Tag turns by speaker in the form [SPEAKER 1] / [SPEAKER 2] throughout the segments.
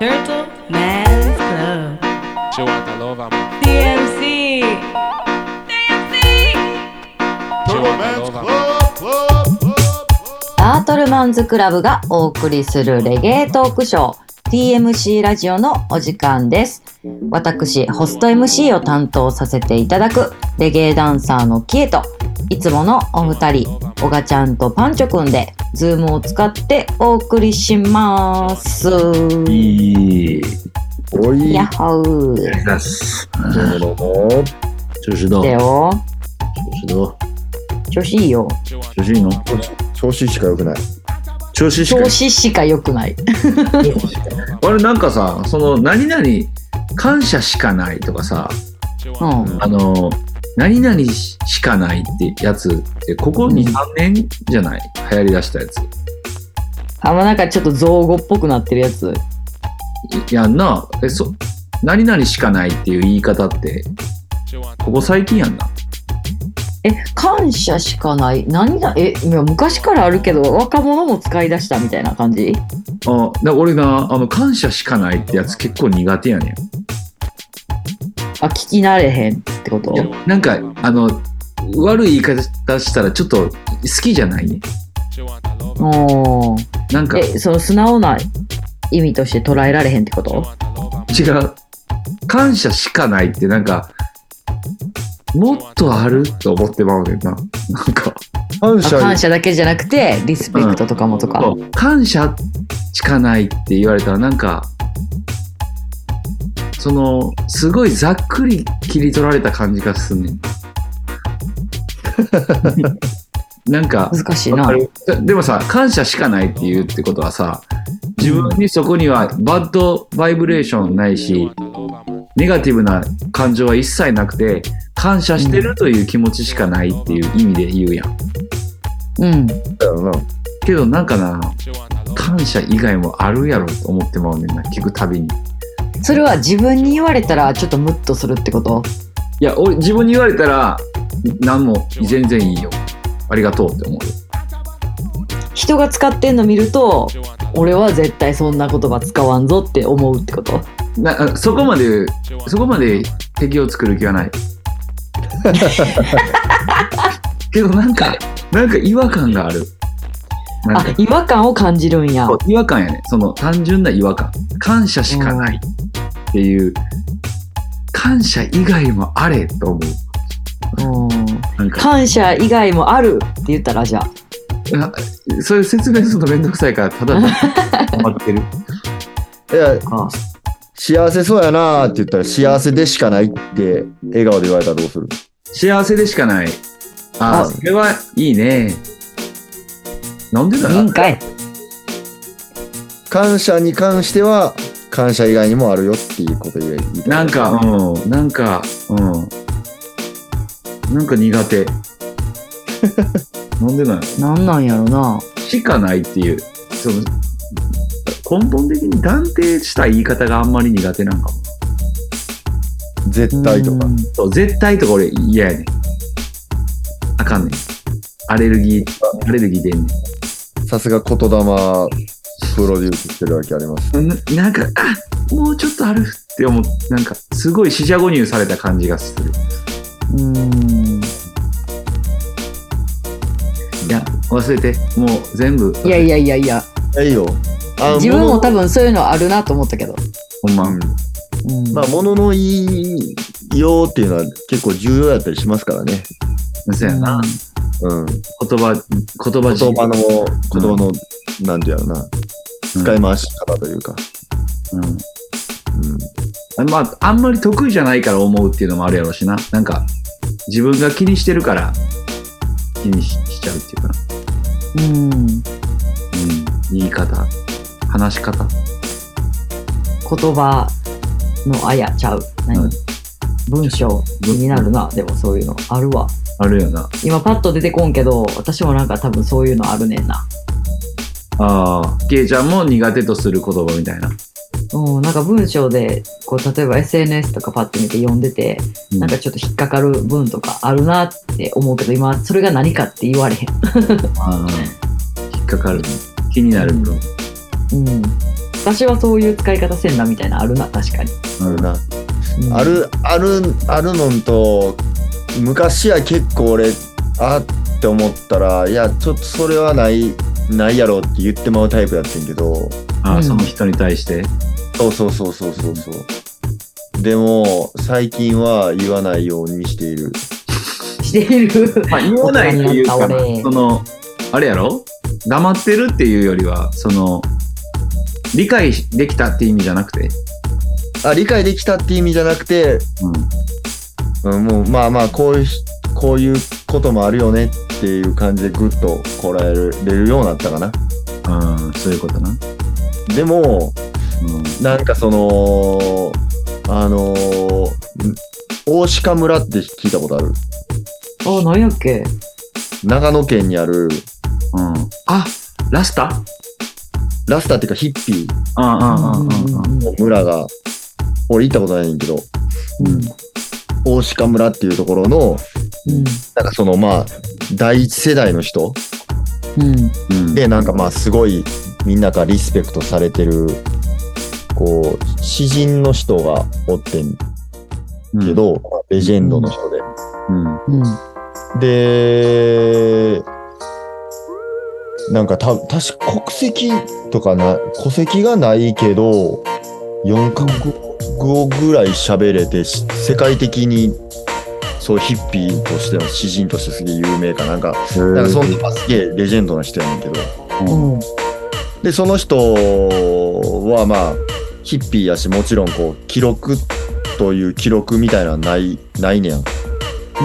[SPEAKER 1] Turtle Man's Club.
[SPEAKER 2] Joata Nova,
[SPEAKER 1] TMC. TMC.
[SPEAKER 2] Joata Nova.
[SPEAKER 3] タートルマンズクラブがお送りするレゲエトークショー TMC ラジオのお時間です私ホスト MC を担当させていただくレゲエダンサーのキエといつものお二人オガちゃんとパンチョくんでズームを使ってお送りします
[SPEAKER 4] 咦，我一
[SPEAKER 3] やっほー
[SPEAKER 4] 开始，嗯，就是到
[SPEAKER 3] だよ
[SPEAKER 4] 就是到
[SPEAKER 3] 調子いいよ
[SPEAKER 4] 調子いいの
[SPEAKER 5] 調子しか良くない。
[SPEAKER 4] 調子しか
[SPEAKER 3] 調子しか良くない
[SPEAKER 4] あれなんかさその何々感謝しかないとかさ
[SPEAKER 3] うん
[SPEAKER 4] あの何々しかないってやつってここ23年じゃない流行りだしたやつ
[SPEAKER 3] あもうなんかちょっと造語っぽくなってるやつ
[SPEAKER 4] いやんなえそ何々しかないっていう言い方ってここ最近やんな
[SPEAKER 3] え、感謝しかない。何だ、え、いや昔からあるけど、若者も使い出したみたいな感じ
[SPEAKER 4] あだ俺なあの感謝しかないってやつ結構苦手やねん
[SPEAKER 3] あ、聞き慣れへんってこと
[SPEAKER 4] いやなんかあの悪い言い方したらちょっと好きじゃないね
[SPEAKER 3] おー
[SPEAKER 4] なんか違う
[SPEAKER 3] え、その素直な意味として捉えられへんってこと
[SPEAKER 4] 感謝しかないってなんかもっとあると思ってまうねんななんか
[SPEAKER 5] 感
[SPEAKER 3] あ
[SPEAKER 5] 謝
[SPEAKER 3] 感謝だけじゃなくて、リスペクトとかもとか。
[SPEAKER 4] 感謝しかないって言われたらなんかそのすごいざっくり切り取られた感じがすんねんなんか
[SPEAKER 3] 難しいな
[SPEAKER 4] わか。るでもさ感謝しかないっていうってことはさ自分にそこにはバッドバイブレーションないしネガティブな感情は一切なくて感謝してるという気持ちしかないっていう意味で言うやん
[SPEAKER 3] うん。
[SPEAKER 5] だよな。
[SPEAKER 4] けどなんかな感謝以外もあるやろと思ってまうねんな聞くたびに
[SPEAKER 3] それは自分に言われたら、ちょっとムッとするってこと
[SPEAKER 4] いや俺自分に言われたら何も全然いいよありがとうって思う
[SPEAKER 3] 人が使ってんの見ると、俺は絶対そんな言葉使わんぞって思うってこと
[SPEAKER 4] なあそこまでそこまで敵を作る気はない。けどなんか、なんか違和感がある。なん
[SPEAKER 3] あ
[SPEAKER 4] か、
[SPEAKER 3] 違和感を感じるんや。
[SPEAKER 4] そう違和感やね。その単純な違和感。感謝しかないっていう、感謝以外もあれと思う。
[SPEAKER 3] うん。
[SPEAKER 4] な んか、
[SPEAKER 3] 感謝以外もあるって言ったらじゃあ
[SPEAKER 4] あそれ説明するのめんどくさいから、ただ、困ってる。
[SPEAKER 5] いや、幸せそうやなーって言ったら幸せでしかないって笑顔で言われたらどうする
[SPEAKER 4] 幸せでしかない。あ、
[SPEAKER 3] あ
[SPEAKER 4] それはいいね。なんでだ
[SPEAKER 3] いいんかい
[SPEAKER 5] 感謝に関しては感謝以外にもあるよっていうこと言え言いたい
[SPEAKER 4] なんか、うん、なんか、うん。なんか 苦手。なんでなんや
[SPEAKER 3] なんなんやろな
[SPEAKER 4] ろしかないっていう、その、根本的に断定した言い方があんまり苦手なんかも。
[SPEAKER 5] 絶対とか
[SPEAKER 3] うん
[SPEAKER 4] そう絶対とか俺嫌やねん。あかんねん。アレルギー、アレルギー出んね
[SPEAKER 5] さすが言霊プロデュースしてるわけあります
[SPEAKER 4] ん。ななんか、あもうちょっとあるって思う。なんか、すごい四捨五入された感じがする。
[SPEAKER 3] うん
[SPEAKER 4] いや、忘れて。もう全部、
[SPEAKER 3] いやいやいやいや
[SPEAKER 5] いやいいよあ
[SPEAKER 3] 自分も
[SPEAKER 5] の
[SPEAKER 3] 多分そういうのあるなと思ったけど、
[SPEAKER 4] ほんま。
[SPEAKER 3] うん
[SPEAKER 5] まあ物の言いようっていうのは結構重要だったりしますからね
[SPEAKER 4] そうやな。
[SPEAKER 5] うん
[SPEAKER 4] 言葉、言葉
[SPEAKER 5] 言
[SPEAKER 4] 自
[SPEAKER 5] 葉の言葉の、なんていうのな使い
[SPEAKER 4] ま
[SPEAKER 5] 回し方というか、うん
[SPEAKER 4] まあ、あんまり得意じゃないから思うっていうのもあるやろうしな。なんか、自分が気にしてるから、気にししちゃうっていうかな。
[SPEAKER 3] うん言
[SPEAKER 4] うん。言い方、話し方。
[SPEAKER 3] 葉のあやちゃう何、
[SPEAKER 4] うん
[SPEAKER 3] 文章気になるな、でもそういうのあるわ
[SPEAKER 4] あるよな。
[SPEAKER 3] 今パッと出てこんけど私もなんか多分そういうのあるねんな
[SPEAKER 4] ああ、ケイちゃんも苦手とする言葉みたいな。
[SPEAKER 3] うん、なんか文章でこう例えば SNS とかパッて見て読んでて、
[SPEAKER 4] うん
[SPEAKER 3] なんかちょっと引っかかる文とかあるなって思うけど今それが何かって言われへん、
[SPEAKER 4] ああ、引っかかる。気になる部分。
[SPEAKER 3] うん、私はそういう使い方せんなみたいなのあるな確かに、
[SPEAKER 5] あるな。
[SPEAKER 3] うん
[SPEAKER 5] ある、ある、あるのんと、昔は結構俺、あって思ったら、いや、ちょっとそれはない、ないやろって言ってまうタイプやってんけど、
[SPEAKER 4] あ
[SPEAKER 3] う
[SPEAKER 4] ー
[SPEAKER 3] ん
[SPEAKER 4] その人に対して。
[SPEAKER 5] そうそうそうそうそうそう。でも、最近は言わないようにしている。
[SPEAKER 3] している
[SPEAKER 4] まあ、言わないっていうか、
[SPEAKER 3] 大人になった俺
[SPEAKER 4] その、あれやろ黙ってるっていうよりは、その、理解できたって意味じゃなくて。
[SPEAKER 5] あ、理解できたって意味じゃなくて、
[SPEAKER 4] うん。
[SPEAKER 5] うん、もう、まあまあ、こういうひ、こういうこともあるよねっていう感じでぐっとこらえれるようになったかな。
[SPEAKER 4] あーそういうことな。
[SPEAKER 5] でも、
[SPEAKER 4] うん。
[SPEAKER 5] なんかその、あのー、ん大鹿村って聞いたことある
[SPEAKER 3] あ何やっけ
[SPEAKER 5] 長野県にある、
[SPEAKER 4] うん、あラスタ
[SPEAKER 5] ラスタっていうかヒッピー
[SPEAKER 4] あああ
[SPEAKER 5] の村が、俺行ったことないねんだけど、
[SPEAKER 3] うん
[SPEAKER 5] 大鹿村っていうところの、
[SPEAKER 3] うん
[SPEAKER 5] なんかそのまあ、第一世代の人
[SPEAKER 3] うん
[SPEAKER 4] うん
[SPEAKER 5] で、なんかまあすごいみんながリスペクトされてる、こう、詩人の人がおってんけ、ど、レジェンドの人で。
[SPEAKER 4] うん
[SPEAKER 3] うん
[SPEAKER 5] で、なんかた、確か国籍とかな、戸籍がないけど、4カ国語ぐらい喋れて、し世界的に、そう、ヒッピーとしての詩人としてすげえ有名かなんか、なんかそんなすげえレジェンドな人やねんけど。
[SPEAKER 3] うん
[SPEAKER 5] で、その人はまあ、ヒッピーやし、もちろんこう、記録という記録みたいなのはない、ないねやん。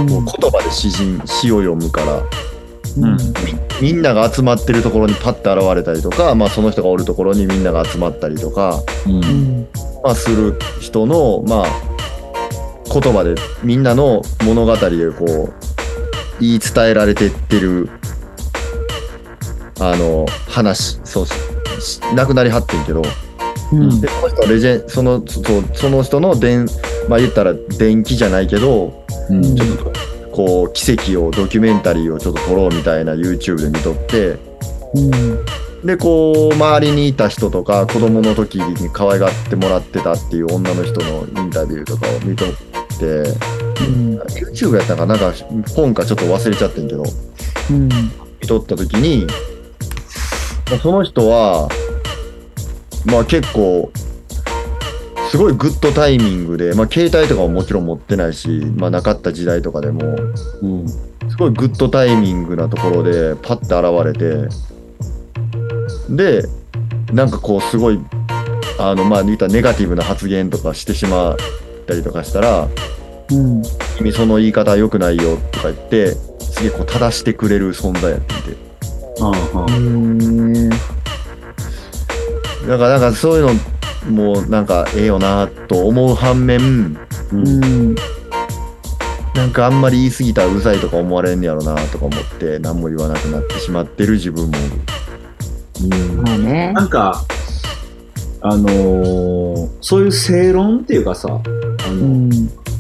[SPEAKER 5] もう言葉で詩人、詩を読むから。
[SPEAKER 4] うん
[SPEAKER 5] みんなが集まってるところにパッと現れたりとか、まあ、その人がおるところにみんなが集まったりとか、
[SPEAKER 4] うん
[SPEAKER 3] うん
[SPEAKER 5] まあ、する人の、まあ、言葉でみんなの物語でこう言い伝えられてってるあの話そうししなくなりはってんけど
[SPEAKER 3] うん
[SPEAKER 5] でその人はレジェンそのそうその人の伝まあ言ったら伝記じゃないけど
[SPEAKER 4] うん
[SPEAKER 5] ちょっとこう奇跡をドキュメンタリーをちょっと撮ろうみたいな YouTube で見とって。
[SPEAKER 3] うん
[SPEAKER 5] でこう周りにいた人とか子供の時に可愛がってもらってたっていう女の人のインタビューとかを見とって
[SPEAKER 3] うん
[SPEAKER 5] YouTube やったかななんか本かちょっと忘れちゃってんけど
[SPEAKER 3] うん
[SPEAKER 5] 見とった時にまあその人はまあ結構すごいグッドタイミングで、まあ、携帯とかももちろん持ってないし、まあ、なかった時代とかでも
[SPEAKER 4] うん
[SPEAKER 5] すごいグッドタイミングなところでパッて現れてでなんかこうすごいあのまあ言ったらネガティブな発言とかしてしまったりとかしたら
[SPEAKER 3] うん
[SPEAKER 5] 「君その言い方良くないよ」とか言ってすげえこう正してくれる存在やっていて
[SPEAKER 3] へ
[SPEAKER 4] ああ
[SPEAKER 3] ー
[SPEAKER 5] だからなんかそういうのもなんかええよなと思う反面
[SPEAKER 3] うん
[SPEAKER 5] なんかあんまり言い過ぎたらうざいとか思われんねやろなとか思って何も言わなくなってしまってる自分もいる
[SPEAKER 3] まあね
[SPEAKER 4] なんかあのーそういう正論っていうかさあ
[SPEAKER 3] う
[SPEAKER 4] の
[SPEAKER 3] ん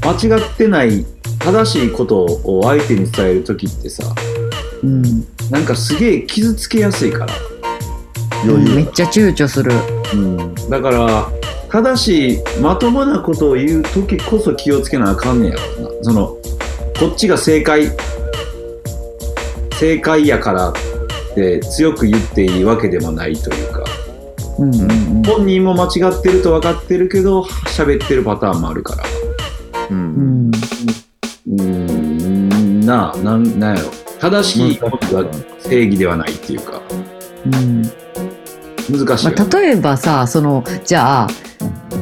[SPEAKER 4] 間違ってない正しいことを相手に伝える時ってさ
[SPEAKER 3] うん
[SPEAKER 4] なんかすげえ傷つけやすいから
[SPEAKER 5] 余
[SPEAKER 3] め
[SPEAKER 5] 裕
[SPEAKER 3] っちゃ躊躇する
[SPEAKER 4] うん、だから正しいまともなことを言う時こそ気をつけなあかんねやろうなそのこっちが正解正解やからって強く言っていいわけでもないというか
[SPEAKER 3] うんうんうん
[SPEAKER 4] 本人も間違ってると分かってるけど喋ってるパターンもあるから
[SPEAKER 5] う
[SPEAKER 3] うんん
[SPEAKER 4] うーんなあなんなんやろ正しいことは正義ではないっていうか
[SPEAKER 3] うん
[SPEAKER 4] 難しい
[SPEAKER 3] ま
[SPEAKER 4] よ、
[SPEAKER 3] あ、例えばさそのじゃあ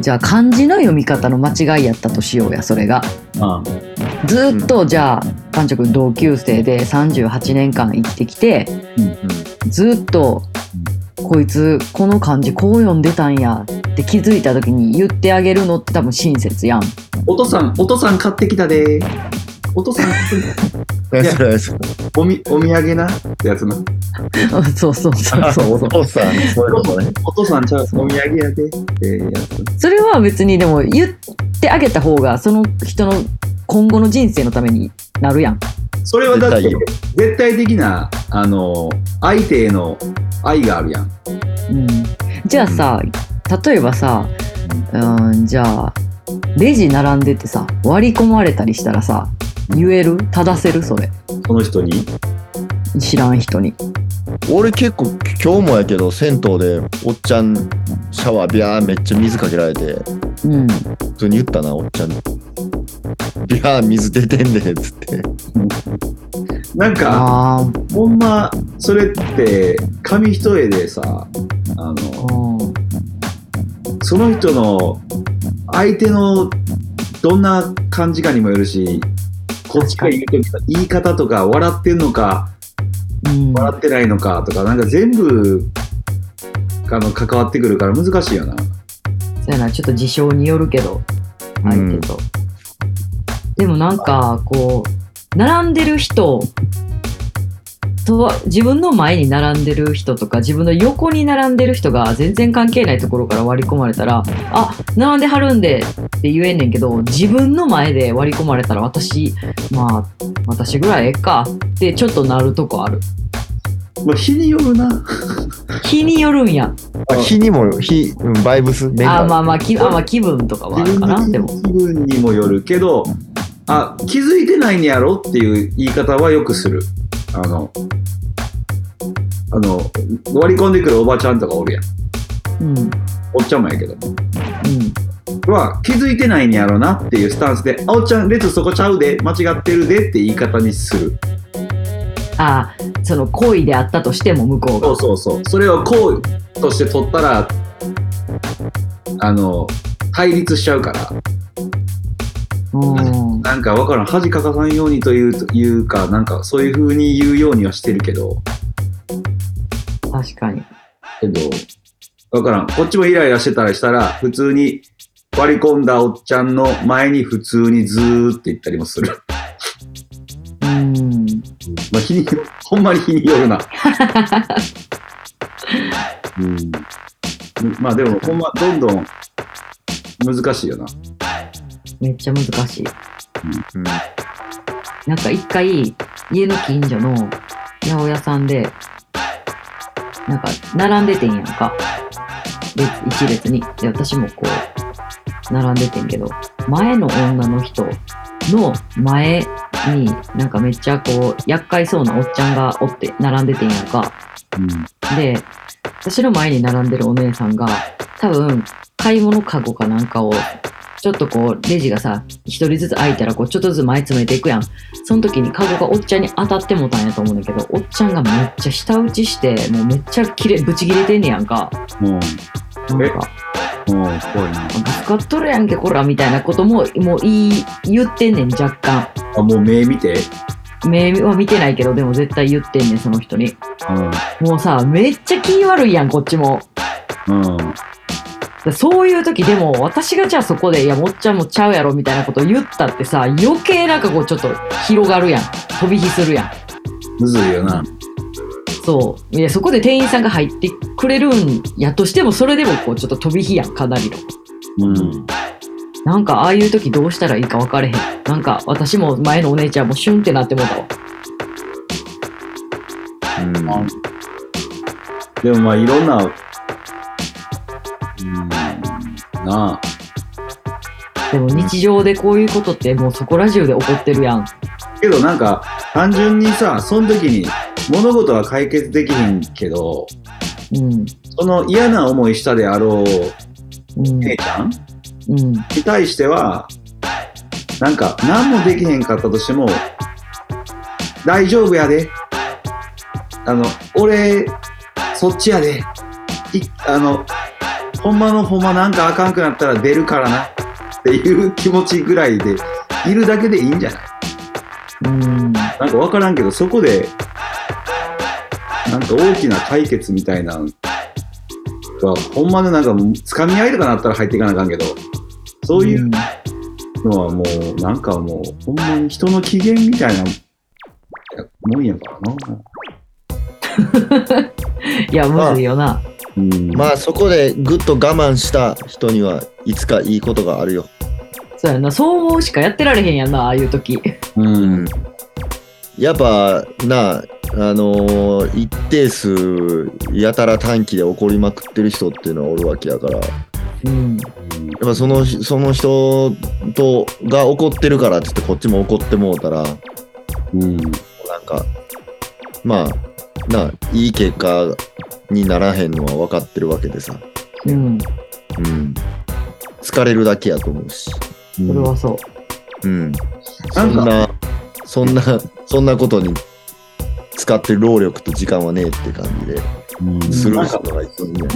[SPEAKER 3] じゃあ漢字の読み方の間違いやったとしようやそれが
[SPEAKER 4] あ
[SPEAKER 3] ずーっとじゃあパンチョ君同級生で38年間生きてきてずーっとこいつこの漢字こう読んでたんやって気づいた時に言ってあげるのって多分親切やん
[SPEAKER 4] お父さんお父さん買ってきたでお父さん買ってきた
[SPEAKER 5] うん、そ れそれ
[SPEAKER 4] おみ、お土産なってやつな。
[SPEAKER 3] あそうそうそうそう
[SPEAKER 5] お父さん、そういうことね。
[SPEAKER 4] お父さんちゃう、お土産やで。ってやつ。
[SPEAKER 3] それは別にでも言ってあげた方がその人の今後の人生のためになるやん
[SPEAKER 4] それはだって
[SPEAKER 5] 絶対よ、
[SPEAKER 4] 絶対的な、あの、相手への愛があるやん。
[SPEAKER 3] うんじゃあさ、例えばさうんじゃあレジ並んでてさ割り込まれたりしたらさ言える正せるそれ
[SPEAKER 4] その人に
[SPEAKER 3] 知らん人に
[SPEAKER 5] 俺結構今日もやけど銭湯でおっちゃんシャワービャーめっちゃ水かけられて
[SPEAKER 3] うん
[SPEAKER 5] 普通に言ったなおっちゃんにビャー水出てんでっつって
[SPEAKER 4] なんか、
[SPEAKER 3] あー
[SPEAKER 4] ほんま、それって、紙一重でさ、あ
[SPEAKER 3] あ
[SPEAKER 4] の、
[SPEAKER 3] ー
[SPEAKER 4] その人の、相手の、どんな感じかにもよるし、こっちが言うとき言い方とか、笑ってんのか、
[SPEAKER 3] うん
[SPEAKER 4] 笑ってないのかとか、なんか全部、あの、関わってくるから難しいよな。
[SPEAKER 3] そうやなちょっと事象によるけど相手と、でもなんかこう並んでる人とは自分の前に並んでる人とか自分の横に並んでる人が全然関係ないところから割り込まれたら「あ並んではるんで」って言えんねんけど自分の前で割り込まれたら私まあ私ぐらいええかってちょっとなるとこある
[SPEAKER 4] まあ、日によるな。
[SPEAKER 3] 日によるんや
[SPEAKER 5] あ日にも日、うん、バイブスメン
[SPEAKER 3] あ
[SPEAKER 5] タル
[SPEAKER 3] まあまあきあまあ気分とかはある
[SPEAKER 4] 自
[SPEAKER 3] かな
[SPEAKER 4] 分
[SPEAKER 3] で
[SPEAKER 4] の
[SPEAKER 3] も
[SPEAKER 4] 気分にもよるけど、あ、気づいてないんやろっていう言い方はよくする。あの、あの、割り込んでくるおばちゃんとかおるやん。
[SPEAKER 3] うんうん
[SPEAKER 4] おっちゃんもやけど。は、気づいてないんやろなっていうスタンスで、あ、おっちゃん、列そこちゃうで、間違ってるでって言い方にする。
[SPEAKER 3] あその行為であったとしても向こうが
[SPEAKER 4] そうそうそう。それをこうとして取ったら、あの、対立しちゃうから。
[SPEAKER 3] うん
[SPEAKER 4] なんかわからん恥かかさんようにというというかなんかそういう風に言うようにはしてるけど
[SPEAKER 3] 確かに
[SPEAKER 4] けどわからんこっちもイライラしてたりしたら普通に割り込んだおっちゃんの前に普通にずーって言ったりもする
[SPEAKER 3] うん
[SPEAKER 4] まあ日にほんまに日によるな うんまあでもほんまどんどん難しいよな
[SPEAKER 3] めっちゃ難しい
[SPEAKER 5] うん
[SPEAKER 3] なんか一回家の近所の八百屋さんでなんか並んでてんやんか列一列にで私もこう並んでてんけど前の女の人の前になんかめっちゃこう厄介そうなおっちゃんがおって並んでてんやんかで、私の前に並んでるお姉さんが、多分、買い物かごかなんかを、ちょっとこう、レジがさ、一人ずつ開いたら、こう、ちょっとずつ前詰めていくやん。その時にかごがおっちゃんに当たってもうたんやと思うんだけど、おっちゃんがめっちゃ舌打ちして、もうめっちゃ切れ、ぶち切れてんねやんか。
[SPEAKER 4] も
[SPEAKER 3] なん
[SPEAKER 4] え
[SPEAKER 3] か、
[SPEAKER 4] うもう怖いな
[SPEAKER 3] ぶつかっとるやんけ、こら、みたいなことも、もう言い、言ってんねん、若干。
[SPEAKER 4] あもう目見て
[SPEAKER 3] 目は見てないけど、でも絶対言ってんねん、その人に。もうさ、めっちゃ気悪いやん、こっちも。
[SPEAKER 4] うんうん
[SPEAKER 3] だそういう時でも私がじゃあそこで「いやもっちゃんもちゃうやろ」みたいなこと言ったってさ余計なんかこうちょっと広がるやん飛び火するやん
[SPEAKER 4] むずいよな
[SPEAKER 3] そういやそこで店員さんが入ってくれるんやとしてもそれでもこうちょっと飛び火やんかなりの
[SPEAKER 4] うん
[SPEAKER 3] なんかああいう時どうしたらいいか分かれへんなんか私も前のお姉ちゃんもシュンってなってもうたわ
[SPEAKER 5] うん
[SPEAKER 4] あでもまあいろんな、うーん、なあ、
[SPEAKER 3] でも日常でこういうことってもうそこら中で起こってるやん
[SPEAKER 4] けどなんか単純にさ、その時に物事は解決できへんけど、
[SPEAKER 3] うん
[SPEAKER 4] その嫌な思いしたであろう
[SPEAKER 3] うん
[SPEAKER 4] 姉ちゃん
[SPEAKER 3] うん
[SPEAKER 4] に対しては、なんか何もできへんかったとしても、大丈夫やで。あの、俺、そっちやで。いあの、ほんまのほんまなんかあかんくなったら出るからな。っていう気持ちぐらいで、いるだけでいいんじゃない
[SPEAKER 3] うん
[SPEAKER 4] なんかわからんけど、そこで、なんか大きな解決みたいな、はほんまのなんか、つかみ合いとかなったら入っていかなあかんけど、そういうのはもう、なんかもう、ほんまに人の機嫌みたいなもんやからな。
[SPEAKER 3] いやむずいよな
[SPEAKER 4] うん
[SPEAKER 5] まあそこでぐっと我慢した人にはいつかいいことがあるよ
[SPEAKER 3] そうやなそう思うしかやってられへんやんなああいう時
[SPEAKER 4] うん。
[SPEAKER 5] やっぱなああのー一定数やたら短期で怒りまくってる人っていうのはおるわけやからやっ
[SPEAKER 3] うん。
[SPEAKER 5] ぱそのその人とが怒ってるからって言ってこっちも怒ってもうたらなん
[SPEAKER 6] うん。
[SPEAKER 5] かまあないい結果にならへんのは分かってるわけでさ、
[SPEAKER 3] うん。
[SPEAKER 5] うん、疲れるだけやと思うし、
[SPEAKER 3] それはそう。
[SPEAKER 5] うん、そ
[SPEAKER 4] なん
[SPEAKER 5] ん
[SPEAKER 4] か
[SPEAKER 5] なそんなそんなことに使ってる労力と時間はねえって感じでスルーしたのが一番いいね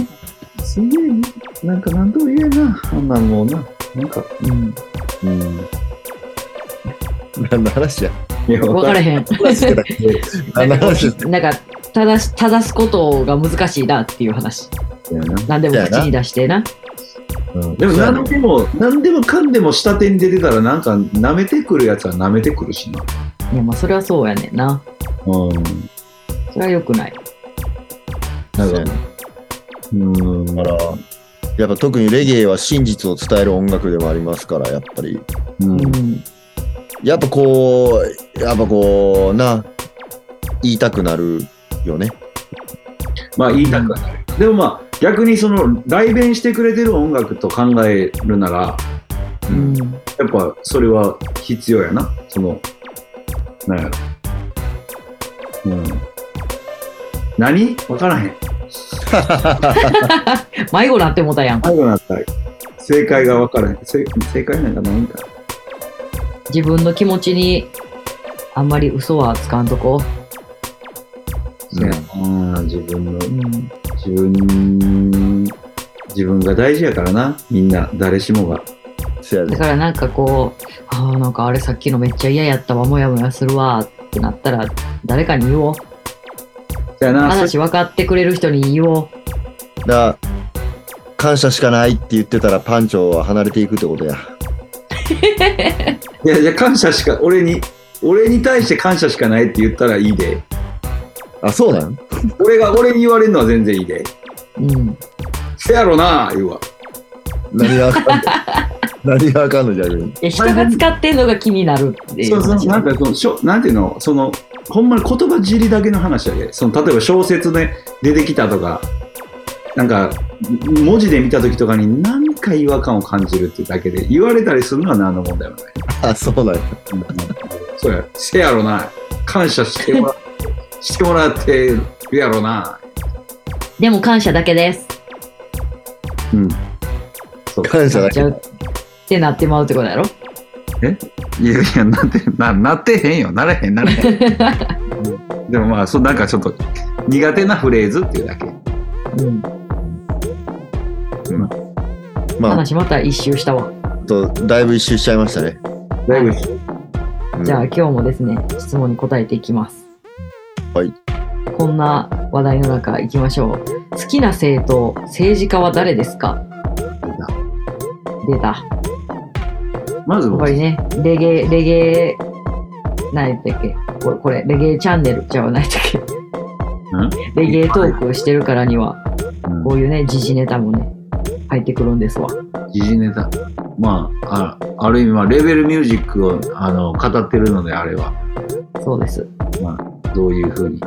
[SPEAKER 4] すげえ、なんかなんとも言えんな。あんなんもうな。なんか、
[SPEAKER 3] うん。
[SPEAKER 4] うん。
[SPEAKER 5] 何の話や
[SPEAKER 4] いや、
[SPEAKER 3] わからへん。
[SPEAKER 5] 何の話や
[SPEAKER 3] なんか、正し、正すことが難しいなっていう話。
[SPEAKER 4] んないな。
[SPEAKER 3] 何でも口に出してな。
[SPEAKER 5] うん
[SPEAKER 4] でも
[SPEAKER 5] そうや
[SPEAKER 4] 何でも、何でもかんでも下手に出てたら、なんか舐めてくるやつは舐めてくるしな。
[SPEAKER 3] いや、まあ、それはそうやねんな。
[SPEAKER 4] うん。
[SPEAKER 3] それは良くない。
[SPEAKER 5] なそうやね
[SPEAKER 4] うん。
[SPEAKER 5] だからやっぱ特にレゲエは真実を伝える音楽でもありますからやっぱり
[SPEAKER 4] うん
[SPEAKER 3] うん。
[SPEAKER 5] やっぱこうやっぱこうな言いたくなるよね
[SPEAKER 4] まあ言いたくはない。でもまあ逆にその代弁してくれてる音楽と考えるなら、
[SPEAKER 3] うん。
[SPEAKER 4] やっぱそれは必要やな。その、なんやろ。うん。何わからへん。
[SPEAKER 3] 迷子なってもうたやん。
[SPEAKER 4] 最後になった正解がわからへん。正正解なんかないんか。
[SPEAKER 3] 自分の気持ちに、あんまり嘘はつかんとこ。
[SPEAKER 4] そうやな自分の
[SPEAKER 3] う、ん。
[SPEAKER 4] 自分、自分が大事やからな。みんな、誰しもが。
[SPEAKER 5] せや
[SPEAKER 3] だ
[SPEAKER 5] ね
[SPEAKER 3] からなんかこう、ああ、なんかあれさっきのめっちゃ嫌やったわ、もやもやするわってなったら、誰かに言おう。
[SPEAKER 4] じゃあな、
[SPEAKER 3] 話分かってくれる人に言おう。
[SPEAKER 5] だから感謝しかないって言ってたらパンチョは離れていくってことや
[SPEAKER 4] いや、じゃあ感謝しか、俺に、俺に対して感謝しかないって言ったらいいで。
[SPEAKER 5] あそうなん
[SPEAKER 4] 俺が、俺に言われるのは全然いいで。
[SPEAKER 3] うん。
[SPEAKER 4] せやろな、言うわ。
[SPEAKER 5] 何があかんの何があかんのじゃあ
[SPEAKER 3] え、人が使ってんのが気になるっていう
[SPEAKER 4] そうそう、
[SPEAKER 3] 話
[SPEAKER 4] なんかその、しょなんていうの、その、ほんまに言葉尻だけの話やで。その、例えば小説で出てきたとか、なんか、文字で見た時とかに何か違和感を感じるっていうだけで、言われたりするのは何の問題もない。
[SPEAKER 5] あそうなんや
[SPEAKER 4] そうや、せやろな、感謝してもらしてもらってるやろな。
[SPEAKER 3] でも感謝だけです。
[SPEAKER 4] うん。そう。
[SPEAKER 5] 感謝だ
[SPEAKER 3] なっち
[SPEAKER 5] け
[SPEAKER 3] ゃうってなってまうってことやろ
[SPEAKER 4] いやいや、なって、な、なってへんよ。なれへん、なれへん。でもまあ、そう、なんかちょっと苦手なフレーズっていうだけ。
[SPEAKER 3] うん。
[SPEAKER 5] まあ
[SPEAKER 3] 話また一周したわ。
[SPEAKER 5] ちょっとだいぶ一周しちゃいましたね、
[SPEAKER 4] だいぶ、
[SPEAKER 5] うん
[SPEAKER 3] じゃあ今日もですね、質問に答えていきます。
[SPEAKER 5] はい。
[SPEAKER 3] こんな話題の中行きましょう。好きな政党、政治家は誰ですか出た。
[SPEAKER 4] まず
[SPEAKER 3] やっぱりね、レゲエ、レゲエ、何やったっけこれ、これ、レゲエチャンネルじゃあ何やったっけレゲエトークしてるからには、こういうね、時事ネタもね、入ってくるんですわ。
[SPEAKER 4] 時事ネタ。まあ、あある意味、まあ、レベルミュージックをあの語ってるので、あれは、
[SPEAKER 3] そうです。
[SPEAKER 4] どういうふうに。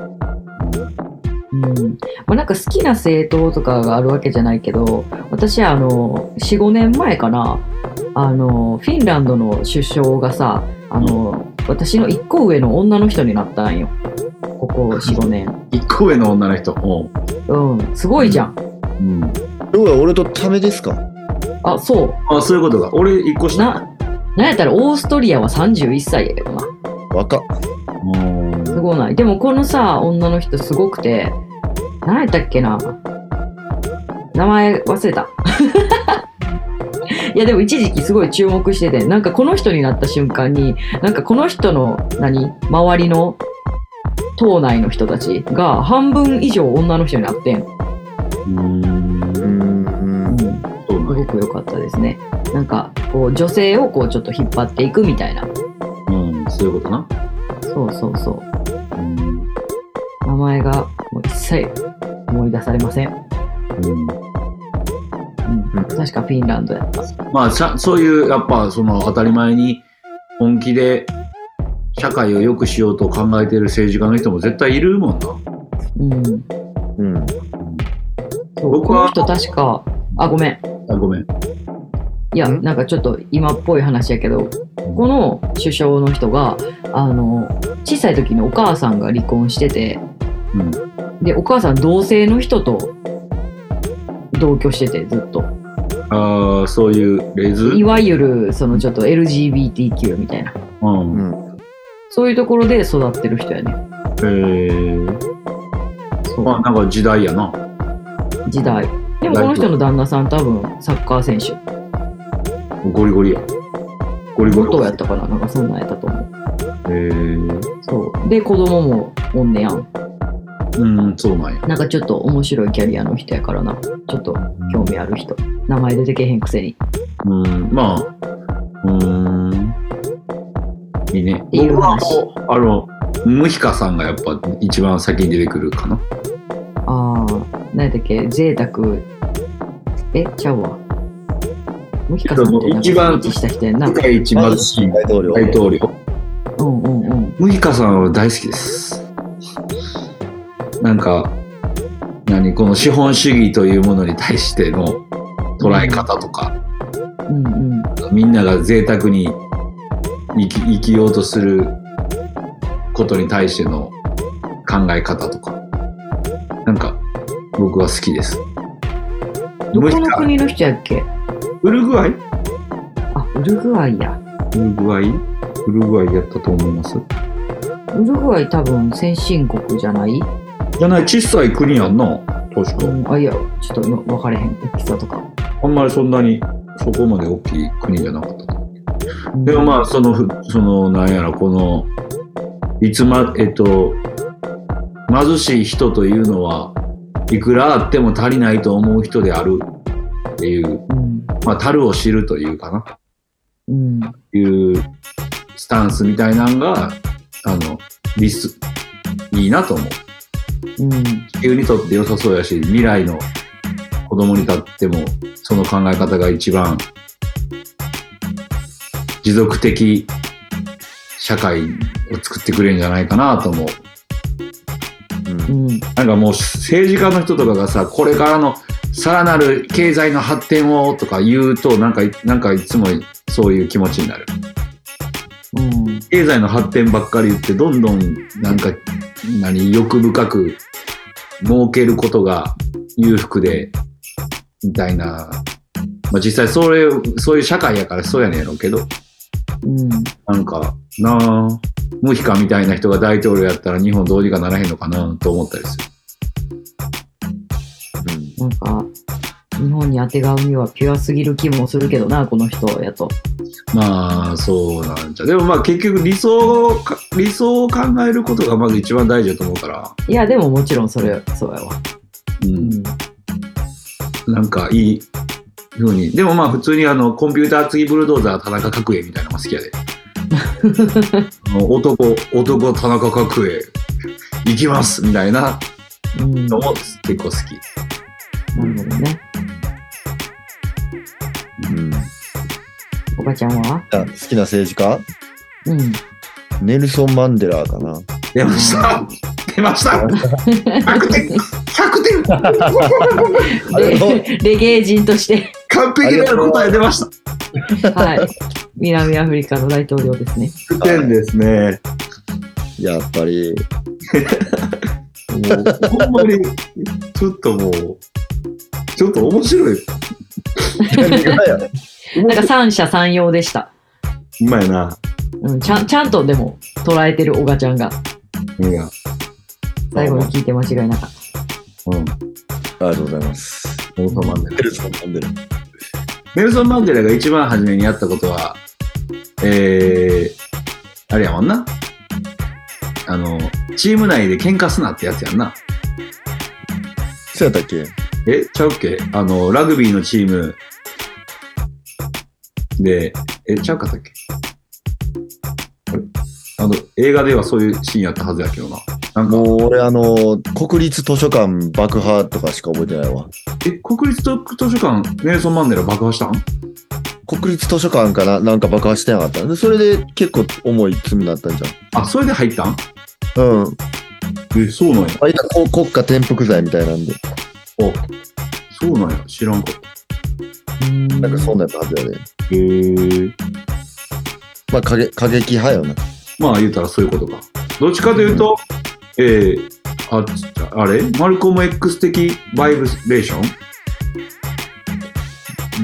[SPEAKER 3] うん。まあ、なんか好きな政党とかがあるわけじゃないけど、私、あの、4、5年前かな、あの、フィンランドの首相がさ、あの、私の1個上の女の人になったんよ。ここ4、5年。
[SPEAKER 4] 一個上の女の人。お
[SPEAKER 3] うん、すごいじゃん。
[SPEAKER 4] うん、
[SPEAKER 5] どうや俺とためですか
[SPEAKER 3] あ、そう。
[SPEAKER 4] あそういうことか。俺、一個下。
[SPEAKER 3] な、なんやったらオーストリアは31歳やけどな。
[SPEAKER 5] 若っ
[SPEAKER 4] うん
[SPEAKER 3] すごない。でもこのさ、女の人すごくて、なんやったっけな。名前忘れた。 いやでも一時期すごい注目してて、なんかこの人になった瞬間に、なんかこの人の何周りの党内の人たちが半分以上女の人になってん。
[SPEAKER 5] うーん
[SPEAKER 4] そ
[SPEAKER 3] す
[SPEAKER 4] うなんや
[SPEAKER 3] ごく良かったですね。なんかこう女性をこうちょっと引っ張っていくみたいな。
[SPEAKER 4] うん、そういうことな。
[SPEAKER 3] そうそうそう。
[SPEAKER 4] うん
[SPEAKER 3] 名前がもう一切思い出されません、
[SPEAKER 4] うん
[SPEAKER 3] うん、確かフィンランドやった
[SPEAKER 4] まあ、さそういう、やっぱ、その、当たり前に、本気で、社会を良くしようと考えている政治家の人も絶対いるもんな。
[SPEAKER 3] うん。そう
[SPEAKER 5] うん。
[SPEAKER 4] 僕
[SPEAKER 3] この
[SPEAKER 4] は、
[SPEAKER 3] 人確か、あ、ごめん。
[SPEAKER 4] あごめん。
[SPEAKER 3] いや、
[SPEAKER 4] ん
[SPEAKER 3] なんかちょっと今っぽい話やけど、この首相の人が、あの、小さい時にお母さんが離婚してて、
[SPEAKER 4] うん
[SPEAKER 3] で、お母さん同性の人と同居してて、ずっと。
[SPEAKER 4] ああ、そういうレズ
[SPEAKER 3] いわゆる、そのちょっと LGBTQ みたいな。
[SPEAKER 4] うん。
[SPEAKER 5] うん
[SPEAKER 3] そういうところで育ってる人やね。
[SPEAKER 4] えー、
[SPEAKER 3] そう
[SPEAKER 4] まあなんか時代やな。
[SPEAKER 3] 時代。でもこの人の旦那さん多分サッカー選手。
[SPEAKER 4] ゴリゴリや。ゴリゴリ。
[SPEAKER 3] 元やったかななんかそんなんやったと思う。
[SPEAKER 4] えー、
[SPEAKER 3] そう。で、子供もおんねやん。
[SPEAKER 4] うん、そうなんや。
[SPEAKER 3] なんかちょっと面白いキャリアの人やからな。ちょっと興味ある人。名前出てけへんくせに。
[SPEAKER 4] うん、まあ、うーん。いいね。
[SPEAKER 3] ていう
[SPEAKER 4] 僕は
[SPEAKER 3] 話
[SPEAKER 4] もうあの、ムヒカさんがやっぱ一番先に出てくるかな。
[SPEAKER 3] あー、なんやったっけ贅沢。え、ちゃうわ。ムヒカさんってなんか
[SPEAKER 4] 一
[SPEAKER 3] スピー
[SPEAKER 4] 番
[SPEAKER 3] チした人やんな。
[SPEAKER 4] 世界一貧しい
[SPEAKER 5] 大統領。
[SPEAKER 4] 大統領。
[SPEAKER 3] うんうんうん。
[SPEAKER 4] ムヒカさんは大好きです。なんか、何この資本主義というものに対しての捉え方とか、
[SPEAKER 3] うんうん。
[SPEAKER 4] みんなが贅沢に生き生きようとすることに対しての考え方とか、なんか僕は好きです。
[SPEAKER 3] ど
[SPEAKER 4] ムヒ
[SPEAKER 3] この
[SPEAKER 4] カ
[SPEAKER 3] 国の人やっけ
[SPEAKER 4] ウルグアイ
[SPEAKER 3] あ、ウルグアイや。
[SPEAKER 4] ウルグアイウルグアイやったと思います。
[SPEAKER 3] ウルグアイ多分先進国じゃない
[SPEAKER 4] じゃない、小さい国やんな、確
[SPEAKER 3] う
[SPEAKER 4] か。
[SPEAKER 3] ん、あいやちょっと今分かれへん大きさとか、
[SPEAKER 4] あんまりそんなに、そこまで大きい国じゃなかった。
[SPEAKER 3] うん
[SPEAKER 4] でもまあそのふそのなんやらこのいつまえっと貧しい人というのはいくらあっても足りないと思う人であるっていう
[SPEAKER 3] うん
[SPEAKER 4] まあ足るを知るというかな
[SPEAKER 3] うん
[SPEAKER 4] いうスタンスみたいなんがあのリスいいなと思う
[SPEAKER 3] うん
[SPEAKER 4] 地球にとって良さそうやし未来の子供にとってもその考え方が一番持続的社会を作ってくれるんじゃないかなと思う。
[SPEAKER 3] うん
[SPEAKER 4] なんかもう政治家の人とかがさ、これからのさらなる経済の発展をとか言うと、なんか、なんかいつもそういう気持ちになる。
[SPEAKER 3] うん
[SPEAKER 4] 経済の発展ばっかり言って、どんどんなんか、何、欲深く儲けることが裕福で、みたいな。まあ実際それ、そういう社会やからそうやねんやろうけど、
[SPEAKER 3] うん
[SPEAKER 4] なんか、なあ、無ヒカみたいな人が大統領やったら日本どうにかならへんのかなと思ったりする。
[SPEAKER 3] なんか日本にあてがうにはピュアすぎる気もするけどなこの人やと
[SPEAKER 4] まあ、そうなんじゃ。でもまあ結局理想をか、理想を考えることがまず一番大事だと思うから、
[SPEAKER 3] いやでももちろんそれそうやわ
[SPEAKER 4] うん。なんかいいふうに。でもまあ普通にあの、コンピューター次ブルドーザー田中角栄みたいなのが好きやで。あの男、男田中角栄、行きますみたいな
[SPEAKER 3] うん、うん、な
[SPEAKER 4] の
[SPEAKER 3] る
[SPEAKER 4] も結構好き。
[SPEAKER 3] ほどね
[SPEAKER 5] うん
[SPEAKER 3] おばちゃんは
[SPEAKER 5] あ好きな政治家
[SPEAKER 3] うん
[SPEAKER 5] ネルソン・マンデラーかな。
[SPEAKER 4] 出ました出ました !100 点 !100 点
[SPEAKER 5] ありがとう
[SPEAKER 3] レレゲエ人として
[SPEAKER 4] 完璧な答え出ました
[SPEAKER 3] はい南アフリカの大統領ですね
[SPEAKER 4] !100 点ですね。
[SPEAKER 5] やっぱり。
[SPEAKER 4] もうほんまに、ちょっともう、ちょっと面白い。
[SPEAKER 3] なんか三者三様でした、
[SPEAKER 4] うまいな。
[SPEAKER 3] うん、ちゃんちゃんとでも捉えてるおばちゃんが
[SPEAKER 4] いや。
[SPEAKER 3] 最後に聞いて間違いなかった
[SPEAKER 4] うん。
[SPEAKER 5] ありがとうございます。
[SPEAKER 4] ネルソン・マンデラ
[SPEAKER 5] ネ。ルソン・マンデラー。
[SPEAKER 4] ネルソン・マンデラが一番初めにやったことは、えー、あれやもんな。あの、チーム内で喧嘩すなってやつやんな。
[SPEAKER 5] そうやったっけ
[SPEAKER 4] え、ちゃうっけあの、ラグビーのチームで、え、ちゃうかったっけあれあの、映画ではそういうシーンやったはずやけどな。なんか、
[SPEAKER 5] もう俺あの、国立図書館爆破とかしか覚えてないわ。
[SPEAKER 4] え、国立図書館、ネルソン・マンデラ爆破したん
[SPEAKER 5] 国立図書館かななんか爆破してなかったでそれで結構重い罪だったんじ
[SPEAKER 4] あ、それで入ったん
[SPEAKER 5] ゃんうん
[SPEAKER 4] え、そうなんや。
[SPEAKER 5] あいやこ国家転覆罪みたいなんで
[SPEAKER 4] そうなんや。知らんかった。
[SPEAKER 5] なんかそんなやったはずやで
[SPEAKER 4] へえ。
[SPEAKER 5] まあ過激過激派よな
[SPEAKER 4] まあ言うたらそういうことか。どっちかというと、えー、ああれマルコム X 的バイブレーション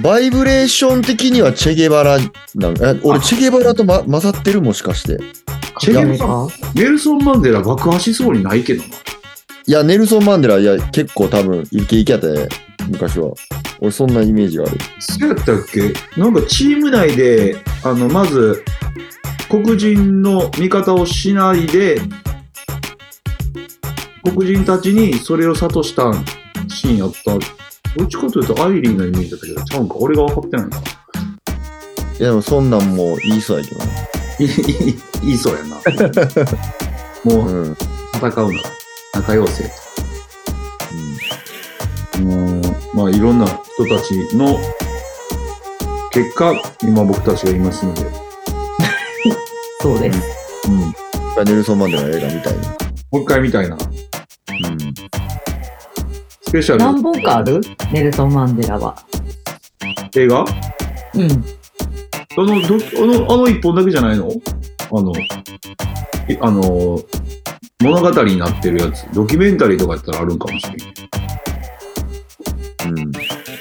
[SPEAKER 5] バイブレーション的にはチェゲバラなんえ俺
[SPEAKER 4] あ
[SPEAKER 5] チェゲバラと、ま、混ざってるもしかして
[SPEAKER 4] チェゲバラネルソン・マンデラ爆破しそうにないけどな。
[SPEAKER 5] いやネルソン・マンデラいや結構多分イケイケやったね昔は俺そんなイメージがある
[SPEAKER 4] そうやったっけなんかチーム内で、あの、まず、黒人の味方をしないで、黒人たちにそれを諭したシーンやった。どっちかというとアイリーのイメージだったけど、ちゃうんか。俺が分かってないな。
[SPEAKER 5] いやでもそんなんもう言いそうやけどない
[SPEAKER 4] いいい、いいそうやな。もう、
[SPEAKER 5] うん、うん、
[SPEAKER 4] 戦うな。仲良せ。うん、まあ、いろんな人たちの結果、今僕たちがいますので。
[SPEAKER 3] そうです。
[SPEAKER 4] うん。
[SPEAKER 5] ネルソン・マンデラの映画みたいな
[SPEAKER 4] もう一回みたいな。
[SPEAKER 5] うん
[SPEAKER 4] スペシャ
[SPEAKER 3] 何
[SPEAKER 4] ル
[SPEAKER 3] 本かあるネルソン・マンデラは。
[SPEAKER 4] 映画あ
[SPEAKER 3] うん。
[SPEAKER 4] の、どあの、あの一本だけじゃないのあの、えあの、物語になってるやつ、ドキュメンタリーとかやったらあるんかもしれん。
[SPEAKER 5] うん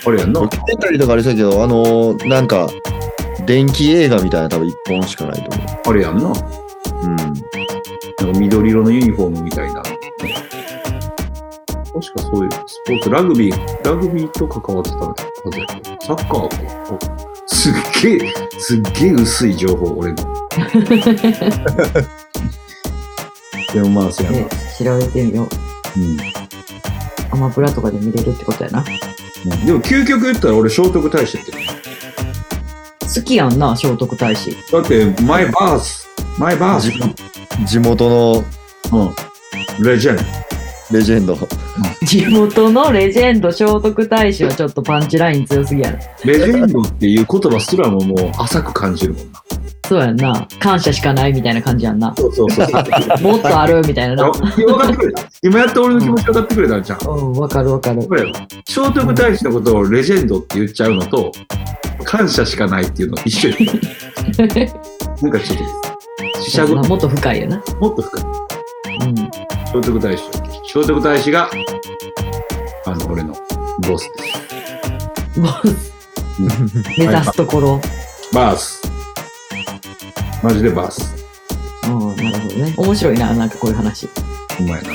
[SPEAKER 4] あれやんな
[SPEAKER 5] ド。キュメンタリーとかありそうやけど、あのーなんか、電気映画みたいな多分一本しかないと思
[SPEAKER 4] あれやんな。
[SPEAKER 5] う。うん。
[SPEAKER 4] なんか緑色のユニフォームみたいな。確かそういうスポーツ、ラグビー、ラグビーと関わってたはずやけどサッカーか。おすっげえ、すっげえ薄い情報、俺 の。でもまあ、そうやな。
[SPEAKER 3] ね、調べてみよう。
[SPEAKER 4] うん
[SPEAKER 3] アマプラとかで見れるってことやな。
[SPEAKER 4] でも究極言ったら俺聖徳太子やってる
[SPEAKER 3] 好きやんな、聖徳太子。
[SPEAKER 4] だってマイバースマイバース
[SPEAKER 5] 自分地元の
[SPEAKER 4] うんレジェンド
[SPEAKER 5] レジェンド。
[SPEAKER 3] 地元のレジェンド聖徳太子はちょっとパンチライン強すぎやろ。
[SPEAKER 4] レジェンドっていう言葉すらももう浅く感じるもんな
[SPEAKER 3] そうやんな。感謝しかないみたいな感じやんな。
[SPEAKER 4] そうそうそう
[SPEAKER 3] もっとあるみたいなな。
[SPEAKER 4] 分かってくれた今やって俺の気持ち分かってくれたんじゃん
[SPEAKER 3] うん、わかるわかる。
[SPEAKER 4] これ聖徳太子のことをレジェンドって言っちゃうのと感謝しかないっていうの一緒になんかちょっと死者
[SPEAKER 3] ま
[SPEAKER 4] 語
[SPEAKER 3] あもっと深いよな。
[SPEAKER 4] もっと深い
[SPEAKER 3] うん。
[SPEAKER 4] 聖徳太子聖徳太子があの俺のボスです
[SPEAKER 3] もう目指すところ。
[SPEAKER 4] バース。マジでバース。
[SPEAKER 3] うん、なるほどね。面白いな、なんかこういう話。
[SPEAKER 4] うまいな。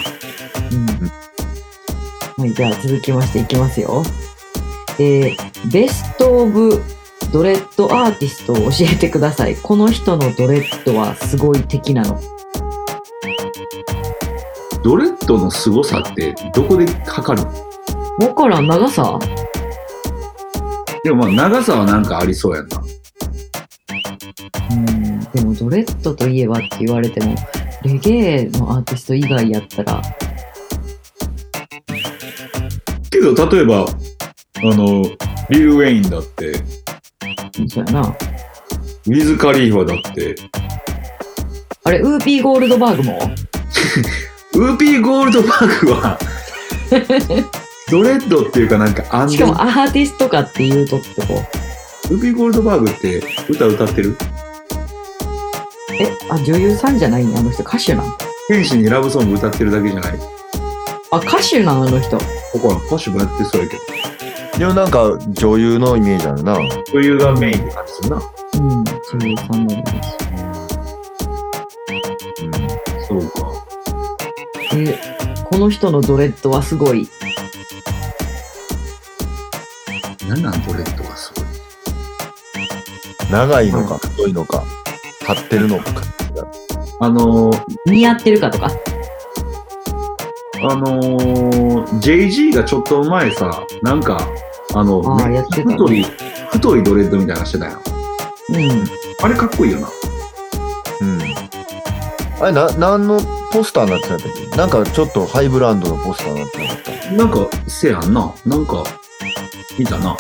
[SPEAKER 3] うん。はい、じゃあ続きましていきますよ。えー、ベストオブドレッドアーティストを教えてください。この人のドレッドはすごい的なの。
[SPEAKER 4] ドレッドの凄さってどこで測るの
[SPEAKER 3] わからん、長さ
[SPEAKER 4] でもまあ長さはなんかありそうやんな。
[SPEAKER 3] うん、でもドレッドといえばって言われても、レゲエのアーティスト以外やったら、
[SPEAKER 4] けど例えば、あの、リル・ウェインだって、
[SPEAKER 3] そうやな。
[SPEAKER 4] ウィズ・カリーファだって、
[SPEAKER 3] あれ、ウーピーゴールドバーグも
[SPEAKER 4] ウーピー・ゴールドバーグ は、ドレッドっていうかなんかアン
[SPEAKER 3] し
[SPEAKER 4] デ
[SPEAKER 3] か
[SPEAKER 4] ィ
[SPEAKER 3] もアーティストかっていうとってこ。
[SPEAKER 4] ウーピー・ゴールドバーグって歌歌ってる
[SPEAKER 3] え、あ、女優さんじゃないんやあの人歌手なん
[SPEAKER 4] 天使にラブソング歌ってるだけじゃない
[SPEAKER 3] あ、歌手なんあの人。
[SPEAKER 4] ここは歌手もやってそうやけど。
[SPEAKER 5] でもなんか、女優のイメージあるな。
[SPEAKER 4] 女優がメインって感じするな。
[SPEAKER 3] うん、女優さんのイメージ。
[SPEAKER 4] そうか。
[SPEAKER 3] え、この人のドレッドはすごい。
[SPEAKER 4] 何なんドレッドがすごい
[SPEAKER 5] 長いのか、太いのか、張ってるのか。
[SPEAKER 4] あのー、
[SPEAKER 3] 似合ってるかとか。
[SPEAKER 4] あのー、JG がちょっと前さなんかあの
[SPEAKER 3] あー
[SPEAKER 4] め
[SPEAKER 3] や
[SPEAKER 4] っ
[SPEAKER 3] って
[SPEAKER 4] ちゃ
[SPEAKER 3] たね
[SPEAKER 4] 太い太いドレッドみたいなのしてたやん
[SPEAKER 3] うん。
[SPEAKER 4] あれかっこいいよな
[SPEAKER 5] うん。あれ、な、何のポスターになってたんだっけなんかちょっとハイブランドのポスターになってなかった。
[SPEAKER 4] なんかせやんななんか見たな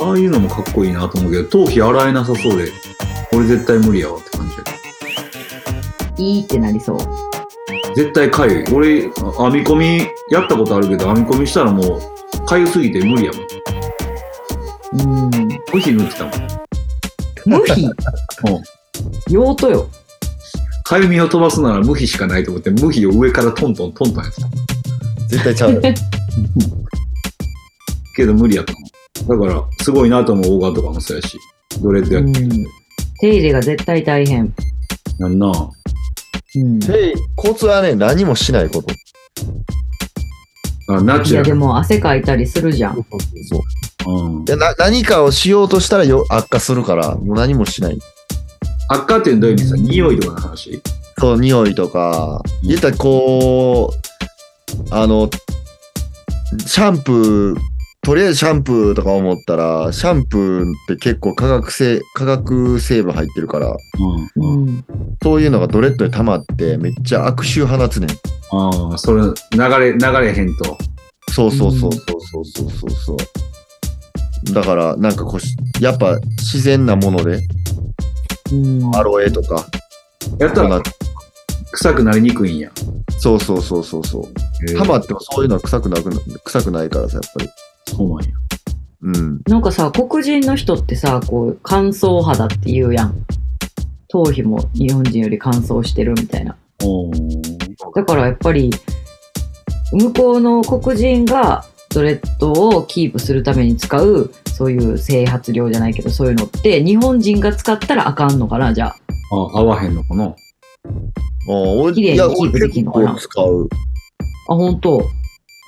[SPEAKER 5] うん。
[SPEAKER 4] ああいうのもかっこいいなと思うけど、頭皮洗えなさそうで、俺絶対無理やわって感じやけ
[SPEAKER 3] いいってなりそう。
[SPEAKER 4] ど絶対かゆい。俺、あ編み込みやったことあるけど、編み込みしたらもう、かゆすぎて無理や
[SPEAKER 3] う
[SPEAKER 4] もん。
[SPEAKER 3] ん。
[SPEAKER 4] 頭皮塗ってたもん。
[SPEAKER 3] 無 比
[SPEAKER 4] うん
[SPEAKER 3] 用途よ。
[SPEAKER 4] かゆみを飛ばすなら無比しかないと思って、無比を上からトントントントンやってた。
[SPEAKER 5] 絶対ちゃうよ。
[SPEAKER 4] けど無理やったもん。だから、すごいなと思う、オーガンとかもそうやし、ドレッド
[SPEAKER 3] う
[SPEAKER 4] やっ
[SPEAKER 3] ん。手入れが絶対大変。
[SPEAKER 4] たんな。
[SPEAKER 3] うん。
[SPEAKER 5] で、コツはね、何もしないこと。
[SPEAKER 4] あナ
[SPEAKER 3] い
[SPEAKER 4] チュ
[SPEAKER 3] や
[SPEAKER 4] ラ
[SPEAKER 3] で
[SPEAKER 4] ル。
[SPEAKER 3] も汗かいたりするじゃん。
[SPEAKER 5] そう
[SPEAKER 4] うん
[SPEAKER 5] いやな何かをしようとしたらよ悪化するから、もう何もしない。
[SPEAKER 4] 悪化ってどういう意味さ、匂いとかの話
[SPEAKER 5] そう、匂いとか、言ったらこう、あの、シャンプー、とりあえずシャンプーとか思ったら、シャンプーって結構化学成化学成分入ってるから、
[SPEAKER 4] うん。うん
[SPEAKER 3] うん。
[SPEAKER 5] そういうのがドレッドに溜まって、めっちゃ悪臭放つねん。
[SPEAKER 4] ああ、それ、流れ、流れへんと。
[SPEAKER 5] そうそうそうそうそうそうそうそう。だから、なんかこうし、やっぱ自然なもので、
[SPEAKER 3] うん。
[SPEAKER 5] アロエとか、
[SPEAKER 4] やったら、臭くなりにくいんや。
[SPEAKER 5] そうそうそうそうそう。溜まってもそういうのは臭くなくな、臭くないからさ、やっぱり。
[SPEAKER 4] そうなんや。
[SPEAKER 5] うん。
[SPEAKER 3] なんかさ、黒人の人ってさ、こう、乾燥肌って言うやん。頭皮も日本人より乾燥してるみたいな。
[SPEAKER 4] お
[SPEAKER 3] だからやっぱり、向こうの黒人がドレッドをキープするために使う、そういう整髪料じゃないけど、そういうのって、日本人が使ったらあかんのかな、じゃあ。
[SPEAKER 4] あ、合わへんのかな
[SPEAKER 5] あ俺
[SPEAKER 3] 綺麗に
[SPEAKER 5] いや
[SPEAKER 3] キープできんのかな
[SPEAKER 5] 俺結構使う。
[SPEAKER 3] あ、本当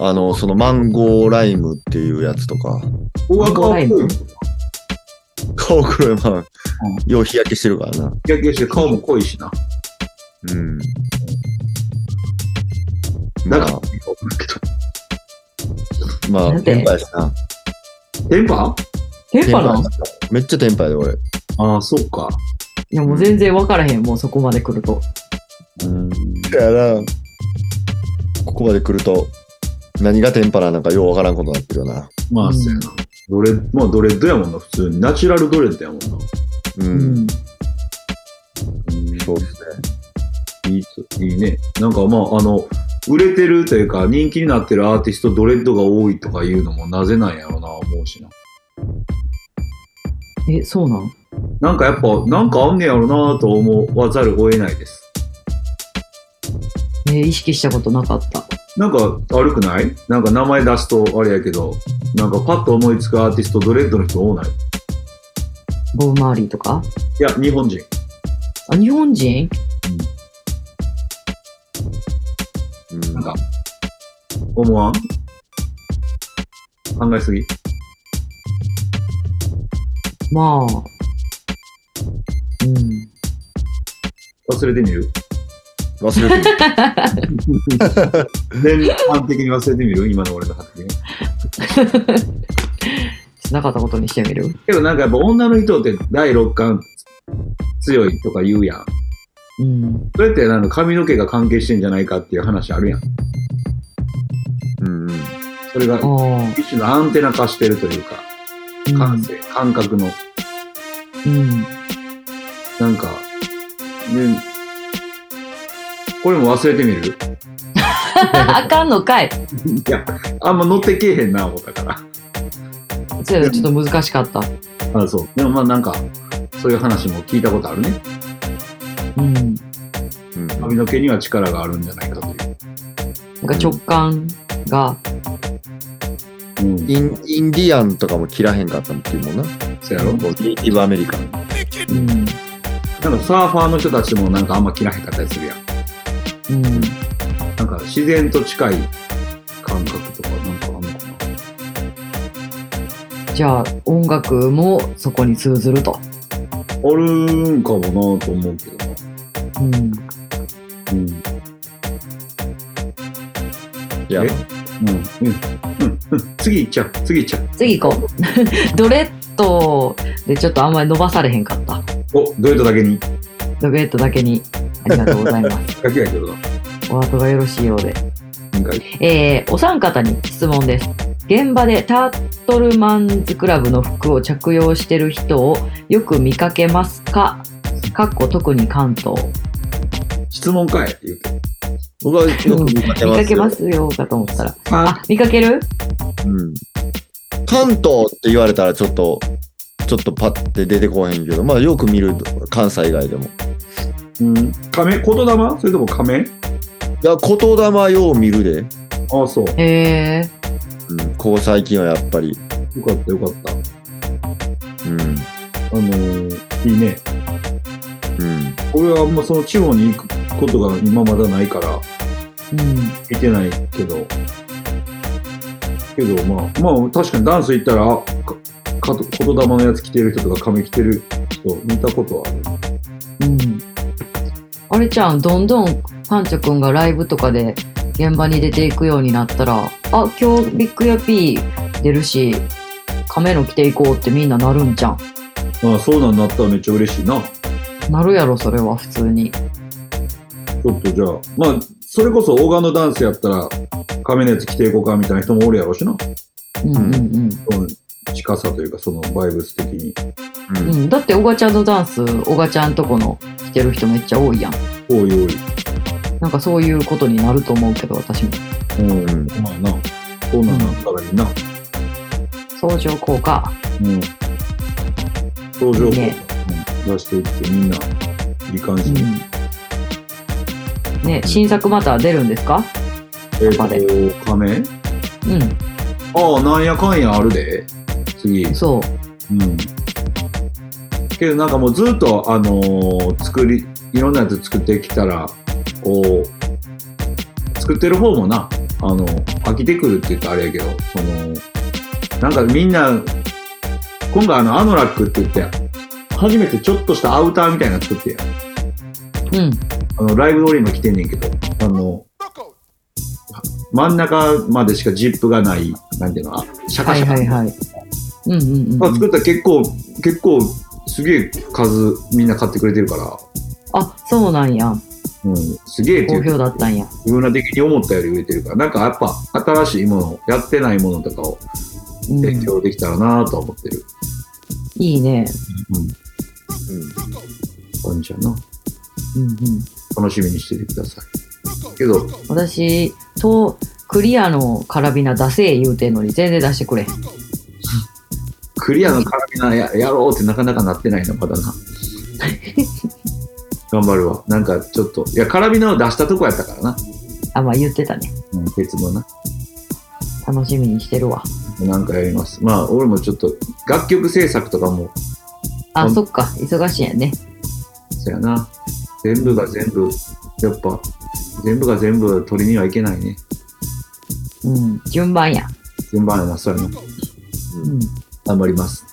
[SPEAKER 5] あの、そのマンゴーライムっていうやつとか、
[SPEAKER 4] 大
[SPEAKER 3] マンゴーライム
[SPEAKER 5] 顔黒いまあ、よう日焼けしてるからな。
[SPEAKER 4] 日焼けして顔も濃いしな。
[SPEAKER 5] うん。ま
[SPEAKER 4] だから
[SPEAKER 5] あ、ま
[SPEAKER 3] な
[SPEAKER 5] あ、
[SPEAKER 3] んて
[SPEAKER 5] テンパイやしな。
[SPEAKER 4] テンパ
[SPEAKER 3] テンパな
[SPEAKER 5] テン
[SPEAKER 3] んい
[SPEAKER 5] パやめっちゃテンパイで俺。
[SPEAKER 4] ああ、そっか。
[SPEAKER 3] や、もう全然わからへん、もうそこまで来ると。
[SPEAKER 4] うん。
[SPEAKER 5] だから、ここまで来ると、何がテンパラなんかようわからんことになってるよな。
[SPEAKER 4] ま
[SPEAKER 3] う
[SPEAKER 4] あ、
[SPEAKER 3] ん
[SPEAKER 4] そうやな。ドレッ、まあ、ドレッドやもんな、普通に。ナチュラルドレッドやもんな。
[SPEAKER 5] う。。
[SPEAKER 3] うん
[SPEAKER 4] そ
[SPEAKER 5] そうう
[SPEAKER 4] で
[SPEAKER 5] です
[SPEAKER 4] ね。いいついいね。なんかまあ、あの、売れてるというか、人気になってるアーティスト、ドレッドが多いとかいうのもなぜなんやろうな、思うしな。
[SPEAKER 3] え、そうなん
[SPEAKER 4] なんかやっぱ、なんかあんねやろなと思わざるを得ないです。
[SPEAKER 3] えー意識したことなかった。
[SPEAKER 4] なんか悪くないなんか名前出すとあれやけど、なんかパッと思いつくアーティスト、ドレッドの人多ない。い
[SPEAKER 3] ボブマーリーとか
[SPEAKER 4] や、日本人。
[SPEAKER 3] あ、日本人
[SPEAKER 5] うん
[SPEAKER 4] なんか、思わん考えすぎ
[SPEAKER 3] まあ。うん。
[SPEAKER 4] 忘れてみる
[SPEAKER 5] 忘れてる。
[SPEAKER 4] 年間的に忘れてみる今の俺の発言。
[SPEAKER 3] なかったことにしてみる
[SPEAKER 4] けどなんかやっぱ女の人って第六感強いとか言うやん。
[SPEAKER 3] うん。
[SPEAKER 4] それってなんか髪の毛が関係してんじゃないかっていう話あるやん。
[SPEAKER 5] うんうん。
[SPEAKER 4] それが
[SPEAKER 3] ああ。
[SPEAKER 4] 一種のアンテナ化してるというか、感性、感覚の、
[SPEAKER 3] うん。
[SPEAKER 4] なんか、ね、これも忘れてみる
[SPEAKER 3] あかんのかい。
[SPEAKER 4] いや、あんま乗ってけえへんな思ったから。
[SPEAKER 3] それちょっと難しかった。
[SPEAKER 4] あそう。でもまあなんか、そういう話も聞いたことあるね。
[SPEAKER 3] うん。なん
[SPEAKER 5] うん
[SPEAKER 4] 髪の毛には力があるんじゃないかという。
[SPEAKER 3] か直感が、
[SPEAKER 4] うん。
[SPEAKER 5] インインディアンとかも切らへんかったっていうもんな。
[SPEAKER 4] そうやろ
[SPEAKER 5] ネイティブアメリカン。
[SPEAKER 3] うん。
[SPEAKER 4] なんかサーファーの人たちもなんかあんま切らへんかったりするやん。
[SPEAKER 3] うん。
[SPEAKER 4] なんか自然と近い感覚とかなんかあんのかな。
[SPEAKER 3] じゃあ、音楽もそこに通ずると。
[SPEAKER 4] あるんかもなと思うけどな。
[SPEAKER 3] うん。
[SPEAKER 4] うん。
[SPEAKER 5] いや
[SPEAKER 4] え、うん。うん。うん。次行っちゃう。次行っちゃう。
[SPEAKER 3] 次行こう。 ドレッドでちょっとあんまり伸ばされへんかった。
[SPEAKER 4] お、ドレッドだけに。
[SPEAKER 3] ドレッドだけに。ありがとうござい ます。
[SPEAKER 4] だけやけどな。
[SPEAKER 3] お後がよろしいようで。
[SPEAKER 4] なんか
[SPEAKER 3] えー、お三方に質問です。現場でタートルマンズクラブの服を着用してる人をよく見かけますかかっこ特に関東。
[SPEAKER 4] 質問かいって言うて。
[SPEAKER 5] 僕はよく見かけます
[SPEAKER 3] 見
[SPEAKER 5] よ。
[SPEAKER 3] かけますよかと思ったら。
[SPEAKER 4] あ
[SPEAKER 3] あ、見かける
[SPEAKER 5] うん。関東って言われたらちょっと、ちょっとパッて出てこへんけど、まあよく見る関西以外でも。い
[SPEAKER 4] うん。亀言霊それとも亀
[SPEAKER 5] や、言霊よう見るで。
[SPEAKER 4] ああ、そう。よ
[SPEAKER 3] へえ。
[SPEAKER 5] うん。ここ最近はやっぱり。
[SPEAKER 4] かった、よかった。
[SPEAKER 5] うん。
[SPEAKER 4] あのー、いいね。
[SPEAKER 5] うん。
[SPEAKER 4] 俺はあんまその地方に行くことが今まだないから、
[SPEAKER 3] うん。
[SPEAKER 4] 見てないけど。けど、まあ、まあ、確かにダンス行ったら、あか、かと言霊のやつ着てる人とか亀着てる人見たことはある。
[SPEAKER 3] うん。あれちゃん、どんどんパンチョくんがライブとかで現場に出ていくようになったら、あ、今日ビッグやピー出るし、亀の着ていこうってみんななるんじゃん。
[SPEAKER 4] ああ、そうなんなったらめっちゃ嬉しいな。
[SPEAKER 3] なるやろ、それは普通に。
[SPEAKER 4] ちょっとじゃあ、まあ、それこそオーガンのダンスやったら、亀のやつ着ていこうかみたいな人もおるやろしな。
[SPEAKER 3] うんうんうん。
[SPEAKER 4] その近さというか、そのバイブス的に。
[SPEAKER 5] うん
[SPEAKER 3] うん、だって、おがちゃんのダンス、おがちゃんとこの着てる人めっちゃ多いやん。
[SPEAKER 4] おいおい。
[SPEAKER 3] なんかそういうことになると思うけど、私も。
[SPEAKER 5] うん。
[SPEAKER 4] まあな、こんなんなったらいいな。
[SPEAKER 3] 相乗効果。
[SPEAKER 4] うん。相乗効果
[SPEAKER 3] ね
[SPEAKER 4] うん出していって、みんな、いい感じに。
[SPEAKER 3] うん。ね、新作また出るんですか
[SPEAKER 4] え
[SPEAKER 3] パレ
[SPEAKER 4] ーと、亀
[SPEAKER 3] う
[SPEAKER 4] ああ、なんやかんやあるで。次。
[SPEAKER 3] ん、そう。
[SPEAKER 4] うん。けどなんかもうずっと、あのー作り、いろんなやつ作ってきたら、こう、作ってる方もな、あの、飽きてくるって言ったらあれやけど、その、なんかみんな、今回あの、アノラックって言って、初めてちょっとしたアウターみたいなの作ってや。
[SPEAKER 3] うん。
[SPEAKER 4] あの、ライブ通りも着てんねんけど、あの、真ん中までしかジップがない、なんていうの、あシャ
[SPEAKER 3] は
[SPEAKER 4] カシ
[SPEAKER 3] い
[SPEAKER 4] ャカ。
[SPEAKER 3] はいはい。うんうんうん
[SPEAKER 4] まあ、
[SPEAKER 3] うん。
[SPEAKER 4] 作ったら結構、結構、すげえ数みんな買ってくれてるから、
[SPEAKER 3] あ、そうなんや。
[SPEAKER 4] うん、すげえってい
[SPEAKER 3] 好
[SPEAKER 4] う
[SPEAKER 3] 評だったんや。
[SPEAKER 4] 自分ら的に思ったより売れてるから、なんかやっぱ新しいもの、やってないものとかを
[SPEAKER 3] うん、
[SPEAKER 4] 提供できたらなぁとは思ってる
[SPEAKER 3] いいね。
[SPEAKER 4] 感じやな。
[SPEAKER 3] うんうん。
[SPEAKER 4] 楽しみにしててください。けど、
[SPEAKER 3] 私、と、クリアのカラビナ出せ言うてんのに全然出してくれへん。
[SPEAKER 4] クリアのカラビナややろうってなかなかなってないの、まだ な。頑張るわ。なんかちょっと、いや、カラビナを出したとこやったからな。
[SPEAKER 3] あ、まあ言ってたね。
[SPEAKER 4] うん、別のな。
[SPEAKER 3] 楽しみにしてるわ。
[SPEAKER 4] なんかやります。まあ、俺もちょっと、楽曲制作とかも
[SPEAKER 3] あ、
[SPEAKER 4] うん
[SPEAKER 3] そっか。忙しいんやね。
[SPEAKER 4] そやな。全部が全部、やっぱ、全部が全部取りにはいけないね。
[SPEAKER 3] うん。順番や。
[SPEAKER 4] 順番やな、そやな。
[SPEAKER 3] うん。
[SPEAKER 4] 頑張ります。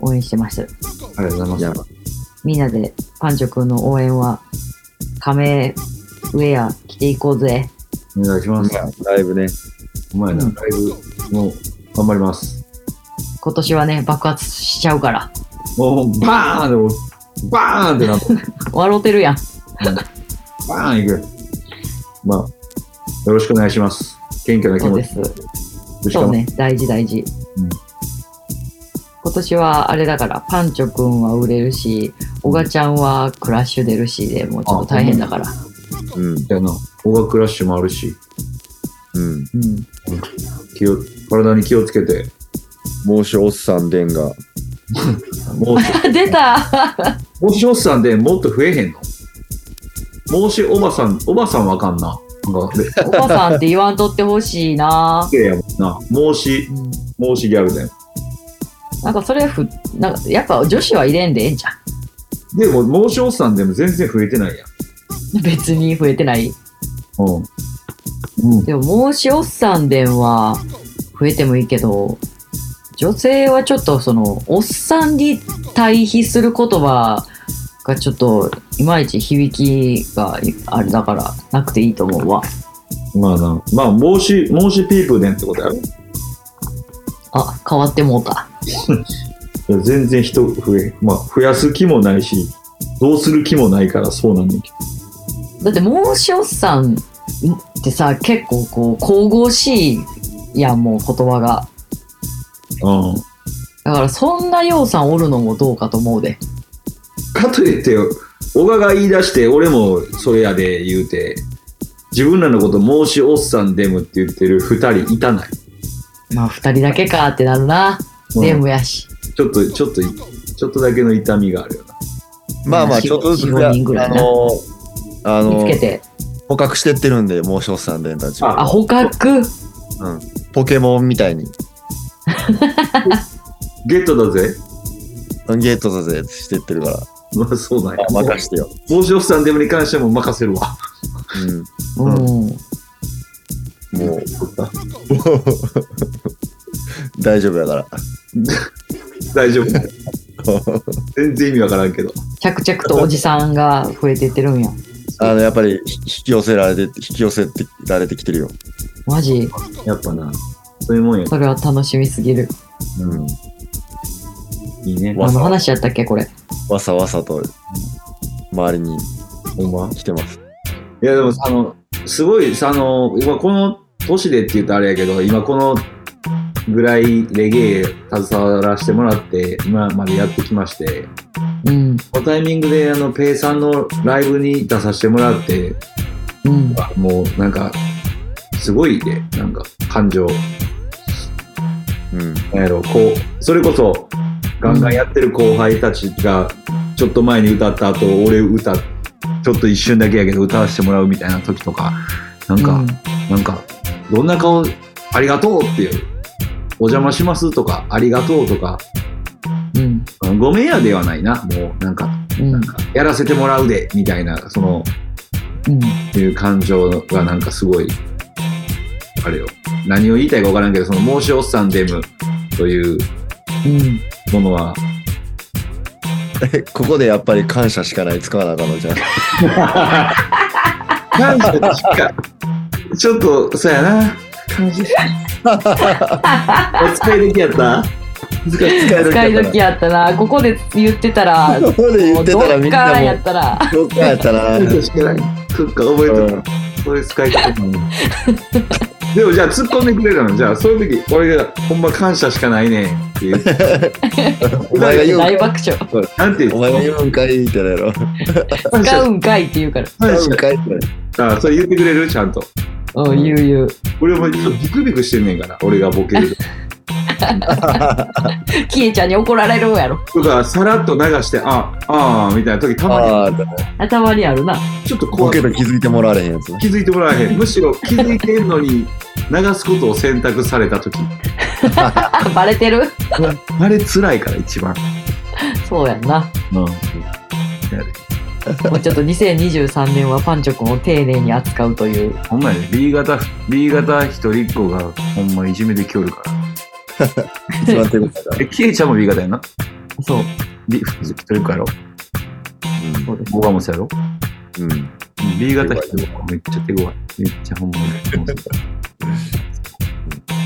[SPEAKER 3] 応援してます。
[SPEAKER 4] ありがとうございま
[SPEAKER 5] い
[SPEAKER 3] みんなでパンチョくんの応援は、亀ウェア着ていこうぜ。
[SPEAKER 4] す。お願いします。
[SPEAKER 5] ライブね。
[SPEAKER 4] お前な、
[SPEAKER 3] う
[SPEAKER 4] ラ
[SPEAKER 3] ん
[SPEAKER 4] イブ、もう、頑張ります。
[SPEAKER 3] 今年はね、爆発しちゃうから。
[SPEAKER 4] もう、バーンでも、バーンってなって、
[SPEAKER 3] 笑うてるやん。
[SPEAKER 4] バーンいく。まあ、よろしくお願いします。謙虚な気
[SPEAKER 3] そう
[SPEAKER 4] 持
[SPEAKER 3] で
[SPEAKER 4] ち。
[SPEAKER 3] す。
[SPEAKER 4] で
[SPEAKER 3] そうね、大事大事。
[SPEAKER 4] うん
[SPEAKER 3] 今年はあれだから、パンチョくんは売れるし、小賀ちゃんはクラッシュ出るしで、もうちょっと大変だから。
[SPEAKER 5] うん。
[SPEAKER 4] やな。音楽クラッシュもあるし、
[SPEAKER 5] うん。
[SPEAKER 3] うん。
[SPEAKER 4] 気を、体に気をつけて、
[SPEAKER 5] 孟子おっさんでんが。
[SPEAKER 4] もう、
[SPEAKER 3] 出た
[SPEAKER 4] 帽子おっさんでもっと増えへんの帽子おばさん、おばさんわかんな。なんか、で
[SPEAKER 3] おばさんって言わんとってほしいな、
[SPEAKER 4] 綺麗やもんな。帽子、
[SPEAKER 3] うん
[SPEAKER 4] 帽子ギャルで。
[SPEAKER 3] なんかそれふ、なんかやっぱ女子は入れんでええんじゃ
[SPEAKER 4] でも、帽子おっさんでも全然増えてないや
[SPEAKER 3] ん。
[SPEAKER 4] ん。
[SPEAKER 3] 別に増えてない。
[SPEAKER 4] うん。うん。
[SPEAKER 3] でも、申しおっさんでんは増えてもいいけど、女性はちょっとその、おっさんに対比する言葉がちょっと、いまいち響きがあれだから、なくていいと思うわ。
[SPEAKER 4] まあな。まあ、帽子、帽子ピープでんってことやろい
[SPEAKER 3] あ、変わってもうた。
[SPEAKER 4] や全然人増え、まあ、増やす気もないし、どうする気もないからそうなんだけ
[SPEAKER 3] だって、申しおっさんってさ、結構こう、神々しいいやもう言葉が
[SPEAKER 2] うん。
[SPEAKER 3] だからそんなようさんおるのもどうかと思うで
[SPEAKER 4] かといって、小川が言い出して、俺もそれやで言うて、自分らのこと申しおっさんデムって言ってる二人いたない。
[SPEAKER 3] まあ二人だけかってなるな
[SPEAKER 4] うん
[SPEAKER 3] 全部やし、
[SPEAKER 4] ちょっと、ちょっと、ちょっとだけの痛みがあるよな。
[SPEAKER 5] まあまあ、
[SPEAKER 3] 四
[SPEAKER 5] ちょっとずつ、
[SPEAKER 3] 四五人ぐら
[SPEAKER 5] あ
[SPEAKER 3] いな
[SPEAKER 5] の、あ
[SPEAKER 3] 見
[SPEAKER 5] の
[SPEAKER 3] つ、けて
[SPEAKER 5] 捕獲してってるんで、申しおっさんでたち。
[SPEAKER 3] あ捕獲
[SPEAKER 5] ポケモンみたいに、
[SPEAKER 4] ゲットだぜ。
[SPEAKER 5] ゲートだぜしてってるから、
[SPEAKER 4] まあ、そうなんや。
[SPEAKER 5] あ任してよ。
[SPEAKER 4] 申しおっさんデムに関してはもう任せるわ。
[SPEAKER 3] うん、
[SPEAKER 5] うん、もう、 大丈夫や から。
[SPEAKER 4] 大丈夫。全然意味わからんけど。
[SPEAKER 3] 着々とおじさんが増えていってるんや
[SPEAKER 5] あの、やっぱり引き寄せられて、引き寄せてられてきてるよ。
[SPEAKER 3] マジ
[SPEAKER 4] やっぱな、そういうもんや。
[SPEAKER 3] それは楽しみすぎる
[SPEAKER 5] うん。
[SPEAKER 4] いいね。
[SPEAKER 5] わ
[SPEAKER 3] 何の話やったっけこれ
[SPEAKER 5] わさわさと、周りに
[SPEAKER 4] ほんま。
[SPEAKER 5] 来てます。
[SPEAKER 4] いやでもあのすごいあの今この年でって言うとあれやけど今このぐらいレゲエ携わらせてもらって今までやってきまして
[SPEAKER 3] うん
[SPEAKER 4] このタイミングであのペイさんのライブに出させてもらって
[SPEAKER 3] うん
[SPEAKER 4] もうなんかすごいねなんか感情
[SPEAKER 5] うん。
[SPEAKER 4] なんやろこうそれこそガンガンやってる後輩たちがちょっと前に歌った後俺歌っちょっと一瞬だけやけど歌わせてもらうみたいな時とかなんか、なんか、どんな顔、ありがとうっていう、お邪魔しますとか、ありがとうとか、
[SPEAKER 3] うん
[SPEAKER 4] うんごめんやではないな、もう、なんか、
[SPEAKER 3] うん
[SPEAKER 4] なんかやらせてもらうで、みたいな、その、
[SPEAKER 3] うん
[SPEAKER 4] いう感情がなんかすごい、あれよ、何を言いたいかわからんけど、その、申しおっさんデムという
[SPEAKER 3] うん
[SPEAKER 4] ものは、
[SPEAKER 5] え、ここでやっぱり感謝しかない、使わなあかんのじゃん。
[SPEAKER 4] 感謝しか、ちょっと、そうやな、感じ。お使い時やった
[SPEAKER 5] 使い
[SPEAKER 3] 使い時
[SPEAKER 5] や
[SPEAKER 3] やったなここで言ってたら
[SPEAKER 5] ここで言ってたらみんな
[SPEAKER 3] どっか
[SPEAKER 5] も
[SPEAKER 3] やっ
[SPEAKER 5] う、
[SPEAKER 3] たら
[SPEAKER 5] どっかやった ら、
[SPEAKER 4] 感謝しかない。そっか、覚えとった。そういう使い方なの。でもじゃあ突っ込んでくれたのじゃあそういう時俺がほんま感謝しかないねんっていう
[SPEAKER 5] お前が言うん
[SPEAKER 3] 大爆笑
[SPEAKER 4] なんていう
[SPEAKER 5] お
[SPEAKER 4] の
[SPEAKER 5] 前が言うんかいってなるやろ。
[SPEAKER 4] 感
[SPEAKER 3] 使
[SPEAKER 4] 謝
[SPEAKER 3] うんかいって言うから
[SPEAKER 4] 感謝
[SPEAKER 5] うんかいってなる
[SPEAKER 4] あそれ言ってくれるちゃんと
[SPEAKER 3] うん言う言う
[SPEAKER 4] 俺もちょっとビクビクしてんねんから俺がボケる
[SPEAKER 3] キエちゃんに怒られるやろ
[SPEAKER 4] とかさらっと流してあああみたいな時たま
[SPEAKER 5] ああ、
[SPEAKER 3] 頭にあるな
[SPEAKER 4] にちょっと
[SPEAKER 5] ボ
[SPEAKER 4] 怖
[SPEAKER 5] ケ
[SPEAKER 4] い
[SPEAKER 5] と気づいてもらわれへんやつね。
[SPEAKER 4] 気づいてもらえへんむしろ気づいてんのに流すことを選択された時
[SPEAKER 3] あバレてる
[SPEAKER 4] あれ辛いから一番
[SPEAKER 3] そうやんな
[SPEAKER 4] うん
[SPEAKER 3] もうちょっと2023年はパンチョくんを丁寧に扱うという
[SPEAKER 4] ほんまやね B 型 B 型一人っ子がほんまいじめできおるから
[SPEAKER 5] 一番手応えがある
[SPEAKER 4] えキエちゃんも B 型やんな
[SPEAKER 3] そう
[SPEAKER 4] ビフジトリックやろ
[SPEAKER 3] そうです
[SPEAKER 4] ボガモスやろ
[SPEAKER 5] うん。うん。
[SPEAKER 4] ?B 型人めっちゃ手強い。めっちゃほんまに。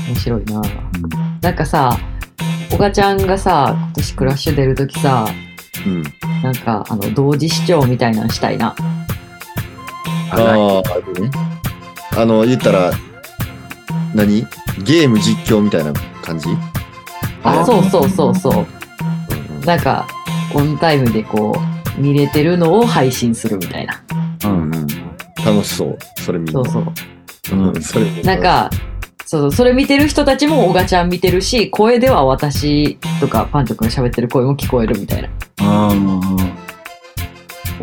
[SPEAKER 3] 面白いななんかさおがちゃんがさ今年クラッシュ出るときさ
[SPEAKER 5] うん。
[SPEAKER 3] なんかあの同時視聴みたいなのしたいな
[SPEAKER 5] あ
[SPEAKER 4] あ
[SPEAKER 5] あ、でね。あの、言ったら、何ゲーム実況みたいな感じ、うん
[SPEAKER 3] あ
[SPEAKER 4] あ
[SPEAKER 3] そうそうそうそう
[SPEAKER 5] うん
[SPEAKER 3] なんかオンタイムでこう見れてるのを配信するみたいな
[SPEAKER 5] うんうん、楽しそう。それみん
[SPEAKER 3] そ
[SPEAKER 5] な
[SPEAKER 3] う。そう
[SPEAKER 5] うん、それ
[SPEAKER 3] なん、か、そうそう、それ見てる人たちも、おがちゃん見てるし、声では私とか、パンチョくん喋ってる声も聞こえるみたいな。
[SPEAKER 4] あー。